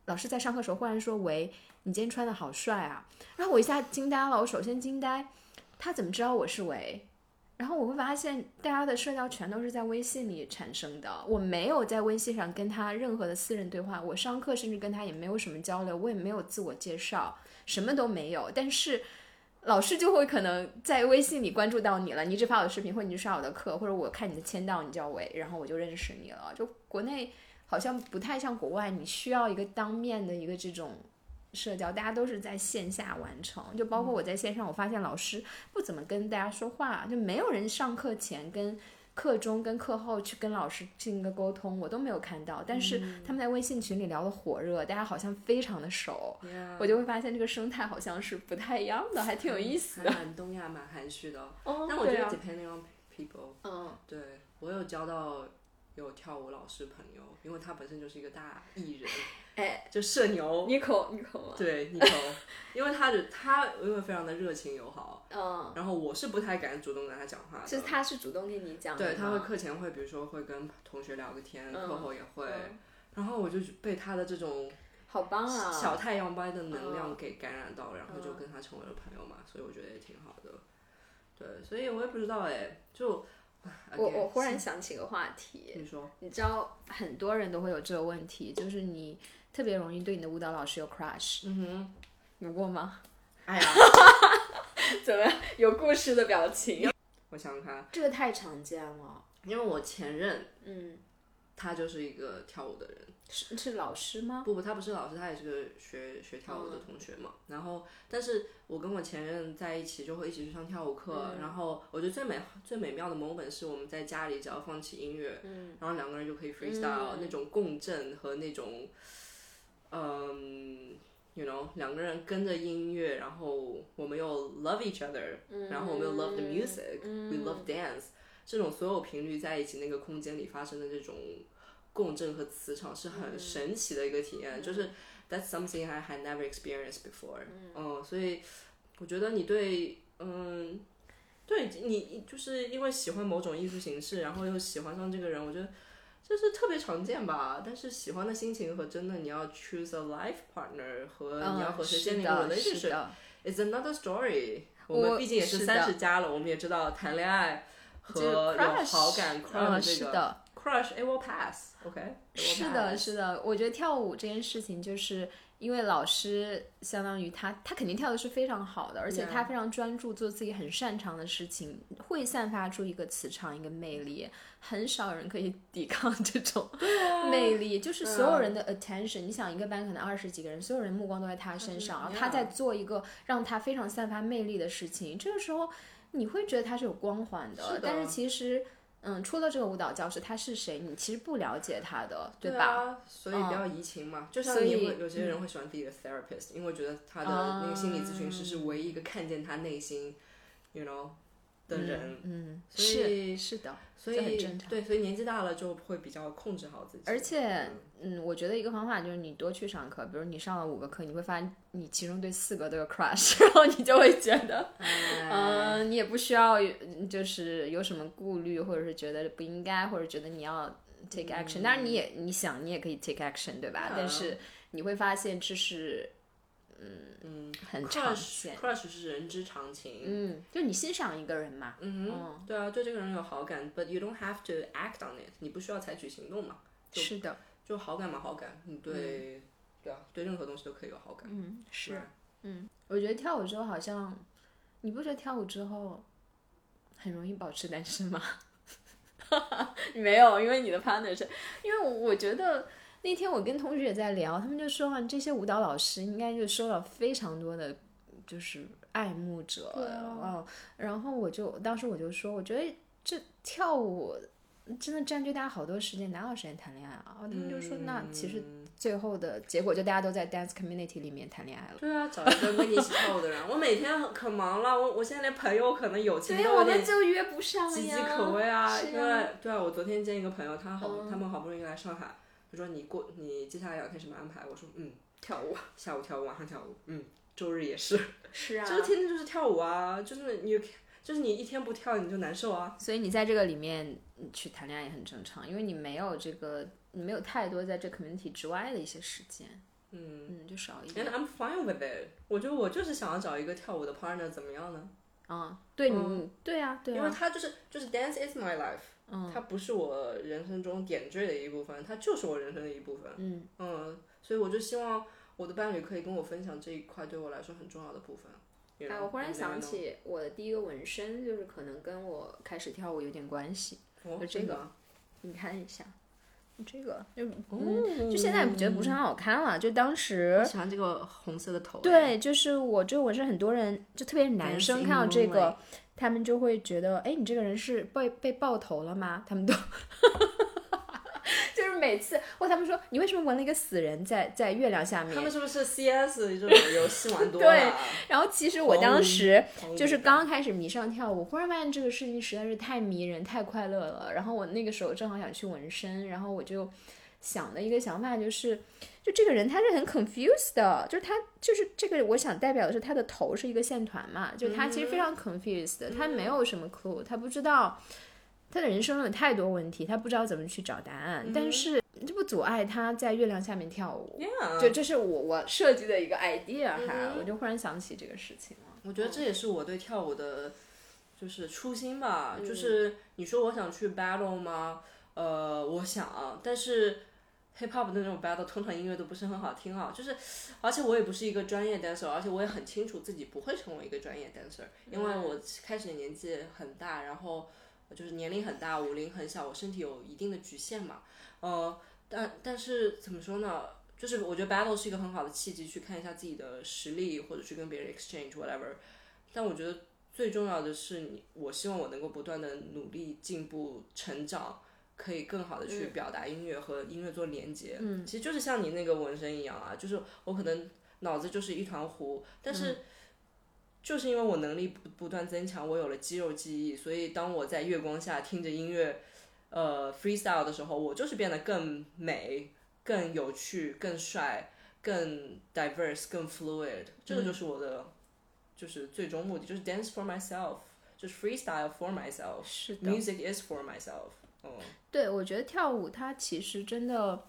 [SPEAKER 5] 老师在上课的时候忽然说：“喂，你今天穿的好帅啊！”然后我一下惊呆了。我首先惊呆，他怎么知道我是喂？然后我会发现，大家的社交全都是在微信里产生的。我没有在微信上跟他任何的私人对话，我上课甚至跟他也没有什么交流，我也没有自我介绍，什么都没有。但是老师就会可能在微信里关注到你了，你一直发我的视频，或者你一直刷我的课，或者我看你的签到，你叫我，然后我就认识你了。就国内好像不太像国外，你需要一个当面的一个这种社交，大家都是在线下完成。就包括我在线上，我发现老师不怎么跟大家说话，就没有人上课前跟。课中跟课后去跟老师进行一个沟通，我都没有看到，但是他们在微信群里聊得火热，大家好像非常的熟，
[SPEAKER 3] 呀
[SPEAKER 5] 我就会发现这个生态好像是不太一样的，还挺有意思
[SPEAKER 3] 还
[SPEAKER 5] 的。
[SPEAKER 3] 蛮东亚，蛮含蓄的哦。
[SPEAKER 5] 哦
[SPEAKER 3] 但我觉
[SPEAKER 5] 对
[SPEAKER 3] 得
[SPEAKER 5] 啊
[SPEAKER 3] depending on people，
[SPEAKER 5] 嗯，
[SPEAKER 3] 对我有交到有跳舞老师朋友，因为他本身就是一个大艺人，
[SPEAKER 5] 哎，
[SPEAKER 3] 就社牛。
[SPEAKER 5] 你口你口吗？
[SPEAKER 3] 对，你懂，因为他的他因为非常的热情友好，
[SPEAKER 5] 嗯，
[SPEAKER 3] 然后我是不太敢主动跟他讲话的，
[SPEAKER 5] 就是他是主动跟你讲的吗，
[SPEAKER 3] 对，他会课前会，比如说会跟同学聊个天，
[SPEAKER 5] 嗯
[SPEAKER 3] 课后也会。
[SPEAKER 5] 嗯
[SPEAKER 3] 然后我就被他的这种
[SPEAKER 5] 好棒啊！
[SPEAKER 3] 小太阳般的能量
[SPEAKER 5] 嗯
[SPEAKER 3] 给感染到，然后就跟他成为了朋友嘛，所以我觉得也挺好的。对，所以我也不知道哎，就
[SPEAKER 5] 我我
[SPEAKER 3] again，
[SPEAKER 5] 忽然想起个话题，
[SPEAKER 3] 你说
[SPEAKER 5] 你知道很多人都会有这个问题，就是你特别容易对你的舞蹈老师有 crush，嗯
[SPEAKER 3] 哼，
[SPEAKER 5] 有过吗？
[SPEAKER 3] 哎呀，
[SPEAKER 5] 怎么有故事的表情？
[SPEAKER 3] 我想想看，
[SPEAKER 5] 这个太常见了。
[SPEAKER 3] 因为我前任
[SPEAKER 5] 嗯，
[SPEAKER 3] 他就是一个跳舞的人，
[SPEAKER 5] 是是老师吗？
[SPEAKER 3] 不不，他不是老师，他也是个学学跳舞的同学嘛。然后，但是我跟我前任在一起就会一起去上跳舞课。然后，我觉得最美最美妙的 moment 是我们在家里只要放起音乐，然后两个人就可以 freestyle、那种共振和那种，嗯。You know，两个人跟着音乐，然后我们又 love each other，、然后我们又 love the music，we、love dance，这种所有频率在一起那个空间里发生的这种共振和磁场是
[SPEAKER 5] 嗯
[SPEAKER 3] 很神奇的一个体验，就是 that's something I had never experienced before 嗯。所以我觉得你对，嗯，对你就是因为喜欢某种艺术形式，然后又喜欢上这个人，我觉得这是特别常见吧。但是喜欢的心情和真的你要 choose a life partner 和呃你要和谁建立一个
[SPEAKER 5] 嗯是的
[SPEAKER 3] relationship
[SPEAKER 5] 是的
[SPEAKER 3] is another story。我
[SPEAKER 5] 我
[SPEAKER 3] 们毕竟也
[SPEAKER 5] 是的
[SPEAKER 3] 三十加了，我们也知道谈恋爱和
[SPEAKER 5] 就是
[SPEAKER 3] 有
[SPEAKER 5] crush，
[SPEAKER 3] 好感
[SPEAKER 5] 嗯
[SPEAKER 3] crush
[SPEAKER 5] 是
[SPEAKER 3] 这
[SPEAKER 5] 的
[SPEAKER 3] 个 crush it will pass。OK，
[SPEAKER 5] 是的，是的，我觉得跳舞这件事情，就是因为老师相当于他，他肯定跳的是非常好的，而且
[SPEAKER 3] Yeah
[SPEAKER 5] 他非常专注做自己很擅长的事情，会散发出一个磁场，一个魅力，很少有人可以抵抗这种
[SPEAKER 3] 啊
[SPEAKER 5] 魅力。
[SPEAKER 3] 嗯
[SPEAKER 5] 就是所有人的 attention，、你想一个班可能二十几个人，所有人目光都在他身上，然后他在
[SPEAKER 3] Yeah
[SPEAKER 5] 做一个让他非常散发魅力的事情，这个时候你会觉得他是有光环的，
[SPEAKER 3] 是的
[SPEAKER 5] 但是其实。嗯，除了这个舞蹈教师，他是谁？你其实不了解他的，
[SPEAKER 3] 对
[SPEAKER 5] 吧？
[SPEAKER 3] 啊？所以不要移情嘛，就像
[SPEAKER 5] 所
[SPEAKER 3] 你
[SPEAKER 5] 以
[SPEAKER 3] 会有些人会
[SPEAKER 5] 嗯
[SPEAKER 3] 喜欢自己的 therapist，、因为觉得他的那个心理咨询师是唯一一个看见他内心 you know 的人，
[SPEAKER 5] 嗯，
[SPEAKER 3] 所以
[SPEAKER 5] 是是的，
[SPEAKER 3] 所
[SPEAKER 5] 这很
[SPEAKER 3] 以
[SPEAKER 5] 正常
[SPEAKER 3] 对，所以年纪大了就会比较控制好自己，
[SPEAKER 5] 而且
[SPEAKER 3] 嗯，
[SPEAKER 5] 嗯，我觉得一个方法就是你多去上课，比如你上了五个课，你会发现你其中对四个都有 crush，然 后你就会觉得，
[SPEAKER 3] 哎
[SPEAKER 5] 嗯、
[SPEAKER 3] 呃
[SPEAKER 5] 你也不需要嗯就是有什么顾虑，或者是觉得不应该，或者觉得你要 take action，、当然你也你想你也可以 take action，对吧？
[SPEAKER 3] 嗯啊
[SPEAKER 5] 但是你会发现这是
[SPEAKER 3] 嗯
[SPEAKER 5] 很常
[SPEAKER 3] ，crush
[SPEAKER 5] 见，
[SPEAKER 3] crush 是人之常情，
[SPEAKER 5] 嗯，就你欣赏一个人嘛，
[SPEAKER 3] 嗯
[SPEAKER 5] 哦
[SPEAKER 3] 哼，对啊，对这个人有好感，but you don't have to act on it，你不需要采取行动嘛，就是
[SPEAKER 5] 的，
[SPEAKER 3] 就好感嘛，好感，你对，对啊，对任何东西都可以有好感，
[SPEAKER 5] 嗯，是。
[SPEAKER 3] 吧
[SPEAKER 5] 我觉得跳舞之后好像，你不觉得跳舞之后很容易保持单身吗？ 没有，因为你的 partner 是，因为我我觉得那天我跟同学也在聊，他们就说啊，这些舞蹈老师应该就收到非常多的就是爱慕者，哦，然后我就当时我就说，我觉得这跳舞真的占据大家好多时间，哪有时间谈恋爱啊？他们就说，那其
[SPEAKER 3] 嗯
[SPEAKER 5] 实最后的结果就大家都在 dance community 里面谈恋爱了。
[SPEAKER 3] 对啊，找一个跟你一起跳舞的人，我 每天很可忙了，我我现在连朋友可能友情
[SPEAKER 5] 所
[SPEAKER 3] 都
[SPEAKER 5] 以
[SPEAKER 3] 有
[SPEAKER 5] 我
[SPEAKER 3] 点
[SPEAKER 5] 们就约不上
[SPEAKER 3] 岌
[SPEAKER 5] 呀。
[SPEAKER 3] 岌可危啊，
[SPEAKER 5] 是
[SPEAKER 3] 因为对啊，我昨天见一个朋友，他好、
[SPEAKER 5] 嗯
[SPEAKER 3] 他们好不容易来上海，他说你过你接下来两天什么安排？我说嗯，
[SPEAKER 5] 跳舞
[SPEAKER 3] 下午跳舞，晚 上跳舞，嗯，周日也是，
[SPEAKER 5] 是啊
[SPEAKER 3] 就是天天就是跳舞啊，就是你就是你一天不跳你就难受啊，
[SPEAKER 5] 所以你在这个里面嗯去谈恋爱也很正常，因为你没有这个，你没有太多在这 community 之外的一些时间，
[SPEAKER 3] 嗯。
[SPEAKER 5] 嗯，就少一
[SPEAKER 3] And
[SPEAKER 5] 点。
[SPEAKER 3] I'm fine with it。我觉得我就是想要找一个跳舞的 partner，怎么样呢？
[SPEAKER 5] 啊，对你，
[SPEAKER 3] 嗯
[SPEAKER 5] 对啊，对
[SPEAKER 3] 因为
[SPEAKER 5] 啊，
[SPEAKER 3] 他就是就是 dance is my life，、
[SPEAKER 5] 嗯
[SPEAKER 3] 它不是我人生中点缀的一部分，它就是我人生的一部分。
[SPEAKER 5] 嗯
[SPEAKER 3] 嗯，所以我就希望我的伴侣可以跟我分享这一块对我来说很重要的部分。You
[SPEAKER 5] 哎，
[SPEAKER 3] know，
[SPEAKER 5] 我忽然
[SPEAKER 3] you never
[SPEAKER 5] 想
[SPEAKER 3] know，
[SPEAKER 5] 起我的第一个纹身，就是可能跟我开始跳舞有点关系。
[SPEAKER 3] 哦
[SPEAKER 5] 就这
[SPEAKER 3] 真的
[SPEAKER 5] 个
[SPEAKER 3] 啊
[SPEAKER 5] 你看一下，这个就嗯，就现在觉得不是很好看了，就当时
[SPEAKER 3] 喜欢这个红色的头。
[SPEAKER 5] 对，就是我这个纹身，很多人就特别是男
[SPEAKER 3] Dancing
[SPEAKER 5] 生看到这
[SPEAKER 3] Moonlight
[SPEAKER 5] 个，他们就会觉得，哎，你这个人是被被爆头了吗？他们都，就是每次或他们说你为什么纹了一个死人在在月亮下
[SPEAKER 3] 他们
[SPEAKER 5] 面？
[SPEAKER 3] 是不是 CS 这种游戏玩多了？
[SPEAKER 5] 对然后其实我当时
[SPEAKER 3] 同意
[SPEAKER 5] 就是刚开始迷上跳舞，忽然发现这个事情实在是太迷人、太快乐了。然后我那个时候正好想去纹身，然后我就想的一个想法就是，就这个人他是很 confused 的，就是他就是这个我想代表的是他的头是一个线团嘛，就他其实非
[SPEAKER 3] 嗯
[SPEAKER 5] 常 confused，、他没有什么 clue，他不知道。他的人生中有太多问题，他不知道怎么去找答案，
[SPEAKER 3] 嗯
[SPEAKER 5] 但是这不阻碍他在月亮下面跳舞。
[SPEAKER 3] Yeah 嗯
[SPEAKER 5] 就这是我我设计的一个 idea 哈，我就忽然想起这个事情了。
[SPEAKER 3] 我觉得这也是我对跳舞的，就是初心吧。就是你说我想去 battle 吗？呃，我想，但是 hip hop 的那种 battle 通常音乐都不是很好听啊。就是，而且我也不是一个专业 dancer，而且我也很清楚自己不会成为一个专业 dancer，因为我开始年纪很大，然后就是年龄很大，舞龄很小，我身体有一定的局限嘛。呃，但但是怎么说呢？就是我觉得 battle 是一个很好的契机，去看一下自己的实力，或者去跟别人 exchange whatever。但我觉得最重要的是你，我希望我能够不断的努力进步、成长，可以更好的去表达音乐和音乐做连接。嗯，其实就是像你那个纹身一样啊，就是我可能脑子就是一团糊，但是就是因为我能力不不断增强，我有了肌肉记忆，所以当我在月光下听着音乐，呃，freestyle 的时候，我就是变得更美、更有趣、更帅、更 diverse、更 fluid，这个就是我的。就是最终目的，就是 dance for myself，就是 freestyle for myself，music
[SPEAKER 5] 是
[SPEAKER 3] is for myself。嗯，
[SPEAKER 5] 对，我觉得跳舞它其实真的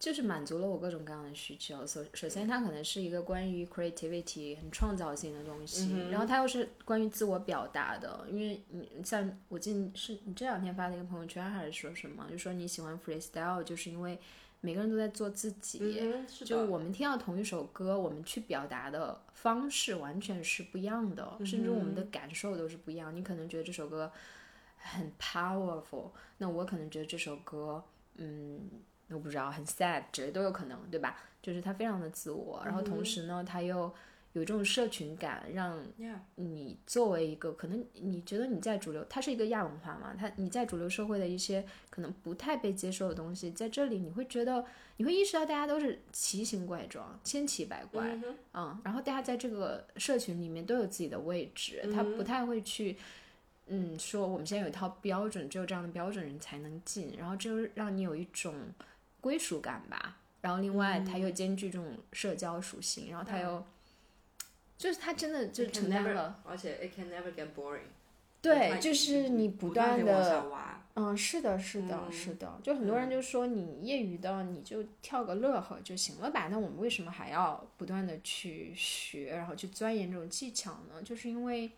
[SPEAKER 5] 就是满足了我各种各样的需求。首首先，它可能是一个关于 creativity 很创造性的东西，然后它又是关于自我表达的。因为你像我记得是你这两天发的一个朋友圈，还是说什么，就说你喜欢 freestyle，就是因为每个人都在做自己。
[SPEAKER 3] 嗯是
[SPEAKER 5] 就
[SPEAKER 3] 的，
[SPEAKER 5] 我们听到同一首歌，我们去表达的方式完全是不一样的，哦甚至我
[SPEAKER 3] 嗯
[SPEAKER 5] 们的感受都是不一样。你可能觉得这首歌很 powerful，那我可能觉得这首歌，嗯，我
[SPEAKER 3] 嗯
[SPEAKER 5] 不知道很 sad，这都有可能，对吧？就是它非常的自我，然后同时呢，它又有这种社群感，让
[SPEAKER 3] Yeah
[SPEAKER 5] 你作为一个可能你觉得你在主流，它是一个亚文化嘛，它你在主流社会的一些可能不太被接受的东西，在这里你会觉得你会意识到大家都是奇形怪状、千奇百怪，
[SPEAKER 3] 嗯哼
[SPEAKER 5] 嗯，然后大家在这个社群里面都有自己的位置，他不太会去，嗯，说我们现在有一套标准，只有这样的标准人才能进，然后这就让你有一种归属感吧。然后另外，它又兼具这种社交属性，然后它又，就是它真的嗯就
[SPEAKER 3] It can
[SPEAKER 5] 承担
[SPEAKER 3] never-
[SPEAKER 5] 了，
[SPEAKER 3] 而且 it can never get boring，
[SPEAKER 5] 对
[SPEAKER 3] 它，
[SPEAKER 5] 就是你不
[SPEAKER 3] 不
[SPEAKER 5] 断
[SPEAKER 3] 地往
[SPEAKER 5] 的
[SPEAKER 3] 下挖，
[SPEAKER 5] 嗯，是的，是的，
[SPEAKER 3] 嗯
[SPEAKER 5] 是的，就很多人
[SPEAKER 3] 嗯
[SPEAKER 5] 就说你业余的你就跳个乐呵就行了吧？那我们为什么还要不断的去学，然后去钻研这种技巧呢？就是因为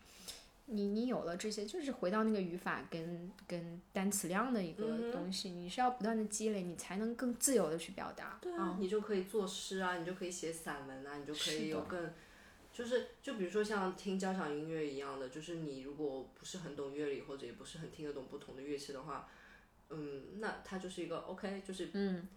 [SPEAKER 5] 你你有了这些，就是回到那个语法跟跟单词量的一个
[SPEAKER 3] 嗯
[SPEAKER 5] 东西，你是要不断的积累，你才能更自由的去表达。
[SPEAKER 3] 对啊
[SPEAKER 5] 嗯，
[SPEAKER 3] 你就可以作诗啊，你就可以写散文啊，你就可
[SPEAKER 5] 是的
[SPEAKER 3] 以有更，就是就比如说像听交响音乐一样的，就是你如果不是很懂乐理，或者也不是很听得懂不同的乐器的话，嗯，那它就是一个 OK，就是
[SPEAKER 5] 嗯，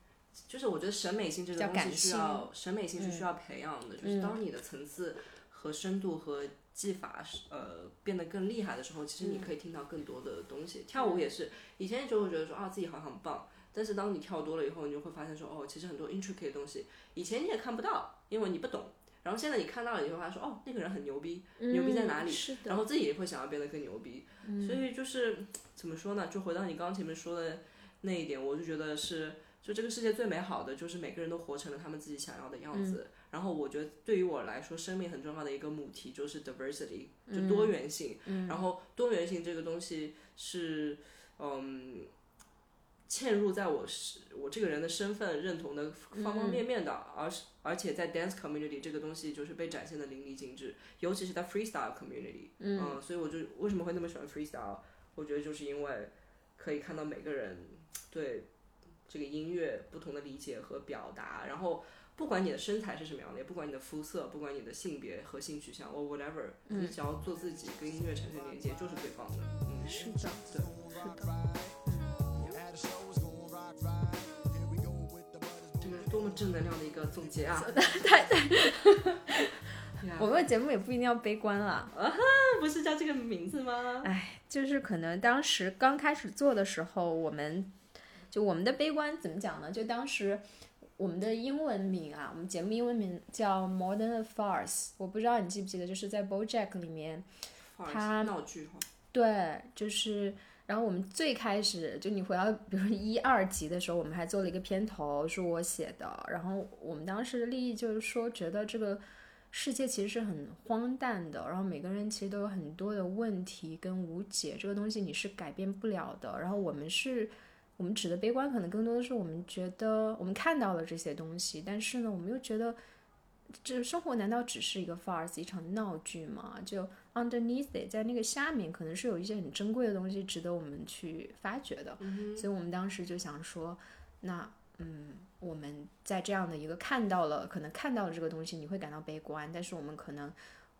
[SPEAKER 3] 就是我觉得审美性这
[SPEAKER 5] 比
[SPEAKER 3] 个
[SPEAKER 5] 较
[SPEAKER 3] 东西
[SPEAKER 5] 感
[SPEAKER 3] 需
[SPEAKER 5] 性
[SPEAKER 3] 要审美性是
[SPEAKER 5] 嗯
[SPEAKER 3] 需要培养的，就是当你的层次和深度和技法是呃变得更厉害的时候，其实你可以听到更多的东西。跳舞也是，以前就会觉得说啊自己好像很棒，但是当你跳多了以后，你就会发现说哦，其实很多 intricate 的东西以前你也看不到，因为你不懂。然后现在你看到了，你会发现说哦，那个人很牛逼，牛逼在哪里？
[SPEAKER 5] 是
[SPEAKER 3] 然
[SPEAKER 5] 的，
[SPEAKER 3] 后自己也会想要变得更牛逼。所以就是怎么说呢？就回到你刚刚前面说的那一点，我就觉得是，就这个世界最美好的就是每个人都活成了他们自己想要的样子。然后我觉得对于我来说，生命很重要的一个母题就是 diversity，就多元性。然后多元性这个东西是，嗯。嵌入在我是我这个人的身份认同的方方面面的，而是而且在 dance community 这个东西就是被展现的淋漓尽致，尤其是在 freestyle community，嗯所以我就为什么会那么喜欢 freestyle，我觉得就是因为可以看到每个人对这个音乐不同的理解和表达，然后不管你的身材是什么样的，也不管你的肤色，不管你的性别和性取向，or whatever，、你只要做自己，跟音乐产生连接，就是最棒的。嗯，是的，对。这个是多么正能量的一个总结 啊！
[SPEAKER 5] 我们的节目也不一定要悲观了。
[SPEAKER 3] 不是叫这个名字吗？
[SPEAKER 5] 哎就是可能当时刚开始做的时候，我们就我们的悲观怎么讲呢？就当时我们的英文名啊，我们节目英文名叫 Modern Farce，我不知道你记不记得，就是在 BoJack 里面，他
[SPEAKER 3] 闹剧哈，
[SPEAKER 5] 对，就是。然后我们最开始就你回到，比如一二集的时候，我们还做了一个片头，是我写的。然后我们当时的立意就是说，觉得这个世界其实是很荒诞的，然后每个人其实都有很多的问题跟无解，这个东西你是改变不了的。然后我们是，我们指的悲观，可能更多的是我们觉得我们看到了这些东西，但是呢，我们又觉得，这生活难道只是一个 farce，一场闹剧吗？就 underneath it，在那个下面，可能是有一些很珍贵的东西值得我们去发掘的。所以我们当时就想说，那嗯，我们在这样的一个看到了，可能看到了这个东西，你会感到悲观，但是我们可能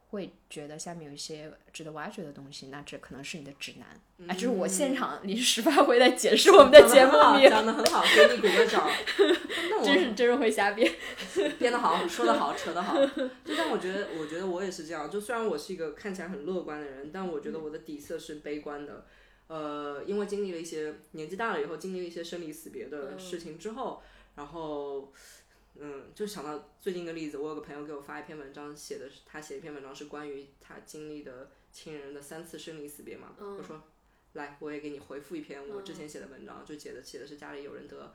[SPEAKER 5] 会觉得下面有一些值得挖掘的东西，那这可能是你的指南。啊，这是我现场临时发挥在解释 啊我们的节目名，
[SPEAKER 3] 讲的很好，给你鼓个 掌。那我
[SPEAKER 5] 真是真是会瞎编。
[SPEAKER 3] 编得 好，说得好，扯得好。就但我觉得，我觉得我也是这样。就虽然我是一个看起来很乐观的人，但我觉得
[SPEAKER 5] 嗯
[SPEAKER 3] 我的底色是悲观的。呃，因为经历了一些年纪大了以后，经历了一些生离死别的事情之后，
[SPEAKER 5] 嗯
[SPEAKER 3] 然后。嗯，就想到最近一个例子，我有个朋友给我发一篇文章，写的是他写一篇文章是关于他经历的亲人的三次生离死别嘛。
[SPEAKER 5] 嗯
[SPEAKER 3] 我说，来，我也给你回复一篇我之前写的文章，就写的写的是家里有人得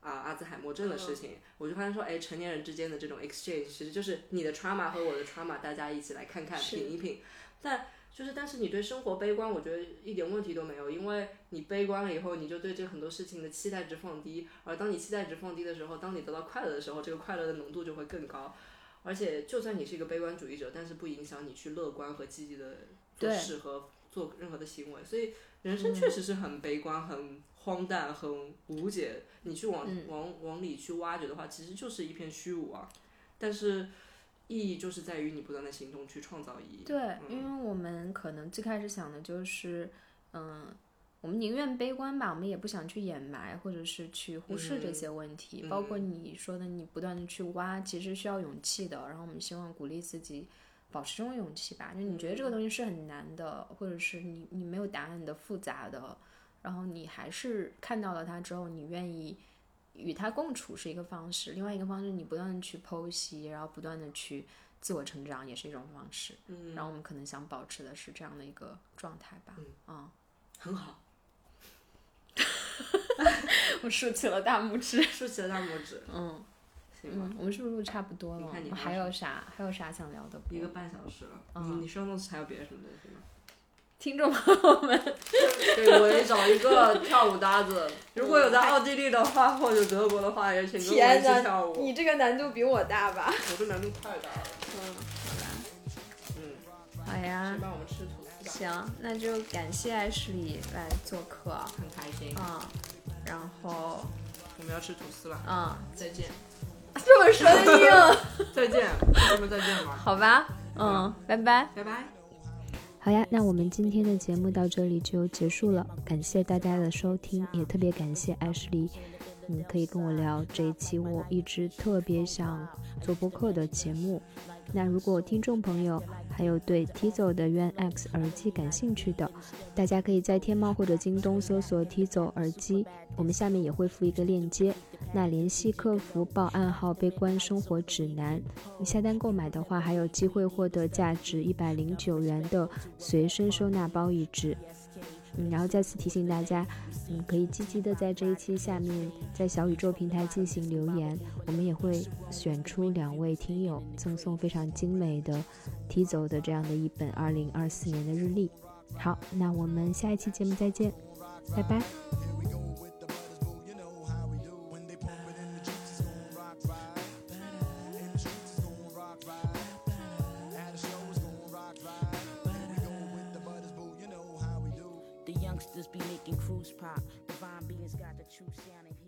[SPEAKER 3] 啊阿兹海默症的事情，我就发现说，哎，成年人之间的这种 exchange，其实就是你的 trauma 和我的 trauma，大家一起来看看品一品。但就是，但是你对生活悲观，我觉得一点问题都没有，因为你悲观了以后，你就对这很多事情的期待值放低，而当你期待值放低的时候，当你得到快乐的时候，这个快乐的浓度就会更高。而且，就算你是一个悲观主义者，但是不影响你去乐观和积极的做
[SPEAKER 5] 对
[SPEAKER 3] 事和做任何的行为。所以，人生确实是很悲观、很荒诞、很无解。你去往、往往里去挖掘的话，其实就是一片虚无啊。但是，意义就是在于你不断的行动去创造意义。
[SPEAKER 5] 对，
[SPEAKER 3] 嗯
[SPEAKER 5] 因为我们可能最开始想的就是，嗯、我们宁愿悲观吧，我们也不想去掩埋或者是去忽视这些问题。包括你说的，你不断的去挖，其实需要勇气的。然后我们希望鼓励自己保持这种勇气吧。就你觉得这个东西是很难的，或者是你你没有答案的复杂的，然后你还是看到了它之后，你愿意与它共处是一个方式，另外一个方式你不断的去剖析，然后不断的去自我成长也是一种方式。嗯，然后我们可能想保持的是这样的一个状态吧。嗯，
[SPEAKER 3] 很好，嗯
[SPEAKER 5] 我竖起了大拇指。
[SPEAKER 3] 竖起了大拇指，
[SPEAKER 5] 嗯
[SPEAKER 3] 行吧，
[SPEAKER 5] 嗯，我们是不是录差不多了？
[SPEAKER 3] 你看你
[SPEAKER 5] 我们
[SPEAKER 3] 还
[SPEAKER 5] 还
[SPEAKER 3] 有
[SPEAKER 5] 有啥还有啥想聊的不？
[SPEAKER 3] 一个半小时了，
[SPEAKER 5] 嗯
[SPEAKER 3] 你你生动词还有别的什么东西吗？
[SPEAKER 5] 听众朋友们，
[SPEAKER 3] 对，我也找一个跳舞搭子， 嗯如果有在奥地利的话，或者德国的话，也请跟我一起跳舞。
[SPEAKER 5] 这个难度比我大 吧？
[SPEAKER 3] 我这难度太大了。嗯，
[SPEAKER 5] 好
[SPEAKER 3] 好吧。嗯，
[SPEAKER 5] 哎呀
[SPEAKER 3] 先，帮我们吃吐司吧，
[SPEAKER 5] 行，那就感谢艾什里来做客啊、
[SPEAKER 3] 很开心。
[SPEAKER 5] 嗯，然后
[SPEAKER 3] 我们要吃吐司了，
[SPEAKER 5] 嗯，
[SPEAKER 3] 再见，
[SPEAKER 5] 这么生硬，
[SPEAKER 3] 再见，咱们再见吧，
[SPEAKER 5] 好吧，嗯，拜拜。
[SPEAKER 3] 拜拜。
[SPEAKER 2] 好呀，那我们今天的节目到这里就结束了，感谢大家的收听，也特别感谢艾什莉，嗯，可以跟我聊这一期我一直特别想做播客的节目。那如果听众朋友还有对 Tizo 的 Yuan X 耳机感兴趣的，大家可以在天猫或者京东搜索 Tizo 耳机，我们下面也会附一个链接。那联系客服报暗号“悲观生活指南”，你下单购买的话，还有机会获得价值一百零九元的随身收纳包一只。嗯，然后再次提醒大家，嗯，可以积极的在这一期下面在小宇宙平台进行留言，我们也会选出两位听友赠送非常精美的提走的这样的一本二零二四年的日历。好，那我们下一期节目再见，拜拜。
[SPEAKER 7] The youngsters be making cruise pop. Divine beings got the true sound and he